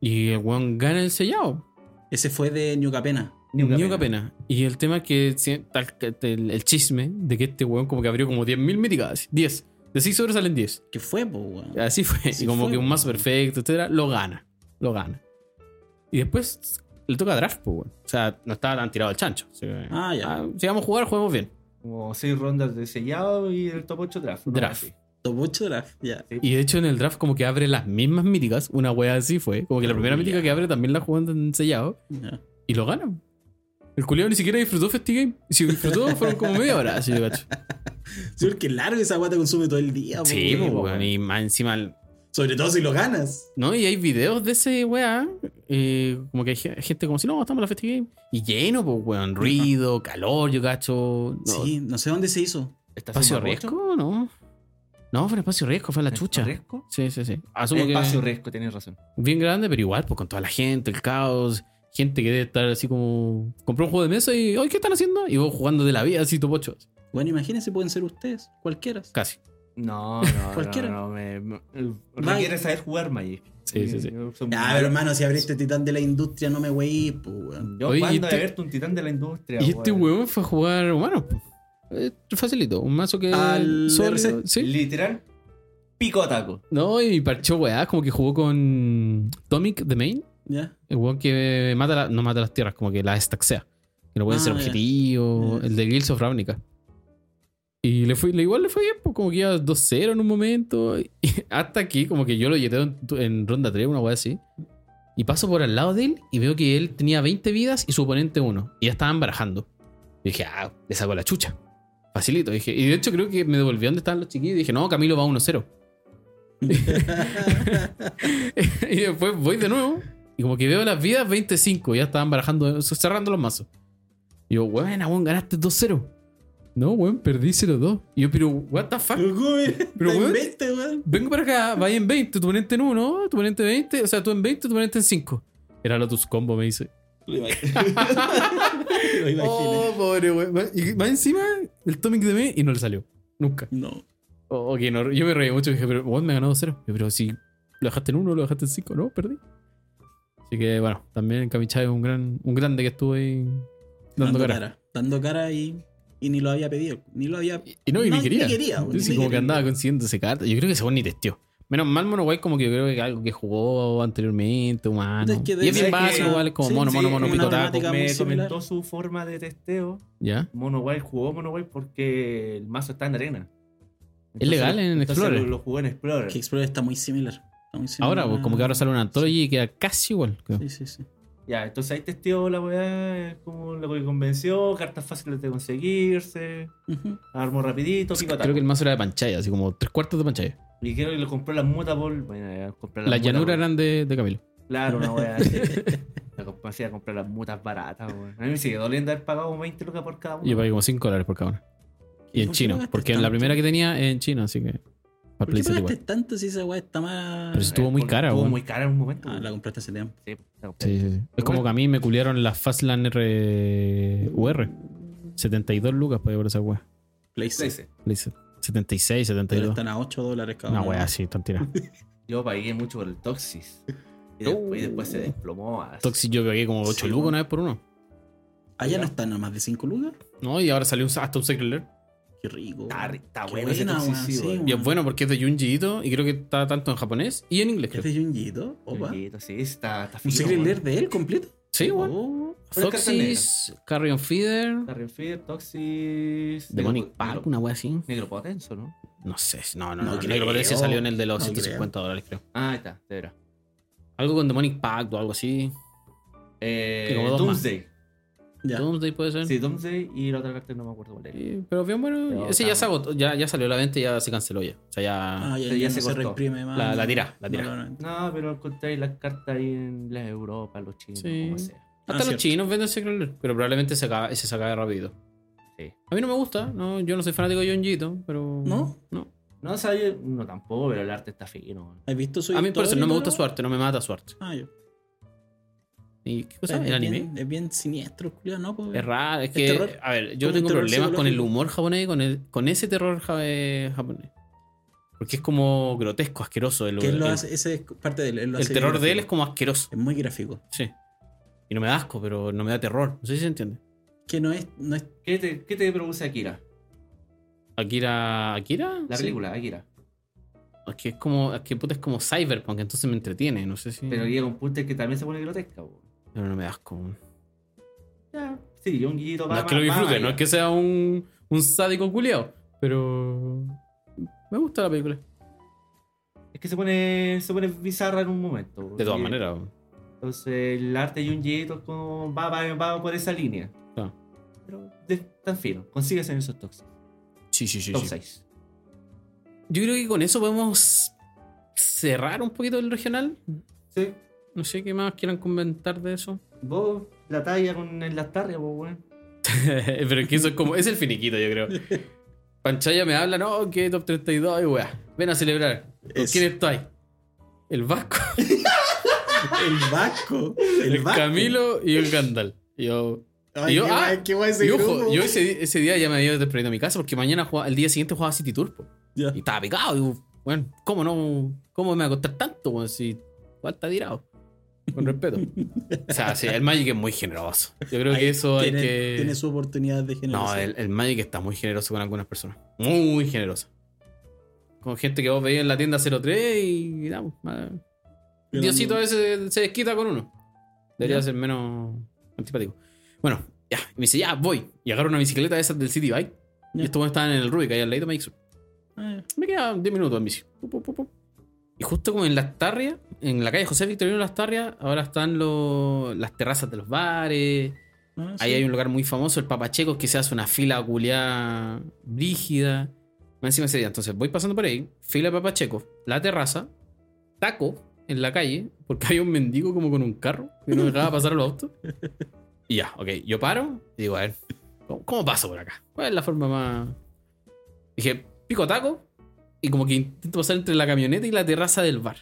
[SPEAKER 1] Y el weón gana el sellado.
[SPEAKER 3] Ese fue de New Capena.
[SPEAKER 1] Ni una pena. Y el tema es que si- tal- el, el chisme de que este weón como que abrió como 10.000 mitigadas. 10. De 6 sobres salen 10.
[SPEAKER 3] Que fue, po, weón.
[SPEAKER 1] Así fue.
[SPEAKER 3] Así
[SPEAKER 1] y como
[SPEAKER 3] fue,
[SPEAKER 1] que un
[SPEAKER 3] weón.
[SPEAKER 1] más perfecto, etcétera, lo gana. Lo gana. Y después le toca draft, pues, weón. O sea, no estaba tan tirado al chancho. Así que,
[SPEAKER 3] Ah, ya.
[SPEAKER 1] si vamos a jugar, juguemos bien.
[SPEAKER 2] Como seis rondas de sellado y el top 8 draft. ¿no?
[SPEAKER 1] Draft.
[SPEAKER 2] Sí.
[SPEAKER 3] Top 8 draft, ya.
[SPEAKER 1] Y de hecho en el draft como que abre las mismas míticas. Una wea así fue. Como que la primera
[SPEAKER 3] Ya.
[SPEAKER 1] mítica que abre también la jugando en sellado.
[SPEAKER 3] ya.
[SPEAKER 1] Y lo ganan. El culiao ni siquiera disfrutó Festigame. Si <laughs> disfrutó, fueron como media hora. Así de cacho.
[SPEAKER 3] Sí, porque largo esa guata consume todo el día, po,
[SPEAKER 1] Sí,
[SPEAKER 3] weón.
[SPEAKER 1] pues, weón. Y más encima. el-
[SPEAKER 3] Sobre todo si lo ganas.
[SPEAKER 1] No, y hay videos de ese weá. eh, como que hay ge- gente como si no, estamos en la Festigame. Y lleno, pues, weón. Ruido, calor, yo cacho. No,
[SPEAKER 3] Sí, no sé dónde se hizo.
[SPEAKER 2] ¿Estás en
[SPEAKER 1] ¿Espacio
[SPEAKER 2] Mapocho?
[SPEAKER 1] riesgo? No. No, fue en espacio riesgo, fue en la chucha.
[SPEAKER 2] ¿Riesgo?
[SPEAKER 1] Sí, sí, sí. Asumo que
[SPEAKER 2] Eh, Espacio riesgo, tienes razón.
[SPEAKER 1] bien grande, pero igual, pues con toda la gente, el caos, gente que debe estar así como. Compró un juego de mesa y, oye, ¿qué están haciendo? Y vos jugando de la vida, así topocho.
[SPEAKER 3] Bueno, imagínense, pueden ser ustedes, cualquiera.
[SPEAKER 1] Casi. <laughs>
[SPEAKER 2] No, no,
[SPEAKER 3] Cualquiera.
[SPEAKER 2] no, no, me, me-
[SPEAKER 3] Magic.
[SPEAKER 2] requiere saber jugar Magic.
[SPEAKER 1] Sí, sí, sí.
[SPEAKER 2] Yo soy muy
[SPEAKER 3] Ya,
[SPEAKER 2] malo.
[SPEAKER 3] pero hermano, si abriste titán de la industria, no me weí, po, weón.
[SPEAKER 2] Yo
[SPEAKER 1] Oye, y
[SPEAKER 2] cuando
[SPEAKER 1] este-
[SPEAKER 2] de verte un titán de la industria.
[SPEAKER 1] Y este
[SPEAKER 2] weón.
[SPEAKER 1] huevón fue a jugar humanos. po. Eh, facilito, un mazo que.
[SPEAKER 3] Al
[SPEAKER 1] sobre-
[SPEAKER 3] DRC.
[SPEAKER 1] sí.
[SPEAKER 2] Literal, pico taco.
[SPEAKER 1] No, y parchó weá, como que jugó con Tomic the Main,
[SPEAKER 3] <laughs> Ya.
[SPEAKER 1] el huevón que mata la- no mata las tierras, como que las estaxea. Que no pueden
[SPEAKER 3] Ah,
[SPEAKER 1] ser
[SPEAKER 3] ya.
[SPEAKER 1] objetivos,
[SPEAKER 3] Ya.
[SPEAKER 1] el de Guilds of Ravnica. Y le fue, le- igual le fue bien, po, como que iba 2-0 en un momento. <laughs> y hasta aquí, como que yo lo lleté en, en ronda 3, una weá así. Y paso por al lado de él y veo que él tenía 20 vidas y su oponente 1. Y ya estaban barajando. Y dije, ah, le saco la chucha. Facilito, dije. Y de hecho creo que me devolvió donde estaban los chiquillos y dije, no, Camilo va 1-0. <laughs> y después voy de nuevo y como que veo las vidas 25, ya estaban barajando, cerrando los mazos. Y yo, weón, weón, ganaste 2-0. No, weón, perdí 0-2. Y yo, pero, what the fuck? <laughs>
[SPEAKER 3] Pero,
[SPEAKER 1] weón.
[SPEAKER 3] weón. Vete,
[SPEAKER 1] <laughs>
[SPEAKER 3] weón.
[SPEAKER 1] Vengo para acá, vaya en 20, tu oponente en 1, tu oponente en 20, o sea, tú en 20, tu oponente en 5. Era lo tus combo, me dice.
[SPEAKER 3] Lo imag- <laughs> Lo imaginé.
[SPEAKER 1] Oh, pobre weón. Y más encima, el Tomic de mí y no le salió. Nunca.
[SPEAKER 3] No.
[SPEAKER 1] O- ok, no, yo me reí mucho y dije, pero weón, me ha ganado 0. Pero si lo dejaste en 1, lo dejaste en 5, no, perdí. Así que bueno, también Camichai es un gran, un grande que estuvo ahí dando cara.
[SPEAKER 3] Dando cara y, y ni lo había pedido. Ni lo había.
[SPEAKER 1] Y, y no, y ni quería.
[SPEAKER 3] weón,
[SPEAKER 1] Entonces,
[SPEAKER 3] ni
[SPEAKER 1] como que
[SPEAKER 3] quería.
[SPEAKER 1] andaba consiguiendo ese carta. Yo creo que ese weón ni testeó. Menos mal Mono White como que yo creo que algo que jugó anteriormente, humano.
[SPEAKER 3] Es que de-
[SPEAKER 1] y es bien
[SPEAKER 2] ¿sabes
[SPEAKER 1] básico,
[SPEAKER 2] qué?
[SPEAKER 1] igual, como
[SPEAKER 3] Sí,
[SPEAKER 1] mono,
[SPEAKER 3] sí,
[SPEAKER 1] mono, mono,
[SPEAKER 3] es una
[SPEAKER 1] pito taco.
[SPEAKER 3] temática muy
[SPEAKER 2] Me
[SPEAKER 3] similar.
[SPEAKER 2] comentó su forma de testeo.
[SPEAKER 1] ¿Ya?
[SPEAKER 2] Monoway jugó Monoway porque el mazo está en arena. Entonces,
[SPEAKER 1] legal en
[SPEAKER 2] entonces
[SPEAKER 1] Explorer.
[SPEAKER 2] Lo, lo jugó en Explorer.
[SPEAKER 3] Que Explorer está muy similar. Está muy similar
[SPEAKER 1] Ahora, pues,
[SPEAKER 3] a-
[SPEAKER 1] como que ahora sale una Anthology y queda casi igual. creo.
[SPEAKER 3] Sí, sí, sí.
[SPEAKER 2] Ya, entonces ahí testeó la weá, eh, como lo que convenció, cartas fáciles de conseguirse,
[SPEAKER 3] Ujú.
[SPEAKER 2] armó rapidito, pico
[SPEAKER 1] Creo que el mazo era de panchaya, así como tres cuartos de panchaya.
[SPEAKER 2] taco. Y creo que lo compró la Mutable. Bueno, ya compré la
[SPEAKER 1] Las llanuras
[SPEAKER 2] Mutable.
[SPEAKER 1] eran de, de Camilo.
[SPEAKER 2] Claro, una
[SPEAKER 1] <laughs>
[SPEAKER 2] weá. así. la compañía a comprar las mutas baratas, weón. A mí me sigue doliendo haber pagado 20 lucas por cada
[SPEAKER 1] Y yo
[SPEAKER 2] una.
[SPEAKER 1] pagué como 5 dólares por cada una. Y en
[SPEAKER 3] ¿Por qué
[SPEAKER 1] chino,
[SPEAKER 3] pagaste
[SPEAKER 1] porque la
[SPEAKER 3] tanto?
[SPEAKER 1] primera que tenía es en chino, así que. Para
[SPEAKER 3] ¿Por qué
[SPEAKER 1] PlayStation
[SPEAKER 3] pagaste
[SPEAKER 1] igual.
[SPEAKER 3] tanto si esa weá está más.
[SPEAKER 1] Pero si estuvo muy
[SPEAKER 2] Porque
[SPEAKER 1] cara,
[SPEAKER 2] Eh, Estuvo
[SPEAKER 1] weón.
[SPEAKER 2] muy cara en un momento.
[SPEAKER 3] Ah,
[SPEAKER 2] weón.
[SPEAKER 3] la compraste hace tiempo.
[SPEAKER 2] Sí, la compré.
[SPEAKER 1] Sí, sí, sí. Es como que a mí me culiaron las Fastland R... UR. 72 lucas para por esa wea.
[SPEAKER 3] PlayStation.
[SPEAKER 2] Ese.
[SPEAKER 1] Le hice 76,
[SPEAKER 3] Pero
[SPEAKER 1] 72.
[SPEAKER 3] están a 8 dólares cada
[SPEAKER 1] Una
[SPEAKER 3] uno.
[SPEAKER 1] wea así,
[SPEAKER 3] <laughs>
[SPEAKER 1] tontina.
[SPEAKER 2] Yo pagué mucho por el Toxis. Y
[SPEAKER 1] Oh.
[SPEAKER 2] después, y después se desplomó. así.
[SPEAKER 1] Toxic yo pagué como 8
[SPEAKER 3] Sí,
[SPEAKER 1] lucas
[SPEAKER 3] weón.
[SPEAKER 1] una vez por uno.
[SPEAKER 3] Allá no están a más de 5 lucas.
[SPEAKER 1] No, y ahora salió un, hasta un Secret Lair.
[SPEAKER 3] Qué rico.
[SPEAKER 1] Ah,
[SPEAKER 2] Está,
[SPEAKER 3] weón.
[SPEAKER 2] ri- está
[SPEAKER 3] Qué
[SPEAKER 2] bueno ese
[SPEAKER 3] buena,
[SPEAKER 2] Toxis,
[SPEAKER 3] weón,
[SPEAKER 2] sí,
[SPEAKER 3] sí,
[SPEAKER 2] weón.
[SPEAKER 1] Y es bueno porque es de Junji Ito y creo que está tanto en japonés y en inglés,
[SPEAKER 3] Este
[SPEAKER 1] creo.
[SPEAKER 3] ¿Es de Junjito? Opa.
[SPEAKER 2] Tranquilito, Sí, está, está
[SPEAKER 3] ¿Un
[SPEAKER 2] fino,
[SPEAKER 3] secret
[SPEAKER 2] weón.
[SPEAKER 3] leer de él completo?
[SPEAKER 1] Sí, weón.
[SPEAKER 2] Oh, puras cartas negras.
[SPEAKER 1] Toxis, Carrion Feeder,
[SPEAKER 3] Ah,
[SPEAKER 2] Carrion Fear, Toxis.
[SPEAKER 1] Demonic
[SPEAKER 2] Negro-
[SPEAKER 1] Park, una wea así.
[SPEAKER 2] Negropotenso, ¿no?
[SPEAKER 1] No sé. No, no,
[SPEAKER 3] No
[SPEAKER 1] no.
[SPEAKER 3] creo.
[SPEAKER 1] Negro Potencia salió en el de los
[SPEAKER 3] No
[SPEAKER 1] 150 dólares, creo.
[SPEAKER 2] Ah, ahí está, de veras.
[SPEAKER 1] Algo con Demonic Pact o algo así.
[SPEAKER 2] Eh,
[SPEAKER 1] Sí, como dos más.
[SPEAKER 2] Doomsday.
[SPEAKER 3] Ya.
[SPEAKER 1] Doomsday puede ser.
[SPEAKER 2] Sí, Doomsday y la otra carta no me acuerdo cuál era.
[SPEAKER 1] Sí, Pero bien bueno.
[SPEAKER 2] Pero
[SPEAKER 1] ese ya
[SPEAKER 2] está-
[SPEAKER 1] se agotó, ya, ya salió a la venta y ya se canceló ya. O sea, ya.
[SPEAKER 3] Ah, ya,
[SPEAKER 2] ya
[SPEAKER 3] ya
[SPEAKER 2] se
[SPEAKER 3] no se
[SPEAKER 2] cortó.
[SPEAKER 3] reimprime más.
[SPEAKER 1] La- la tira, la tira.
[SPEAKER 3] No, no, no.
[SPEAKER 2] No, pero encontráis las cartas ahí en la Europa, los chinos,
[SPEAKER 1] Sí.
[SPEAKER 2] como sea.
[SPEAKER 1] Hasta
[SPEAKER 3] Ah,
[SPEAKER 1] los
[SPEAKER 3] cierto.
[SPEAKER 1] chinos venden ese crawler, pero probablemente se acabe, se acabe rápido.
[SPEAKER 2] Sí.
[SPEAKER 1] A mí no me gusta, no, yo no soy fanático de Yongito, pero.
[SPEAKER 3] ¿No?
[SPEAKER 1] No.
[SPEAKER 2] No, o sea, yo- no tampoco, pero el arte está fino.
[SPEAKER 3] ¿Has visto su
[SPEAKER 1] A mí por eso
[SPEAKER 3] historia
[SPEAKER 1] no me
[SPEAKER 3] y
[SPEAKER 1] gusta
[SPEAKER 3] todo?
[SPEAKER 1] su arte, no me mata su arte.
[SPEAKER 3] Ah, yo.
[SPEAKER 1] ¿Y qué cosa?
[SPEAKER 3] Es
[SPEAKER 1] ¿El anime?
[SPEAKER 3] bien- Es bien siniestro, culiao, ¿no? po?
[SPEAKER 1] Es raro, es que.
[SPEAKER 3] Es terror.
[SPEAKER 1] a ver, yo
[SPEAKER 3] Como
[SPEAKER 1] tengo
[SPEAKER 3] terror
[SPEAKER 1] problemas con el
[SPEAKER 3] psicológico.
[SPEAKER 1] humor japonés, con, el, con ese terror ja- eh, japonés. Porque es como grotesco, asqueroso. El,
[SPEAKER 3] Que él lo
[SPEAKER 1] el-
[SPEAKER 3] hace, ese es parte de él. él lo
[SPEAKER 1] el
[SPEAKER 3] hace
[SPEAKER 1] terror
[SPEAKER 3] bien
[SPEAKER 1] de él es
[SPEAKER 3] gráfico.
[SPEAKER 1] como asqueroso.
[SPEAKER 3] Es muy gráfico.
[SPEAKER 1] Sí. Y no me da asco, pero no me da terror. No sé si se entiende.
[SPEAKER 3] Que no es, no es
[SPEAKER 2] ¿Qué te, qué te produce Akira?
[SPEAKER 1] Akira. ¿Akira?
[SPEAKER 2] La
[SPEAKER 1] Sí.
[SPEAKER 2] película, Akira.
[SPEAKER 1] Es que es como. Es que puta es como Cyberpunk, entonces me entretiene. No sé si.
[SPEAKER 2] Pero llega un punto en que también se pone grotesca, po.
[SPEAKER 1] Pero no me da asco. weón.
[SPEAKER 2] Ya, sí, un guillito
[SPEAKER 1] No es que lo disfrute, no es que sea un, un sádico culiao. Pero. Me gusta la película.
[SPEAKER 2] Es que se pone, se pone bizarra en un momento. po.
[SPEAKER 1] De todas
[SPEAKER 2] Y-
[SPEAKER 1] maneras. weón.
[SPEAKER 2] Entonces, el arte de un es como va, va, va por esa línea.
[SPEAKER 1] Ah.
[SPEAKER 2] Pero de- tan fino. Consíguese en esos tops.
[SPEAKER 1] Sí, sí, sí.
[SPEAKER 2] top
[SPEAKER 1] sí.
[SPEAKER 2] 6.
[SPEAKER 1] Yo creo que con eso podemos cerrar un poquito el regional.
[SPEAKER 2] Sí.
[SPEAKER 1] No sé qué más quieran comentar de eso.
[SPEAKER 2] Vos, la talla con el- las tarrias, vos, weón.
[SPEAKER 1] <laughs> Pero es que eso es como. Es el finiquito, yo
[SPEAKER 3] <laughs>
[SPEAKER 1] creo. Panchaya me habla, no, que top 32, y weá. Ven a celebrar. ¿Con
[SPEAKER 3] Eso.
[SPEAKER 1] quién estoy? El Vasco,
[SPEAKER 3] el Vasco.
[SPEAKER 1] el,
[SPEAKER 3] El, Vasco.
[SPEAKER 1] Camilo y el Gandalf. Y
[SPEAKER 3] <laughs>
[SPEAKER 1] yo.
[SPEAKER 3] Ay,
[SPEAKER 1] y yo,
[SPEAKER 3] qué
[SPEAKER 1] ah,
[SPEAKER 3] guay, qué guay ese
[SPEAKER 1] y ojo,
[SPEAKER 3] grupo.
[SPEAKER 1] yo ese, ese día ya me había desprendido a mi casa porque mañana jugaba, el día siguiente jugaba City Turpo.
[SPEAKER 3] Ya.
[SPEAKER 1] Y estaba picado. Y, bueno, ¿cómo no? ¿Cómo me va a costar tanto? weón? si igual está tirado. Con
[SPEAKER 3] <laughs>
[SPEAKER 1] respeto. o sea, sí, el Magic es muy generoso. Yo creo que eso hay
[SPEAKER 3] tiene,
[SPEAKER 1] que.
[SPEAKER 3] tiene su oportunidad de generar.
[SPEAKER 1] No, el, el Magic está muy generoso con algunas personas. Muy generoso. Con gente que vos veías en la tienda 03 y. vamos, ma- Diosito a veces se desquita con uno. Debería
[SPEAKER 3] Ya.
[SPEAKER 1] ser menos antipático. Bueno, ya. Y me dice, ya, voy. Y agarro una bicicleta de esas del City Bike. Y
[SPEAKER 3] Ya.
[SPEAKER 1] estos buenos estaban en el Rubik, ahí al ladito me dice,
[SPEAKER 3] Eh,
[SPEAKER 1] me quedan 10 minutos en bici. Pu, pu, pu, pu. Y justo como en Las Tarrias, en la calle José Victorino Las Tarrias, ahora están los- las terrazas de los bares. Ahí
[SPEAKER 3] <laughs>
[SPEAKER 1] hay un lugar muy famoso, el Papachecos, que se hace una fila culiá rígida. Más encima ese día. Entonces voy pasando por ahí, fila de Papachecos, la terraza, taco en la calle, porque hay un mendigo como con un carro que no me dejaba pasar a los autos. Y ya, ok, yo paro y digo, a ver, ¿cómo, cómo paso por acá? ¿Cuál es la forma más.? Dije, pico taco y como que intento pasar entre la camioneta y la terraza del bar.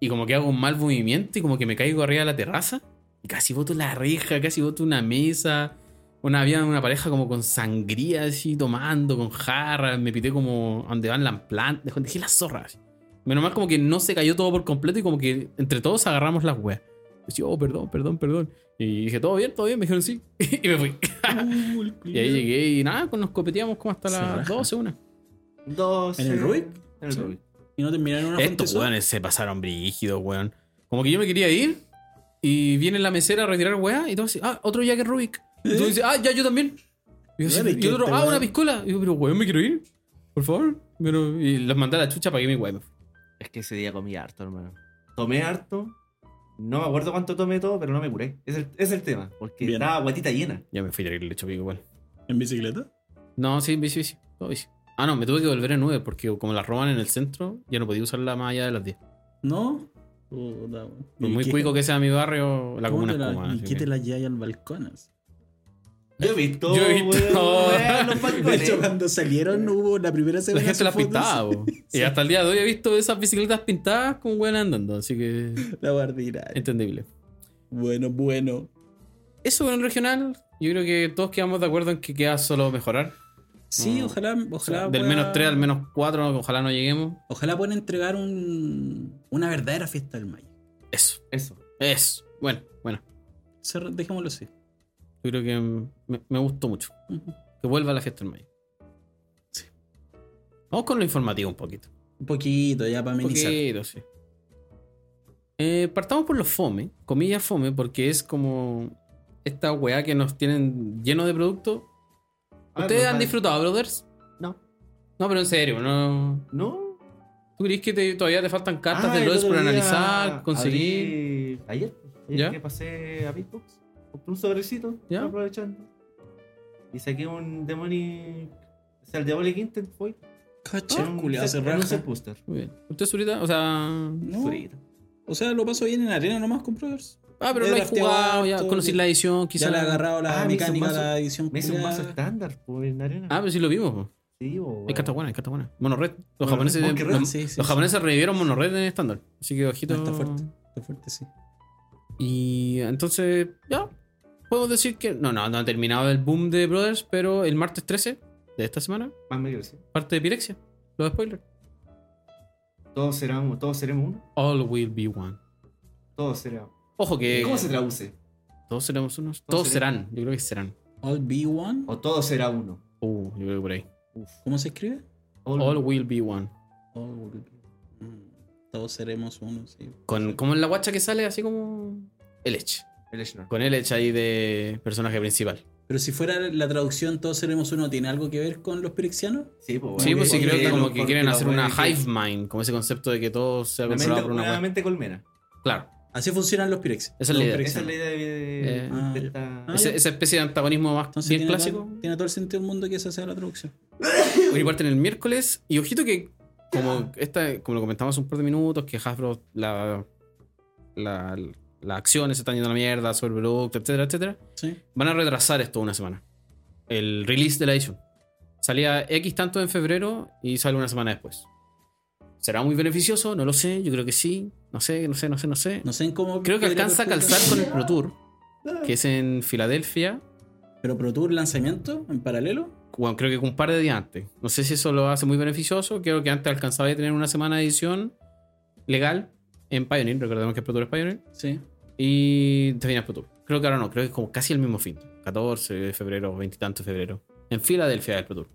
[SPEAKER 1] Y como que hago un mal movimiento y como que me caigo arriba de la terraza. Y casi boto la reja, casi boto una mesa. Una, había una pareja como con sangría así, tomando, con jarras. Me pité como donde van las plantas. Dejé las zorras. Menos mal como que no se cayó todo por completo y como que entre todos agarramos las weas. Decía, oh, perdón, perdón, perdón. Y dije, todo bien, todo bien. Me dijeron sí. <laughs> y me fui. <laughs> Y ahí llegué y nada, nos copeteamos como hasta
[SPEAKER 3] Se
[SPEAKER 1] las
[SPEAKER 3] raja.
[SPEAKER 1] 12, una.
[SPEAKER 2] Dos.
[SPEAKER 3] ¿En el
[SPEAKER 2] eh,
[SPEAKER 3] Rubik?
[SPEAKER 2] En el Rubik.
[SPEAKER 3] Y no terminaron una
[SPEAKER 1] Estos
[SPEAKER 3] fuente
[SPEAKER 1] weones se pasaron brígidos, weón. Como que yo me quería ir y viene la mesera a retirar weá y todo así, ah, otro Jack Rubik. Y tú dices, ah, ya yo también. Y yo así,
[SPEAKER 3] Dale,
[SPEAKER 1] y
[SPEAKER 3] que
[SPEAKER 1] otro,
[SPEAKER 3] este
[SPEAKER 1] ah,
[SPEAKER 3] weón-
[SPEAKER 1] una piscola. Y yo, pero weón, me quiero ir, por favor. Pero- y los mandé a la chucha para que mi weón.
[SPEAKER 2] Es que ese día comí harto, hermano. Tomé harto. No me acuerdo cuánto tomé todo, pero no me curé. Es el, es el tema. Porque
[SPEAKER 3] Bien.
[SPEAKER 2] estaba guatita llena.
[SPEAKER 1] Ya me fui a el lecho pico igual.
[SPEAKER 3] ¿En bicicleta?
[SPEAKER 1] No, sí, bici, bici, todo bici. Ah, no, me tuve que volver a 9 porque como la roban en el centro, ya no podía usarla más allá de las 10.
[SPEAKER 3] No. Puta, weón.
[SPEAKER 1] Por
[SPEAKER 3] ¿Y
[SPEAKER 1] muy
[SPEAKER 3] qué-
[SPEAKER 1] cuico que sea mi barrio, la
[SPEAKER 3] cómo
[SPEAKER 1] comuna
[SPEAKER 3] te
[SPEAKER 1] es
[SPEAKER 3] la-
[SPEAKER 1] cómoda.
[SPEAKER 3] ¿Y
[SPEAKER 1] así
[SPEAKER 3] qué
[SPEAKER 1] que-
[SPEAKER 3] te la lleváis al
[SPEAKER 1] <laughs>
[SPEAKER 3] balcón? así?
[SPEAKER 2] Yo he visto.
[SPEAKER 1] Yo he visto.
[SPEAKER 2] weón,
[SPEAKER 1] <laughs>
[SPEAKER 2] weón, los
[SPEAKER 3] De
[SPEAKER 2] balcones.
[SPEAKER 3] hecho, cuando salieron hubo la primera
[SPEAKER 1] La
[SPEAKER 3] semana.
[SPEAKER 1] gente
[SPEAKER 3] sus
[SPEAKER 1] las
[SPEAKER 3] fotos,
[SPEAKER 1] pintaba, bo.
[SPEAKER 3] Sí.
[SPEAKER 1] Y hasta el día de hoy he visto esas bicicletas pintadas con weón andando, así
[SPEAKER 3] <laughs>
[SPEAKER 1] que
[SPEAKER 3] La guardina.
[SPEAKER 1] entendible.
[SPEAKER 3] Bueno, bueno.
[SPEAKER 1] Eso con el regional, yo creo que todos quedamos de acuerdo en que queda solo mejorar.
[SPEAKER 3] Sí,
[SPEAKER 1] No.
[SPEAKER 3] ojalá, ojalá.
[SPEAKER 1] Del
[SPEAKER 3] pueda-
[SPEAKER 1] menos 3 al menos 4, ojalá no lleguemos.
[SPEAKER 3] Ojalá puedan entregar un, una verdadera fiesta del mayo.
[SPEAKER 1] Eso,
[SPEAKER 2] Eso.
[SPEAKER 1] eso. Bueno, bueno.
[SPEAKER 3] Cerra- Dejémoslo así.
[SPEAKER 1] Yo creo que mm, me, me gustó mucho.
[SPEAKER 3] Ujú.
[SPEAKER 1] Que vuelva la fiesta del mayo.
[SPEAKER 3] Sí.
[SPEAKER 1] Vamos con lo informativo un poquito.
[SPEAKER 3] Un poquito ya para
[SPEAKER 1] Un
[SPEAKER 3] amenizar.
[SPEAKER 1] poquito, sí. Eh, partamos por los fome, comillas fome, porque es como esta weá que nos tienen lleno de producto.
[SPEAKER 2] Ah,
[SPEAKER 1] ¿Ustedes
[SPEAKER 2] pues,
[SPEAKER 1] han
[SPEAKER 2] vale.
[SPEAKER 1] disfrutado, brothers?
[SPEAKER 2] No.
[SPEAKER 1] No, pero en serio, no.
[SPEAKER 2] No. Ah,
[SPEAKER 1] ¿Tú crees que te- todavía te faltan
[SPEAKER 3] Ah,
[SPEAKER 1] cartas de
[SPEAKER 2] el
[SPEAKER 1] Brothers
[SPEAKER 2] otro
[SPEAKER 1] por
[SPEAKER 2] día
[SPEAKER 1] analizar, conseguir?
[SPEAKER 2] abrí- ayer, ayer
[SPEAKER 1] ¿Ya?
[SPEAKER 2] que pasé a Beatbox, compré un sobrecito,
[SPEAKER 1] ¿Ya?
[SPEAKER 2] aprovechando. Y saqué un Demonic. O sea, el Diabolic Intent fue.
[SPEAKER 3] Cacha,
[SPEAKER 1] Ah,
[SPEAKER 2] en un
[SPEAKER 3] culiao,
[SPEAKER 2] set-
[SPEAKER 3] se
[SPEAKER 2] en un
[SPEAKER 3] raja.
[SPEAKER 2] set booster.
[SPEAKER 1] Muy bien. ¿Usted, Zurita? O sea.
[SPEAKER 3] No,
[SPEAKER 2] Zurita.
[SPEAKER 3] O sea, lo paso bien en arena nomás con Brothers.
[SPEAKER 1] Ah, pero
[SPEAKER 3] He
[SPEAKER 1] lo hay
[SPEAKER 3] drafteado
[SPEAKER 1] jugado, ya
[SPEAKER 3] harto,
[SPEAKER 1] conocí
[SPEAKER 3] este ya-
[SPEAKER 1] la edición, quizá
[SPEAKER 3] Ya le he agarrado la
[SPEAKER 2] Ah, me hizo un
[SPEAKER 3] mecánica,
[SPEAKER 2] mazo-
[SPEAKER 3] la edición
[SPEAKER 2] Me hice un
[SPEAKER 3] culiao.
[SPEAKER 2] mazo estándar por en arena.
[SPEAKER 1] Ah, pero sí lo vimos. po.
[SPEAKER 2] sí, bo,
[SPEAKER 1] Es
[SPEAKER 2] weón.
[SPEAKER 1] carta buena, es carta buena. Monorred. Los
[SPEAKER 2] Monorred,
[SPEAKER 1] japoneses,
[SPEAKER 2] Monkey
[SPEAKER 1] los,
[SPEAKER 2] Red,
[SPEAKER 3] sí, sí,
[SPEAKER 1] los
[SPEAKER 3] sí.
[SPEAKER 1] japoneses revivieron Monorred en estándar. Así que ojito.
[SPEAKER 3] No, está fuerte, está fuerte, sí.
[SPEAKER 1] Y entonces, ya. Podemos decir que. No, no, no ha terminado el boom de Brothers, pero el martes 13 de esta semana,
[SPEAKER 2] Más medio sí.
[SPEAKER 1] parte de Pirexia. Los spoilers.
[SPEAKER 2] Todos seremos, todos seremos uno.
[SPEAKER 1] All will be one.
[SPEAKER 2] Todos seremos.
[SPEAKER 1] Ojo que.
[SPEAKER 2] ¿Cómo se traduce?
[SPEAKER 1] Todos seremos unos. Todos
[SPEAKER 2] seremos.
[SPEAKER 1] serán. Yo creo que serán.
[SPEAKER 3] All B1.
[SPEAKER 2] O todo será uno.
[SPEAKER 1] Uh, yo creo que por ahí.
[SPEAKER 3] ¿Cómo se escribe?
[SPEAKER 2] All-
[SPEAKER 1] All will be one.
[SPEAKER 3] All will be- Mm, Todos seremos uno, sí.
[SPEAKER 1] Con, como en la guacha que sale, así como. El Edge.
[SPEAKER 2] el Echelon.
[SPEAKER 1] Con el Edge ahí de personaje principal.
[SPEAKER 3] Pero si fuera la traducción Todos seremos uno, ¿tiene algo que ver con los pirexianos?
[SPEAKER 2] Sí, pues,
[SPEAKER 1] Sí,
[SPEAKER 2] weón,
[SPEAKER 1] pues sí,
[SPEAKER 2] porque
[SPEAKER 1] creo que
[SPEAKER 2] lo-
[SPEAKER 1] como que
[SPEAKER 2] porque
[SPEAKER 1] quieren
[SPEAKER 2] lo
[SPEAKER 1] hacer
[SPEAKER 2] pueden
[SPEAKER 1] una
[SPEAKER 2] decir.
[SPEAKER 1] hive mind, como ese concepto de que todo sea controlado
[SPEAKER 2] Nuevamente,
[SPEAKER 1] por una web.
[SPEAKER 2] nuevamente colmena.
[SPEAKER 1] Claro,
[SPEAKER 3] Así funcionan los pirex.
[SPEAKER 1] Esa es la idea.
[SPEAKER 2] Esa es la idea de, de-
[SPEAKER 1] Eh,
[SPEAKER 3] Ah,
[SPEAKER 2] de
[SPEAKER 3] ya.
[SPEAKER 2] esta.
[SPEAKER 3] Ah,
[SPEAKER 1] Ese-
[SPEAKER 3] ya.
[SPEAKER 1] esa especie de antagonismo más
[SPEAKER 3] Entonces
[SPEAKER 1] bien
[SPEAKER 3] tiene
[SPEAKER 1] clásico.
[SPEAKER 3] todo- tiene todo el sentido del mundo que esa sea la traducción.
[SPEAKER 1] Hoy parten el miércoles. Y ojito que, como, esta, como lo comentamos hace un par de minutos, que Hasbro, la, la, las acciones se están yendo a la mierda, sobre el producto, etcétera, etcétera.
[SPEAKER 3] Sí.
[SPEAKER 1] Van a retrasar esto una semana. El release de la edición. Salía X tanto en febrero y sale una semana después. ¿Será muy beneficioso? No lo sé. Yo creo que sí. No sé, no sé, no sé, no sé.
[SPEAKER 3] No sé en cómo.
[SPEAKER 1] Creo que
[SPEAKER 3] podría
[SPEAKER 1] alcanza a
[SPEAKER 3] perjudicar.
[SPEAKER 1] calzar con
[SPEAKER 3] <laughs>
[SPEAKER 1] el Pro Tour, que es en Filadelfia.
[SPEAKER 3] Pero Pro Tour lanzamiento en paralelo.
[SPEAKER 1] bueno, creo que un par de días antes. No sé si eso lo hace muy beneficioso. Creo que antes alcanzaba a tener una semana de edición legal en Pioneer. Recordemos que Pro Tour es Pioneer.
[SPEAKER 3] Sí.
[SPEAKER 1] Y te viene Pro Tour. Creo que ahora no. Creo que es como casi el mismo fin. 14 de febrero, 20 y tanto de febrero. En Filadelfia del Pro Tour.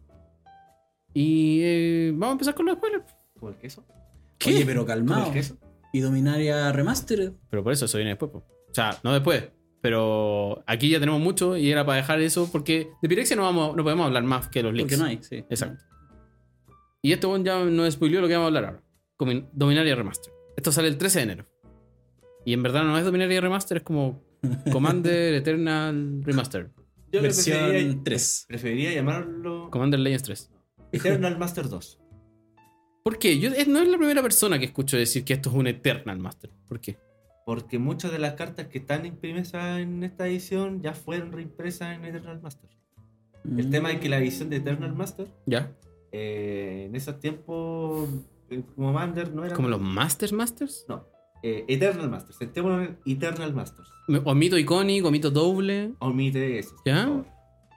[SPEAKER 1] Y eh, vamos a empezar con los spoilers.
[SPEAKER 2] ¿Como el queso? ¿Como
[SPEAKER 1] ¿Qué?
[SPEAKER 3] Oye, pero calmado.
[SPEAKER 2] el queso?
[SPEAKER 3] Y Dominaria Remastered.
[SPEAKER 1] Pero por eso eso viene después. po. O sea, no después. Pero aquí ya tenemos mucho y era para dejar eso porque de Pirexia no, vamos, no podemos hablar más que los links.
[SPEAKER 3] Porque no hay, sí.
[SPEAKER 1] Exacto. Y este buen ya nos spoileó lo que vamos a hablar ahora. Comin- Dominaria Remaster. Esto sale el 13 de enero. Y en verdad no es Dominaria Remaster, es
[SPEAKER 2] <laughs>
[SPEAKER 1] como Commander Eternal Remaster.
[SPEAKER 2] Yo le
[SPEAKER 3] Versión
[SPEAKER 2] preferiría,
[SPEAKER 3] 3.
[SPEAKER 2] preferiría llamarlo
[SPEAKER 1] Commander Legends 3.
[SPEAKER 2] Eternal Master 2.
[SPEAKER 1] ¿Por qué? Yo, es- no es la primera persona que escucho decir que esto es un Eternal Master. ¿Por qué?
[SPEAKER 2] Porque muchas de las cartas que están impresas en esta edición ya fueron reimpresas en Eternal Master.
[SPEAKER 1] Mm.
[SPEAKER 2] El tema es que la edición de Eternal Master
[SPEAKER 1] ¿Ya?
[SPEAKER 2] eh, en esos tiempos eh, como Mander no era.
[SPEAKER 1] ¿Como los Masters Masters?
[SPEAKER 2] No. eh, Eternal Masters. El tema era Eternal Masters.
[SPEAKER 1] Me- O mito icónico, o mito doble.
[SPEAKER 2] Omite eso. por
[SPEAKER 1] ¿Ya?
[SPEAKER 2] favor.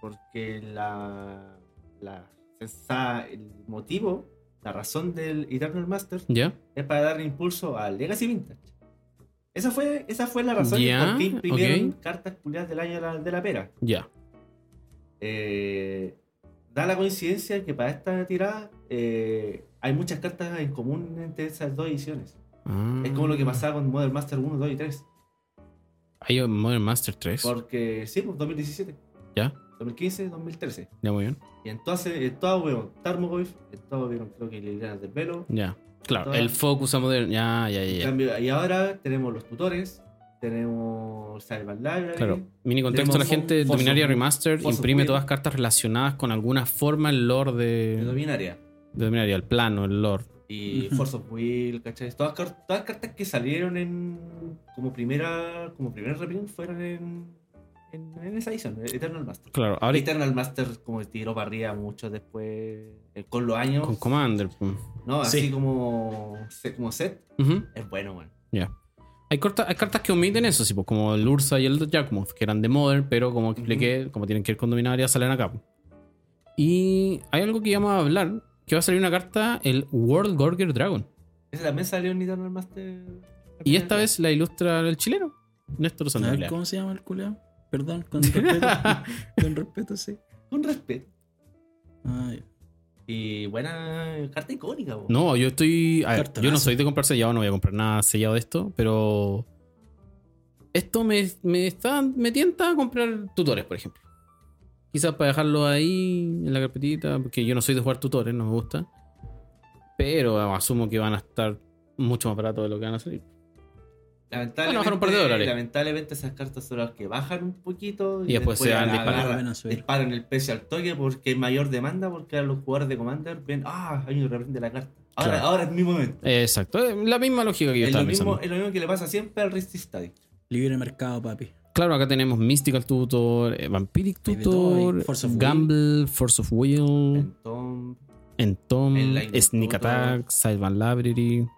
[SPEAKER 2] Porque la, la, esa- el motivo, la razón del Eternal Master
[SPEAKER 1] ¿Ya?
[SPEAKER 2] es para darle impulso al Legacy Vintage. Esa fue, esa fue la razón
[SPEAKER 1] Ya,
[SPEAKER 2] por qué imprimieron
[SPEAKER 1] ok.
[SPEAKER 2] cartas culiadas del año de la, de la pera.
[SPEAKER 1] Ya.
[SPEAKER 2] Eh, da la coincidencia que para esta tirada eh, hay muchas cartas en común entre esas dos ediciones.
[SPEAKER 1] Ah.
[SPEAKER 2] Es como lo que pasaba con Modern Master 1, 2 y 3.
[SPEAKER 1] Ah. Hay un Modern Master 3.
[SPEAKER 2] Porque, sí, pues 2017,
[SPEAKER 1] ¿Ya?
[SPEAKER 2] 2015, 2013.
[SPEAKER 1] Ya, muy bien.
[SPEAKER 2] Y entonces, en todas hubieron Tarmogoyf, en todas hubieron, creo que Liliana del Velo.
[SPEAKER 1] Ya. Claro,
[SPEAKER 2] Todas-
[SPEAKER 1] el Focus a Modern. Ya, ya,
[SPEAKER 2] En
[SPEAKER 1] ya. ya.
[SPEAKER 2] cambio, Y ahora tenemos los tutores, tenemos Cyber Library.
[SPEAKER 1] Claro, mini contexto, la
[SPEAKER 2] Tenemos
[SPEAKER 1] gente
[SPEAKER 2] Fossil-
[SPEAKER 1] Dominaria Remastered
[SPEAKER 2] Fossil
[SPEAKER 1] imprime
[SPEAKER 2] Wheel.
[SPEAKER 1] todas cartas relacionadas con alguna forma el lore de,
[SPEAKER 2] de Dominaria.
[SPEAKER 1] de Dominaria, el plano, el lore.
[SPEAKER 2] Y
[SPEAKER 3] Ujú.
[SPEAKER 2] Force of Will, ¿cachai? Todas, car- todas cartas que salieron en como primera como primer reprint fueron en, en, en esa edición, en Eternal Master.
[SPEAKER 1] Claro, ahora
[SPEAKER 2] Eternal Master como el tiró barría mucho después, eh, con los años,
[SPEAKER 1] con Commander. pum.
[SPEAKER 2] ¿no? Así
[SPEAKER 3] Sí.
[SPEAKER 2] como, se- como set,
[SPEAKER 1] Ujú,
[SPEAKER 2] es bueno, bueno.
[SPEAKER 1] Ya. Hay, corta- hay cartas que omiten eso, sí, pues, como el Ursa y el Jackmuth, que eran de Modern, pero como expliqué, como tienen que ir con Dominaria, salen acá. pues. Y hay algo que íbamos a hablar, que va a salir una carta, el World Gorger Dragon.
[SPEAKER 2] Esa también salió en Eternal Master.
[SPEAKER 1] Y esta vez la ilustra el chileno, Néstor
[SPEAKER 2] Ah,
[SPEAKER 3] A ver,
[SPEAKER 1] Sandoval.
[SPEAKER 3] ¿Cómo se llama el culeo?
[SPEAKER 1] <laughs>
[SPEAKER 3] Perdón, con respeto. con respeto, sí.
[SPEAKER 2] Con respeto.
[SPEAKER 3] Ay,
[SPEAKER 2] Y buena carta icónica, po.
[SPEAKER 1] No, yo estoy. a ver,
[SPEAKER 3] Cartonazo.
[SPEAKER 1] yo no soy de comprar sellado, no voy a comprar nada sellado de esto, pero. Esto me, me, está, me tienta a comprar tutores, por ejemplo. Quizás para dejarlo ahí en la carpetita, porque yo no soy de jugar tutores, no me gusta. Pero asumo que van a estar mucho más baratos de lo que van a salir.
[SPEAKER 2] Lamentablemente,
[SPEAKER 1] Bueno, bajaron un par de dólares.
[SPEAKER 2] lamentablemente esas cartas son las que bajan un poquito
[SPEAKER 1] Y después se van
[SPEAKER 2] agarran-
[SPEAKER 1] disparando.
[SPEAKER 3] Vuelven a subir.
[SPEAKER 2] disparan el precio al toque porque hay mayor demanda porque ahora los jugadores de Commander ven, ah, ahí me reprende la carta. Ahora,
[SPEAKER 1] Claro.
[SPEAKER 2] ahora es mi momento.
[SPEAKER 1] Exacto, es la misma lógica que yo
[SPEAKER 2] Es lo,
[SPEAKER 1] estaba
[SPEAKER 2] mismo,
[SPEAKER 1] pensando.
[SPEAKER 3] eh.
[SPEAKER 2] es lo mismo que le pasa siempre al Risty Study.
[SPEAKER 3] Libre mercado, papi.
[SPEAKER 1] Claro, acá tenemos Mystical Tutor, eh, Vampiric
[SPEAKER 3] Hay de todo, hay
[SPEAKER 1] Tutor,
[SPEAKER 3] Force of Will.
[SPEAKER 1] Gamble, Force of Will,
[SPEAKER 2] Entonces,
[SPEAKER 1] Entom,
[SPEAKER 2] Enlightening
[SPEAKER 1] Sneak
[SPEAKER 2] Tutor.
[SPEAKER 1] Attack, Sideman Library,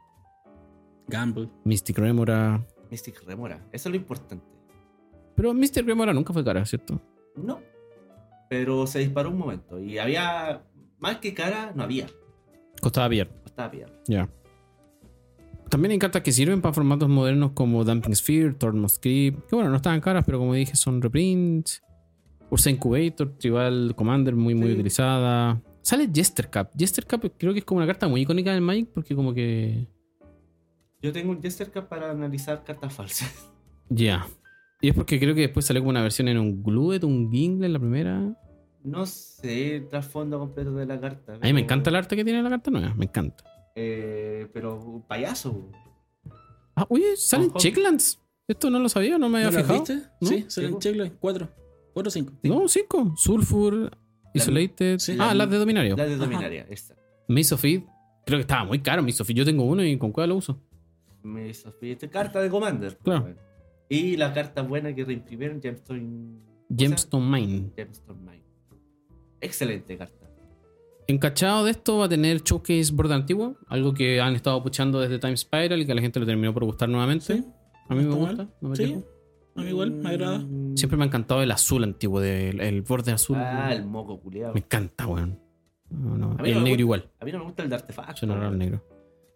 [SPEAKER 3] Gamble.
[SPEAKER 1] Mystic Remora.
[SPEAKER 2] Mystic Remora. Eso es lo importante.
[SPEAKER 1] Pero Mr. Remora nunca fue cara, ¿cierto?
[SPEAKER 2] No. Pero se disparó un momento. Y había. Más que cara, no había.
[SPEAKER 1] Costaba pillar,
[SPEAKER 2] No estaba pillado.
[SPEAKER 1] ya. También hay cartas que sirven para formatos modernos como Dumping Sphere, Tormod Script, que bueno, no estaban caras, pero como dije, son reprints. Ursa Incubator, Tribal Commander, muy, muy
[SPEAKER 2] Sí.
[SPEAKER 1] utilizada. Sale Jester Cup. Jester Cup creo que es como una carta muy icónica del Magic porque como que...
[SPEAKER 2] Yo tengo un Jester Cup para analizar cartas falsas. <laughs>
[SPEAKER 1] Ya. Y es porque creo que después salió como una versión en un Glued, un Gingle, la primera. A
[SPEAKER 2] No sé el trasfondo completo de la carta.
[SPEAKER 1] mí me encanta el arte que tiene la carta nueva, me encanta.
[SPEAKER 2] Eh, pero payaso.
[SPEAKER 1] Ah, oye, salen
[SPEAKER 2] Ojo.
[SPEAKER 1] Checklands. Esto no lo sabía, no me había
[SPEAKER 3] ¿No las
[SPEAKER 1] fijado.
[SPEAKER 3] viste?
[SPEAKER 1] ¿No?
[SPEAKER 3] Sí, son en
[SPEAKER 2] Sí.
[SPEAKER 3] Checklist. Cuatro. Cuatro o cinco.
[SPEAKER 1] No, cinco. Sulfur, Isolated.
[SPEAKER 3] sí,
[SPEAKER 1] ah,
[SPEAKER 2] la-
[SPEAKER 1] las de Dominario.
[SPEAKER 2] La de
[SPEAKER 3] Ajá.
[SPEAKER 2] Dominaria, esta.
[SPEAKER 1] Maze of Id. Creo que estaba muy caro Maze of Id. Yo tengo uno y con cuál lo uso.
[SPEAKER 2] Me sospeché. Carta de Commander.
[SPEAKER 1] Claro.
[SPEAKER 2] bueno. Y la carta buena que reimprimieron, Gemstone. ¿cómo se llama?
[SPEAKER 1] Gemstone Mine.
[SPEAKER 2] Gemstone Mine. Excelente carta.
[SPEAKER 1] Encachado de esto va a tener Showcase Board Antiguo. Algo que han estado puchando desde Time Spiral y que a la gente le terminó por gustar nuevamente.
[SPEAKER 3] Sí.
[SPEAKER 1] A mí me
[SPEAKER 3] está
[SPEAKER 1] gusta.
[SPEAKER 3] mal.
[SPEAKER 1] no me
[SPEAKER 3] Sí.
[SPEAKER 1] quejo.
[SPEAKER 3] A mí Ah, igual, me agrada.
[SPEAKER 2] Mm.
[SPEAKER 1] Siempre me ha encantado el azul antiguo, del- el borde azul.
[SPEAKER 2] Ah, el moco culiado.
[SPEAKER 1] Me encanta, weón. No, no,
[SPEAKER 2] A
[SPEAKER 1] Y
[SPEAKER 2] mí no
[SPEAKER 1] el
[SPEAKER 2] me
[SPEAKER 1] negro
[SPEAKER 2] gusta.
[SPEAKER 1] igual.
[SPEAKER 2] A mí no me gusta el de artefacto.
[SPEAKER 1] Yo no era el
[SPEAKER 2] weón.
[SPEAKER 1] negro.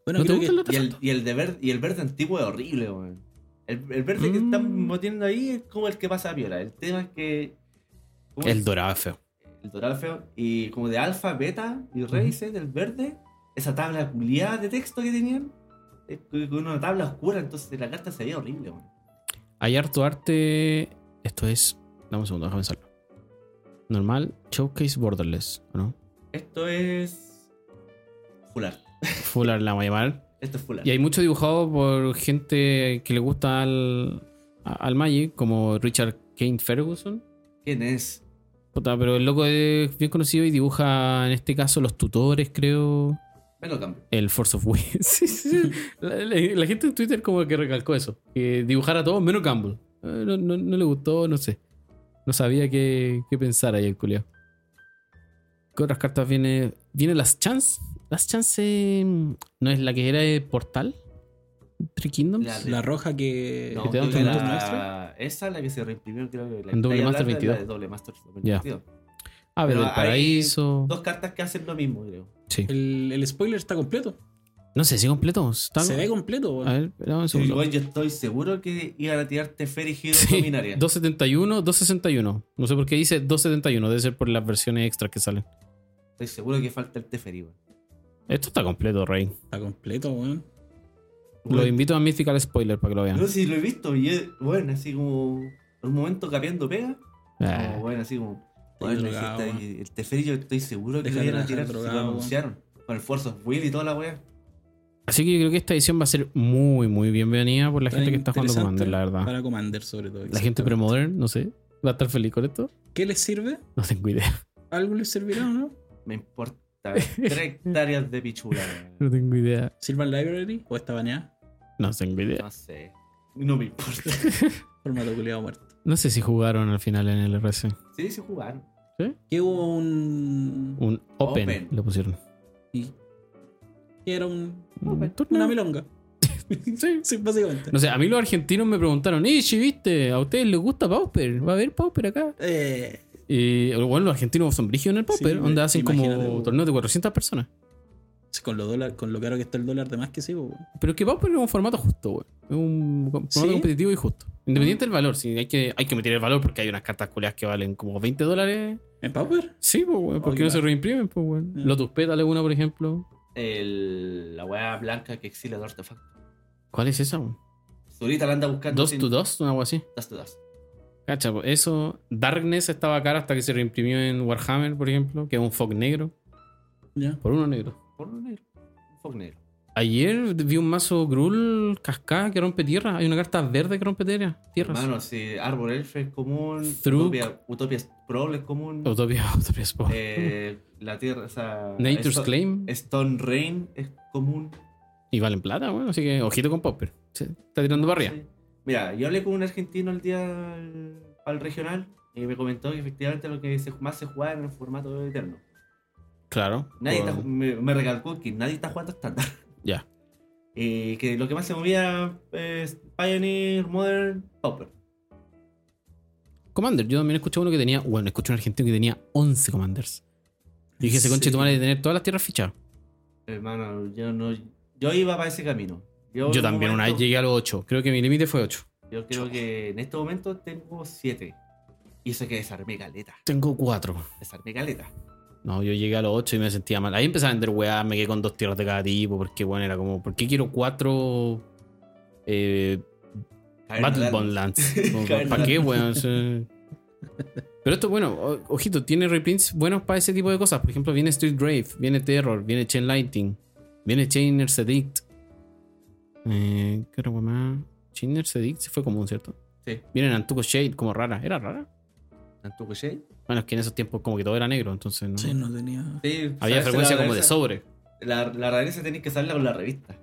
[SPEAKER 3] Bueno,
[SPEAKER 1] ¿No te
[SPEAKER 3] creo
[SPEAKER 1] gusta
[SPEAKER 3] que
[SPEAKER 1] el otro?
[SPEAKER 2] y, el, y el de verde, y el verde antiguo es horrible, weón. El, el verde que
[SPEAKER 1] Mm.
[SPEAKER 2] están metiendo ahí es como el que pasa a viola. El tema es que. ¿cómo
[SPEAKER 1] El
[SPEAKER 2] es?
[SPEAKER 1] dorado es feo.
[SPEAKER 2] El dorado feo. Y como de alfa, beta y raíces del verde, esa tabla culiada de texto que tenían, es que- que una tabla oscura, entonces la carta se veía horrible, weón.
[SPEAKER 1] Hay harto arte. Esto es. Dame un segundo, déjame pensarlo. Normal, Showcase Borderless, ¿o ¿no?
[SPEAKER 2] Esto es. Fular.
[SPEAKER 1] Fuller la voy a llamar.
[SPEAKER 2] Esto es fular.
[SPEAKER 1] Y hay mucho dibujado por gente que le gusta al, a- al Magic, como Richard Kane Ferguson.
[SPEAKER 2] ¿Quién es?
[SPEAKER 1] Puta, pero el loco es bien conocido y dibuja, en este caso, los tutores, creo.
[SPEAKER 2] Me lo cambio.
[SPEAKER 1] El Force of Will. <laughs> Sí, sí, sí. la, la- la gente en Twitter como que recalcó eso. Que dibujar a todos menos Campbell. Eh, No, no- no le gustó, no sé. No sabía qué, qué pensar ahí el culiao. ¿Qué otras cartas viene? Viene las Chance. Las Chance eh, no es la que era de Portal. Three Kingdoms.
[SPEAKER 2] La-
[SPEAKER 3] La roja que.
[SPEAKER 2] No,
[SPEAKER 1] ¿Que Eh, te
[SPEAKER 2] creo
[SPEAKER 1] dan
[SPEAKER 2] que
[SPEAKER 1] tu
[SPEAKER 2] la-
[SPEAKER 3] nuestra?
[SPEAKER 2] esa la que se reimprimió, creo que la
[SPEAKER 1] En
[SPEAKER 2] que
[SPEAKER 1] Doble Master
[SPEAKER 2] estáis hablando es la
[SPEAKER 1] 22.
[SPEAKER 2] de Doble Master 22.
[SPEAKER 1] Ya. Ah, pero
[SPEAKER 2] pero
[SPEAKER 1] del
[SPEAKER 2] hay-
[SPEAKER 1] Paraíso.
[SPEAKER 2] Dos cartas que hacen lo mismo, creo.
[SPEAKER 1] Sí.
[SPEAKER 3] El, el spoiler está completo.
[SPEAKER 1] No sé, si completo? ¿Está-
[SPEAKER 3] Se ve completo. weón.
[SPEAKER 1] A ver, dame un
[SPEAKER 2] Sí,
[SPEAKER 1] segundo.
[SPEAKER 2] igual yo estoy seguro que iban a tirarte Fairy Hero
[SPEAKER 1] Sí,
[SPEAKER 2] Dominaria.
[SPEAKER 1] 271, 261. No sé por qué dice 271. Debe ser por las versiones extras que salen.
[SPEAKER 2] Estoy seguro que falta el Teferi, weón.
[SPEAKER 1] Esto está completo, Rey.
[SPEAKER 3] Está completo, weón.
[SPEAKER 1] Los invito a Mythical Spoiler para que lo vean.
[SPEAKER 2] No sé si lo he visto, y es, bueno, así como. Un momento capeando pega.
[SPEAKER 3] Oh,
[SPEAKER 1] Eh,
[SPEAKER 2] Como, bueno, así como.
[SPEAKER 3] Estoy
[SPEAKER 2] Bueno,
[SPEAKER 3] drogado,
[SPEAKER 2] dijiste,
[SPEAKER 3] weón.
[SPEAKER 2] el Teferi este yo estoy seguro que
[SPEAKER 3] Deja
[SPEAKER 2] lo
[SPEAKER 3] de
[SPEAKER 2] iban a
[SPEAKER 3] dejar
[SPEAKER 2] tirar. si lo
[SPEAKER 3] drogado, weón.
[SPEAKER 2] anunciaron. Con el Force of Will y toda la weá.
[SPEAKER 1] Así que yo creo que esta edición va a ser muy, muy bienvenida por la gente que está jugando
[SPEAKER 3] interesante
[SPEAKER 1] Commander, la verdad.
[SPEAKER 3] Para Commander, sobre todo.
[SPEAKER 1] La gente premodern, no sé. ¿Va a estar feliz con esto?
[SPEAKER 3] ¿Qué les sirve?
[SPEAKER 1] No tengo idea. <laughs>
[SPEAKER 3] ¿Algo les servirá o no?
[SPEAKER 2] Me importa. 3 hectáreas de pichula, weón.
[SPEAKER 1] No tengo idea.
[SPEAKER 3] ¿Silvan Library o esta baneada?
[SPEAKER 1] No tengo idea.
[SPEAKER 2] No sé. No me importa. <laughs>
[SPEAKER 3] Formato culiado muerto.
[SPEAKER 1] No sé si jugaron al final en el RC.
[SPEAKER 2] Sí, sí jugaron.
[SPEAKER 3] Que hubo un.
[SPEAKER 1] Un Open,
[SPEAKER 2] Open.
[SPEAKER 1] lo pusieron.
[SPEAKER 3] y- Que era un.
[SPEAKER 1] Un
[SPEAKER 2] Open.
[SPEAKER 1] torneo.
[SPEAKER 3] Una milonga.
[SPEAKER 1] Sí.
[SPEAKER 3] Sí, básicamente.
[SPEAKER 1] No sé, a mí los argentinos me preguntaron, Ishi, ¿viste? ¿A ustedes les gusta Pauper? ¿Va a haber Pauper acá?
[SPEAKER 3] Eh,
[SPEAKER 1] Y bueno, los argentinos son brígidos en el Pauper,
[SPEAKER 3] Sí,
[SPEAKER 1] donde hacen como
[SPEAKER 3] imagínate.
[SPEAKER 1] torneos de 400 personas.
[SPEAKER 3] sí, con, lo dólar, con lo caro que está el dólar, de más que sí, po, weón.
[SPEAKER 1] Pero que Pauper es un formato justo, güey. Es un com- formato
[SPEAKER 3] ¿Sí?
[SPEAKER 1] Mm. competitivo y justo. Independiente del valor, sí, hay que, hay que meter el valor porque hay unas cartas culeadas que valen como 20 dólares
[SPEAKER 3] ¿En Pauper?
[SPEAKER 1] Sí, pues, weón. ¿Por qué no
[SPEAKER 3] Oiga.
[SPEAKER 1] se reimprimen, pues, weón?
[SPEAKER 3] Ya.
[SPEAKER 1] Lotus Petal es una, por ejemplo.
[SPEAKER 2] El- la weá blanca que exila el artefacto.
[SPEAKER 1] ¿Cuál es esa, weón?
[SPEAKER 2] Zurita la anda buscando.
[SPEAKER 1] Dos
[SPEAKER 2] sin-
[SPEAKER 1] to Dust, una algo así.
[SPEAKER 2] Dust to Dust.
[SPEAKER 1] Cacha, pues, eso. Darkness estaba cara hasta que se reimprimió en Warhammer, por ejemplo, que es un fog negro.
[SPEAKER 3] Ya.
[SPEAKER 1] Por uno negro.
[SPEAKER 2] Por un negro. Un fog negro.
[SPEAKER 1] Ayer vi un mazo Grul cascada que rompe tierra. Hay una carta verde que rompe tierra. Tierras.
[SPEAKER 2] Hermano, si Árbol Elf es común.
[SPEAKER 1] Through-
[SPEAKER 2] Utopia, Utopia Sprawl es común.
[SPEAKER 1] <laughs> Utopia, Utopia Spawn.
[SPEAKER 2] eh, la tierra, o sea.
[SPEAKER 1] Nature's
[SPEAKER 2] Stone-
[SPEAKER 1] Claim.
[SPEAKER 2] Stone Rain es común.
[SPEAKER 1] Y valen plata, bueno, así que ojito con Popper. Se está tirando barría.
[SPEAKER 2] Sí. Mira, yo hablé con un argentino el día al, al regional y me comentó que efectivamente lo que se- más se jugaba era en el formato eterno.
[SPEAKER 1] Claro.
[SPEAKER 2] Nadie
[SPEAKER 1] por-
[SPEAKER 2] está- me, me recalcó que nadie está jugando estándar.
[SPEAKER 1] <laughs> Ya.
[SPEAKER 2] Y que lo que más se movía eh, es Pioneer, Modern, Pauper.
[SPEAKER 1] Commander, yo también escuché uno que tenía, bueno, escuché un argentino que tenía 11 Commanders. Y dije, ese
[SPEAKER 3] Sí.
[SPEAKER 1] conche tu madre de tener todas las tierras fichadas.
[SPEAKER 2] Hermano, yo no. Yo iba para ese camino. en
[SPEAKER 1] Yo
[SPEAKER 2] un
[SPEAKER 1] también una vez
[SPEAKER 2] momento-
[SPEAKER 1] llegué a los 8. Creo que mi límite fue 8.
[SPEAKER 2] Yo creo que en este momento tengo 7. Y eso que desarmé caleta.
[SPEAKER 1] Tengo 4.
[SPEAKER 2] Desarmé caleta.
[SPEAKER 1] No, yo llegué a los 8 y me sentía mal. Ahí empecé a vender weá, me quedé con dos tierras de cada tipo, porque bueno, era como, ¿por qué quiero 4 eh, Battle Bond Lands? Como,
[SPEAKER 2] Caverna
[SPEAKER 1] ¿Para qué,
[SPEAKER 2] Land.
[SPEAKER 1] weón? Sí. Pero esto, bueno, o- ojito, tiene reprints buenos para ese tipo de cosas. Por ejemplo, viene Street Grave, viene Terror, viene Chain Lighting, viene Chainer's Edict. Eh, ¿Qué era weá más? Chainer's Edict sí fue común, ¿cierto?
[SPEAKER 2] Sí.
[SPEAKER 1] Viene Nantuko Shade, como rara. ¿Era rara?
[SPEAKER 2] ¿Tanto coche?
[SPEAKER 1] Bueno, es que en esos tiempos como que todo era negro, entonces no.
[SPEAKER 3] Sí, no tenía.
[SPEAKER 2] Sí,
[SPEAKER 1] Había
[SPEAKER 2] sabes,
[SPEAKER 1] frecuencia
[SPEAKER 2] la
[SPEAKER 1] como de
[SPEAKER 2] rareza-
[SPEAKER 1] sobre.
[SPEAKER 2] La, la rareza tenés que saberla con la revista.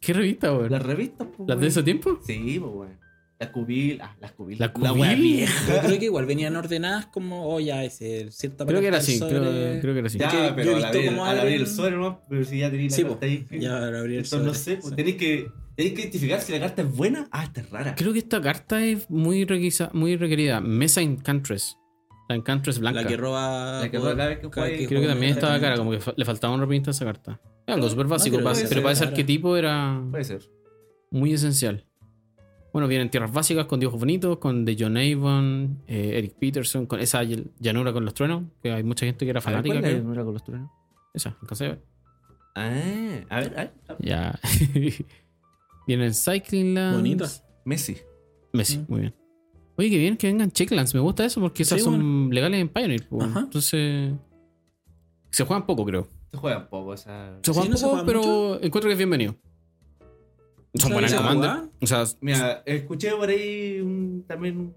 [SPEAKER 1] ¿Qué revista, weón?
[SPEAKER 2] Las revistas, pues.
[SPEAKER 1] ¿Las de
[SPEAKER 2] weón.
[SPEAKER 1] ese tiempo?
[SPEAKER 2] Sí, pues, weón. La cubil. Ah, las cubil.
[SPEAKER 1] La
[SPEAKER 2] La wea
[SPEAKER 1] cubil.
[SPEAKER 2] vieja.
[SPEAKER 3] Yo creo que igual venían ordenadas como, oh, ya, es el- cierta
[SPEAKER 1] Creo que era
[SPEAKER 3] parte
[SPEAKER 1] así,
[SPEAKER 3] del
[SPEAKER 1] creo,
[SPEAKER 3] sobre-
[SPEAKER 1] creo que era así.
[SPEAKER 2] Ya,
[SPEAKER 3] Que yo
[SPEAKER 2] pero
[SPEAKER 3] he
[SPEAKER 2] al
[SPEAKER 3] visto
[SPEAKER 2] abrir,
[SPEAKER 3] cómo
[SPEAKER 2] al
[SPEAKER 3] abren-
[SPEAKER 2] abrir el sobre, ¿no? Pero si ya tenéis la
[SPEAKER 3] Sí,
[SPEAKER 2] carta ahí.
[SPEAKER 3] po, ya ahora abrí el
[SPEAKER 2] Entonces, no
[SPEAKER 3] sobre,
[SPEAKER 2] sé, pues,
[SPEAKER 3] sí.
[SPEAKER 2] tenéis que, tenéis que identificar si la carta es buena. Ah, esta es rara.
[SPEAKER 1] Creo que esta carta es muy, requisa- muy requerida. Mesa Encantress. La Encantress blanca.
[SPEAKER 3] La que roba.
[SPEAKER 2] La que roba cada vez que
[SPEAKER 3] cada
[SPEAKER 2] juega y-
[SPEAKER 1] Creo que
[SPEAKER 3] juega
[SPEAKER 1] también estaba cara,
[SPEAKER 3] exactamente.
[SPEAKER 1] como que fa- le faltaba un reprint a esa carta. Es algo súper básico,
[SPEAKER 3] creo
[SPEAKER 1] pa-
[SPEAKER 2] que
[SPEAKER 1] pero
[SPEAKER 2] sea
[SPEAKER 1] para ese
[SPEAKER 3] cara.
[SPEAKER 1] arquetipo era
[SPEAKER 2] Puede ser.
[SPEAKER 1] muy esencial. Bueno, vienen tierras básicas con Dios Bonitos, con The John Avon, eh, Eric Peterson, con esa ll- llanura con los truenos, que hay mucha gente que era
[SPEAKER 2] A ver, ¿cuál
[SPEAKER 1] fanática.
[SPEAKER 2] es la
[SPEAKER 1] creo.
[SPEAKER 2] llanura con los truenos?
[SPEAKER 1] Esa, alcancé a ver.
[SPEAKER 2] Ah, a ver, a ver. a ver.
[SPEAKER 1] Ya. <laughs> vienen Cycling Lands.
[SPEAKER 3] Bonito.
[SPEAKER 2] Messi.
[SPEAKER 1] Messi,
[SPEAKER 3] Mm.
[SPEAKER 1] muy bien. Oye, qué bien que vengan Checklands. Me gusta eso porque esas
[SPEAKER 3] Sí,
[SPEAKER 1] son legales en Pioneer. po.
[SPEAKER 3] Ajá.
[SPEAKER 1] Entonces. Se juegan poco, creo.
[SPEAKER 2] Se juega un poco, o sea.
[SPEAKER 1] Se juegan
[SPEAKER 3] no se
[SPEAKER 1] poco,
[SPEAKER 3] juegan
[SPEAKER 1] pero encuentro que es bienvenido. Son
[SPEAKER 3] sea,
[SPEAKER 1] buenas
[SPEAKER 3] ¿y la
[SPEAKER 1] comandas.
[SPEAKER 3] jugada?
[SPEAKER 1] O sea,
[SPEAKER 2] Mira, escuché por ahí un- también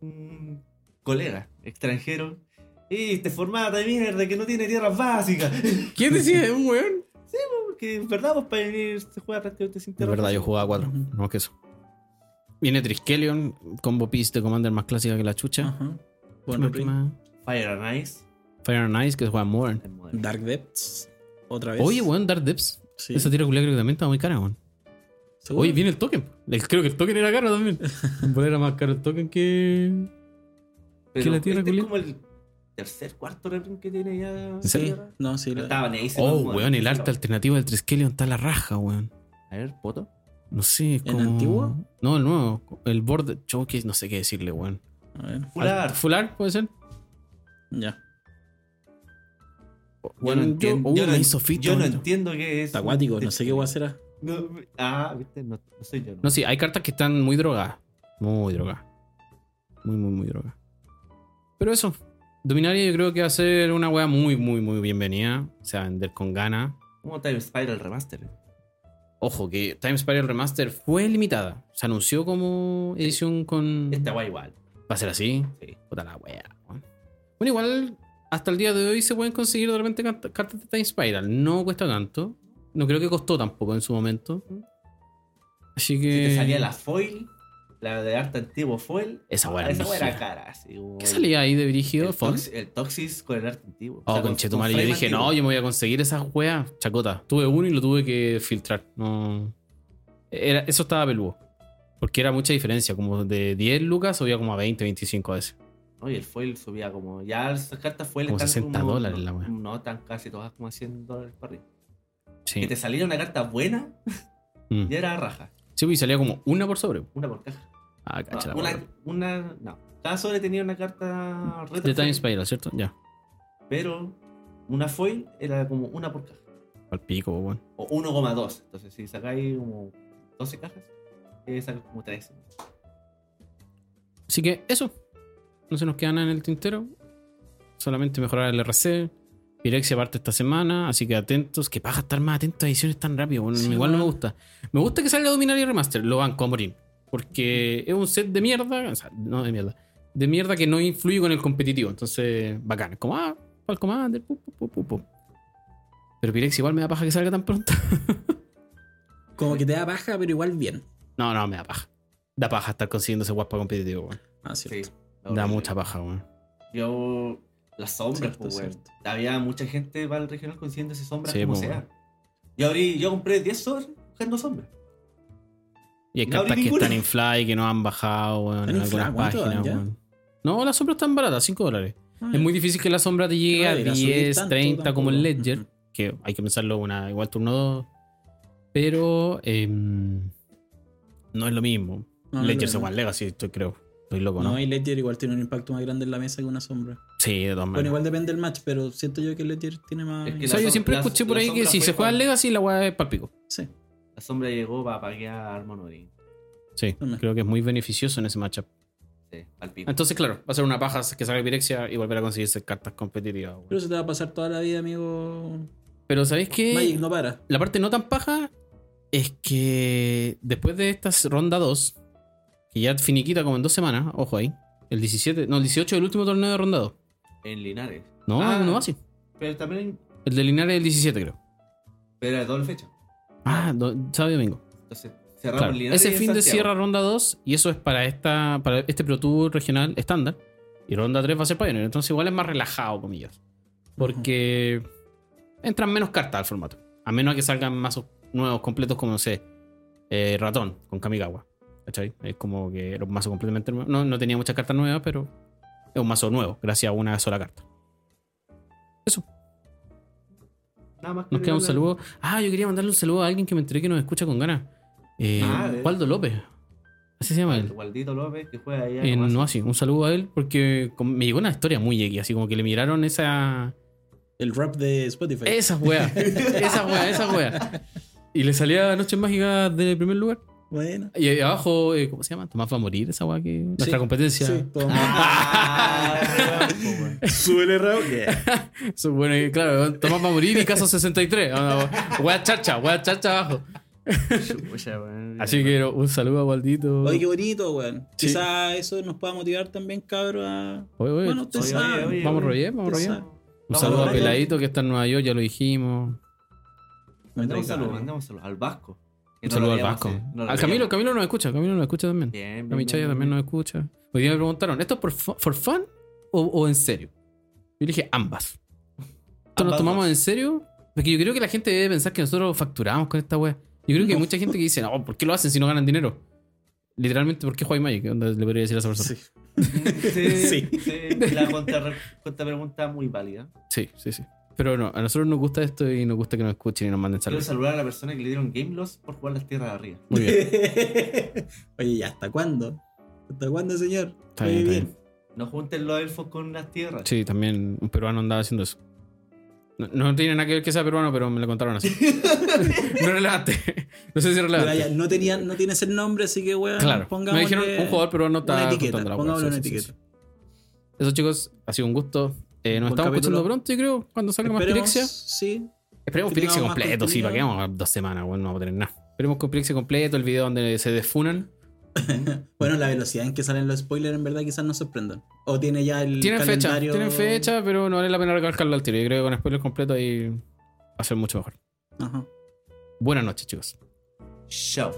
[SPEAKER 2] un colega extranjero. Y este formato de mierda que no tiene tierras básicas. <laughs>
[SPEAKER 1] ¿quién decide? Un weón.
[SPEAKER 2] Porque en verdad, pues para venir se juega prácticamente sin
[SPEAKER 1] Es
[SPEAKER 2] tierras.
[SPEAKER 1] verdad, yo
[SPEAKER 2] básicas.
[SPEAKER 1] jugaba cuatro.
[SPEAKER 3] Ujú.
[SPEAKER 1] No más que eso. Viene Triskelion, combo piece de Commander más clásica que la chucha.
[SPEAKER 3] Ajá.
[SPEAKER 1] ¿Qué
[SPEAKER 3] Buen
[SPEAKER 1] más, qué
[SPEAKER 3] reprint.
[SPEAKER 1] más?
[SPEAKER 2] Fire and Ice.
[SPEAKER 1] Fire and Ice, que se juega en Modern.
[SPEAKER 2] en moderno.
[SPEAKER 3] Dark Depths. Otra vez.
[SPEAKER 1] Oye, weón, Dark Depths.
[SPEAKER 3] Pues, Sí.
[SPEAKER 1] Esa tira culia creo que también estaba muy cara, weón.
[SPEAKER 3] ¿Seguro?
[SPEAKER 1] Oye, viene el token. El- Creo que el token era caro
[SPEAKER 3] <laughs>
[SPEAKER 1] también. Era más caro el token que.
[SPEAKER 2] Pero
[SPEAKER 1] ¿Qué la tierra,
[SPEAKER 2] este es
[SPEAKER 1] culiao?
[SPEAKER 2] como el tercer, cuarto reprint que tiene ya.
[SPEAKER 1] Sí.
[SPEAKER 2] Tierra.
[SPEAKER 3] No, sí.
[SPEAKER 2] Pero
[SPEAKER 3] la-
[SPEAKER 2] Estaban ahí. se
[SPEAKER 1] Oh,
[SPEAKER 2] nos
[SPEAKER 1] weón, el
[SPEAKER 2] mudaron.
[SPEAKER 1] arte alternativo del Triskelion está a la raja, weón.
[SPEAKER 2] A ver, poto.
[SPEAKER 1] No sé, es
[SPEAKER 3] ¿En
[SPEAKER 1] como...
[SPEAKER 3] antiguo?
[SPEAKER 1] No, el nuevo. El board showcase, no sé qué decirle, weón.
[SPEAKER 3] A ver.
[SPEAKER 2] Fular.
[SPEAKER 1] Al- ¿Fular puede ser?
[SPEAKER 3] Ya.
[SPEAKER 1] Weón, yo-
[SPEAKER 2] entien-
[SPEAKER 1] uh,
[SPEAKER 2] yo no
[SPEAKER 1] me
[SPEAKER 2] en-
[SPEAKER 1] hizo fit,
[SPEAKER 2] yo no
[SPEAKER 1] weón.
[SPEAKER 2] entiendo qué es.
[SPEAKER 3] Está acuático, no sé qué voy a
[SPEAKER 2] guasa
[SPEAKER 3] hacer. ah.
[SPEAKER 2] ah, viste, no, no soy yo.
[SPEAKER 1] No, sí, hay cartas que están muy drogadas. Muy drogadas. Muy, muy, muy drogadas. Pero eso. Dominaria yo creo que va a ser una weá muy, muy, muy bienvenida. Se va a vender con ganas.
[SPEAKER 2] ¿Cómo Time Spiral Remaster?
[SPEAKER 1] Ojo, que Time Spiral Remaster fue limitada. Se anunció como edición con...
[SPEAKER 2] Esta Este guay igual.
[SPEAKER 1] ¿Va a ser así?
[SPEAKER 2] Sí.
[SPEAKER 1] Puta la wea. weón. Bueno, igual hasta el día de hoy se pueden conseguir de repente cant- cartas de Time Spiral. No cuesta tanto. No creo que costó tampoco en su momento. Así que.
[SPEAKER 2] Si te salía la foil, la de arte antiguo foil.
[SPEAKER 1] Esa wea
[SPEAKER 2] ah,
[SPEAKER 1] era
[SPEAKER 2] Esa wea era
[SPEAKER 1] brígida.
[SPEAKER 2] cara. Así, como
[SPEAKER 1] ¿Qué
[SPEAKER 2] el-
[SPEAKER 1] salía ahí de
[SPEAKER 2] El,
[SPEAKER 1] dirigido?
[SPEAKER 2] tox,
[SPEAKER 1] ¿Fox?
[SPEAKER 2] el Toxis con el arte antiguo.
[SPEAKER 1] Oh,
[SPEAKER 2] con
[SPEAKER 1] conchetumare. Yo dije, no, yo me voy a conseguir esas weas. Chacota. Tuve uno y lo tuve que filtrar. No. Era, eso estaba peludo. Porque era mucha diferencia. Como de 10 lucas subía como a 20, 25 a veces.
[SPEAKER 2] Oye, el foil subía como. Ya esas cartas foil
[SPEAKER 1] Como
[SPEAKER 2] están
[SPEAKER 1] 60 dólares
[SPEAKER 2] no-
[SPEAKER 1] la wea.
[SPEAKER 2] No, tan casi todas como a 100 dólares por arriba.
[SPEAKER 1] Sí.
[SPEAKER 2] Que te saliera una carta buena,
[SPEAKER 1] Mm.
[SPEAKER 2] ya era raja.
[SPEAKER 1] Sí, y salía como una por sobre.
[SPEAKER 2] Una por caja.
[SPEAKER 1] Ah, cacha la
[SPEAKER 2] una,
[SPEAKER 1] wea.
[SPEAKER 2] una. No. Cada sobre tenía una carta retro.
[SPEAKER 1] De Time Spiral, ¿cierto? Ya.
[SPEAKER 2] Pero una foil era como una por caja.
[SPEAKER 1] Al pico, weón.
[SPEAKER 2] O 1,2. Entonces, si sacáis como 12 cajas, eh, sacas como 13.
[SPEAKER 1] Así que eso. No se nos queda nada en el tintero. Solamente mejorar el RC. Pirexia parte esta semana, así que atentos. Que paja estar más atentos a ediciones tan rápido. Bueno,
[SPEAKER 3] Sí,
[SPEAKER 1] igual no me
[SPEAKER 3] weón.
[SPEAKER 1] gusta. Me gusta que salga Dominaria Remaster. Lo banco a morir. Porque es un set de mierda. O sea, no de mierda. De mierda que no influye con el competitivo. Entonces, bacán. Es Como, ah, Fall Commander. pu, pu, pu, pu, pu. Pero Pirexia igual me da paja que salga tan pronto. <laughs>
[SPEAKER 3] Como que te da baja, pero igual bien.
[SPEAKER 1] No, no, me da paja. Da paja estar consiguiendo ese guapa competitivo, weón.
[SPEAKER 3] Ah,
[SPEAKER 2] Sí. eh,
[SPEAKER 3] cierto.
[SPEAKER 1] Da mucha paja, weón.
[SPEAKER 2] Yo. Las sombras,
[SPEAKER 3] Cierto,
[SPEAKER 2] pues, weón.
[SPEAKER 3] cierto.
[SPEAKER 2] Había mucha gente para el regional consiguiendo esas sombras
[SPEAKER 1] Sí,
[SPEAKER 2] como
[SPEAKER 1] pues,
[SPEAKER 2] sea. Yo abrí, yo compré 10 sobres buscando sombras.
[SPEAKER 1] Y hay
[SPEAKER 2] No
[SPEAKER 1] cartas
[SPEAKER 2] abrí
[SPEAKER 1] que
[SPEAKER 2] ninguna.
[SPEAKER 1] están infly que no han bajado, weón,
[SPEAKER 3] ¿Están
[SPEAKER 1] en
[SPEAKER 3] infla?
[SPEAKER 1] algunas
[SPEAKER 3] ¿Cuánto dan
[SPEAKER 1] páginas,
[SPEAKER 3] ya?
[SPEAKER 1] weón. No, las sombras están baratas, 5 dólares.
[SPEAKER 3] Ah,
[SPEAKER 1] Es muy difícil que la sombra te llegue
[SPEAKER 3] Que no
[SPEAKER 1] a
[SPEAKER 3] debería
[SPEAKER 1] 10,
[SPEAKER 3] subir tanto
[SPEAKER 1] 30 como el
[SPEAKER 3] tampoco.
[SPEAKER 1] Ledger.
[SPEAKER 3] Ujú.
[SPEAKER 1] Que hay que pensarlo una, igual turno 2. Pero em, no es lo mismo.
[SPEAKER 3] No, no,
[SPEAKER 1] Ledger
[SPEAKER 3] no,
[SPEAKER 1] se
[SPEAKER 3] no.
[SPEAKER 1] igual Legacy, estoy, creo. Estoy loco, ¿no?
[SPEAKER 3] No, y Ledger igual tiene un impacto más grande en la mesa que una sombra.
[SPEAKER 1] Sí, de todas
[SPEAKER 3] Bueno,
[SPEAKER 1] maneras.
[SPEAKER 3] igual depende del match, pero siento yo que Ledger tiene más.
[SPEAKER 2] Es que
[SPEAKER 1] o sea,
[SPEAKER 2] la
[SPEAKER 1] yo
[SPEAKER 2] som-
[SPEAKER 1] siempre
[SPEAKER 2] la-
[SPEAKER 1] escuché por
[SPEAKER 2] la
[SPEAKER 1] ahí que
[SPEAKER 2] sombra
[SPEAKER 1] si
[SPEAKER 2] fue
[SPEAKER 1] se juega
[SPEAKER 2] cuando-
[SPEAKER 1] Legacy, la weá es palpico.
[SPEAKER 3] Sí.
[SPEAKER 2] La sombra llegó para paquear Monorin.
[SPEAKER 1] Sí,
[SPEAKER 3] Toma.
[SPEAKER 1] creo que es muy beneficioso en ese matchup.
[SPEAKER 2] Sí, al pico.
[SPEAKER 1] Entonces, claro, va a ser una paja que salga Pirexia y volver a conseguirse cartas competitivas. weón.
[SPEAKER 3] Pero eso te va a pasar toda la vida, amigo.
[SPEAKER 1] Pero ¿sabéis qué?
[SPEAKER 3] Magic no para.
[SPEAKER 1] La parte no tan paja es que después de esta ronda 2, que ya finiquita como en dos semanas, ojo ahí, el 17, no, el 18 del último torneo de ronda 2.
[SPEAKER 2] En Linares.
[SPEAKER 1] No,
[SPEAKER 2] Ah,
[SPEAKER 1] no va así.
[SPEAKER 2] Pero también.
[SPEAKER 1] El de Linares es el 17, creo.
[SPEAKER 2] Pero era doble fecha.
[SPEAKER 1] Ah, do- sábado y domingo.
[SPEAKER 2] Entonces, cerramos
[SPEAKER 1] Claro.
[SPEAKER 2] Linares.
[SPEAKER 1] Ese
[SPEAKER 2] y en
[SPEAKER 1] fin de
[SPEAKER 2] Santiago.
[SPEAKER 1] cierra ronda 2 y eso es para esta para este Pro Tour regional estándar. Y ronda 3 va a ser Pioneer. Entonces igual es más relajado, comillas. Porque entran menos cartas al formato. A menos que salgan mazos nuevos completos como, no sé, eh, Ratón con Kamigawa. ¿Cachai? Es como que era un mazo completamente nuevo. No, no tenía muchas cartas nuevas, pero es un mazo nuevo, gracias a una sola carta.
[SPEAKER 2] Nada más que
[SPEAKER 1] Nos queda un
[SPEAKER 2] agregarle-
[SPEAKER 1] saludo. Ah, yo quería mandarle un saludo a alguien que me enteré que nos escucha con ganas. Eh,
[SPEAKER 2] Ah, de-
[SPEAKER 1] Waldo López. Así se llama él.
[SPEAKER 2] Waldito López que juega allá
[SPEAKER 1] en
[SPEAKER 2] Oasis.
[SPEAKER 1] Oasis. Un saludo a él porque com- me llegó una historia muy X, así como que le miraron esa.
[SPEAKER 3] El rap de Spotify.
[SPEAKER 1] Esa weá.
[SPEAKER 2] <laughs>
[SPEAKER 1] esa weá, esa weá. Y le salía Noches Mágicas de primer lugar.
[SPEAKER 3] Bueno.
[SPEAKER 1] Y ahí abajo, eh, ¿cómo se llama? Tomás va a morir, esa weá que. Nuestra
[SPEAKER 3] Sí,
[SPEAKER 1] competencia.
[SPEAKER 3] Sí, pues, todo mal.
[SPEAKER 2] <laughs> Ah, weón, po, weón.
[SPEAKER 3] Sube el error.
[SPEAKER 1] Eso, bueno, y claro, Tomás va a morir y caso 63. Ah, no, Weá chacha, weá chacha abajo.
[SPEAKER 2] <laughs> Chucha, weón.
[SPEAKER 1] Así que un saludo a Waldito.
[SPEAKER 3] Oye, qué bonito, weón.
[SPEAKER 1] Sí.
[SPEAKER 3] Quizá eso nos pueda motivar también, cabrón. A...
[SPEAKER 1] Oye, oye,
[SPEAKER 3] Bueno, ustedes
[SPEAKER 2] Oye,
[SPEAKER 3] saben.
[SPEAKER 2] oye, oye.
[SPEAKER 1] vamos a rollar, vamos a
[SPEAKER 3] ustedes
[SPEAKER 1] rollar.
[SPEAKER 3] saben.
[SPEAKER 1] Un
[SPEAKER 2] Vamos,
[SPEAKER 1] saludo a
[SPEAKER 2] Ryan.
[SPEAKER 1] Peladito que está en Nueva York, ya lo dijimos.
[SPEAKER 2] Mandemos un
[SPEAKER 3] Venga,
[SPEAKER 2] saludo,
[SPEAKER 3] vale.
[SPEAKER 2] mandemos un saludo. Al Vasco. Que
[SPEAKER 1] Un
[SPEAKER 2] no
[SPEAKER 1] saludo
[SPEAKER 2] lo
[SPEAKER 1] al
[SPEAKER 2] veíamos,
[SPEAKER 1] Vasco.
[SPEAKER 2] eh, no lo
[SPEAKER 1] Al Camilo,
[SPEAKER 2] veíamos.
[SPEAKER 1] Camilo nos escucha, Camilo nos escucha también.
[SPEAKER 2] Bien, bien,
[SPEAKER 1] La
[SPEAKER 2] bien,
[SPEAKER 1] Michaya
[SPEAKER 2] bien,
[SPEAKER 1] también nos
[SPEAKER 2] bien.
[SPEAKER 1] escucha. Hoy día me preguntaron, ¿esto es por, fu- for fun o, o en serio? Yo le dije ambas. ¿Esto nos
[SPEAKER 2] Ambas
[SPEAKER 1] tomamos
[SPEAKER 2] dos.
[SPEAKER 1] en serio? Porque yo creo que la gente debe pensar que nosotros facturamos con esta wea. Yo creo que hay
[SPEAKER 3] No.
[SPEAKER 1] mucha gente que dice, no, ¿por qué lo hacen si no ganan dinero? Literalmente, ¿por qué Juan Magic? ¿Qué onda Le podría decir a esa persona.
[SPEAKER 3] Sí.
[SPEAKER 1] Sí,
[SPEAKER 2] Sí,
[SPEAKER 1] <laughs>
[SPEAKER 3] Sí.
[SPEAKER 2] sí. La contra, pregunta muy válida.
[SPEAKER 1] sí, sí. Pero no, a nosotros nos gusta esto y nos gusta que nos escuchen y nos manden
[SPEAKER 2] Quiero
[SPEAKER 1] saludos.
[SPEAKER 2] saludar a la persona que le dieron Game Loss por jugar las tierras de arriba.
[SPEAKER 1] Muy bien.
[SPEAKER 3] <laughs> Oye, ¿y hasta cuándo? ¿Hasta cuándo, señor?
[SPEAKER 1] Está
[SPEAKER 3] Oye,
[SPEAKER 1] bien, está bien.
[SPEAKER 2] No junten los elfos con las tierras.
[SPEAKER 1] Sí, también un peruano andaba haciendo eso. No, no tiene nada que ver que sea peruano, pero me lo contaron así. no es relevante. No sé si es relevante.
[SPEAKER 3] Mira, ya, no, tenía, no tienes el nombre, así que, <clears throat> weón,
[SPEAKER 1] Claro.
[SPEAKER 3] pongámosle
[SPEAKER 1] Me dijeron un jugador peruano está
[SPEAKER 3] una etiqueta.
[SPEAKER 1] juntando la
[SPEAKER 3] Pongámosle
[SPEAKER 1] hueá.
[SPEAKER 3] una
[SPEAKER 1] Sí, sí,
[SPEAKER 3] etiqueta.
[SPEAKER 1] sí, Eso, chicos, ha sido un gusto. Eh, nos
[SPEAKER 3] Buen
[SPEAKER 1] estamos
[SPEAKER 3] capítulo.
[SPEAKER 1] escuchando pronto, yo creo, cuando salga más
[SPEAKER 3] Esperemos,
[SPEAKER 1] Pirexia.
[SPEAKER 3] Sí.
[SPEAKER 1] Esperemos
[SPEAKER 3] que
[SPEAKER 1] Pirexia
[SPEAKER 3] tengamos más
[SPEAKER 1] completo, sí,
[SPEAKER 3] contenido.
[SPEAKER 1] para que vamos a dos semanas, bueno, no vamos a tener nada. Esperemos con Pirexia completo, el video donde se desfunan.
[SPEAKER 3] Bueno, la velocidad en que salen los spoilers, en verdad, quizás nos sorprendan. O tiene ya el
[SPEAKER 1] Tienen fecha,
[SPEAKER 3] calendario...
[SPEAKER 1] tienen fecha, pero no vale la pena recalcarlo al tiro. Yo creo que con spoiler completo ahí va a ser mucho mejor.
[SPEAKER 3] Ajá.
[SPEAKER 1] Buenas noches, chicos.
[SPEAKER 2] Chao.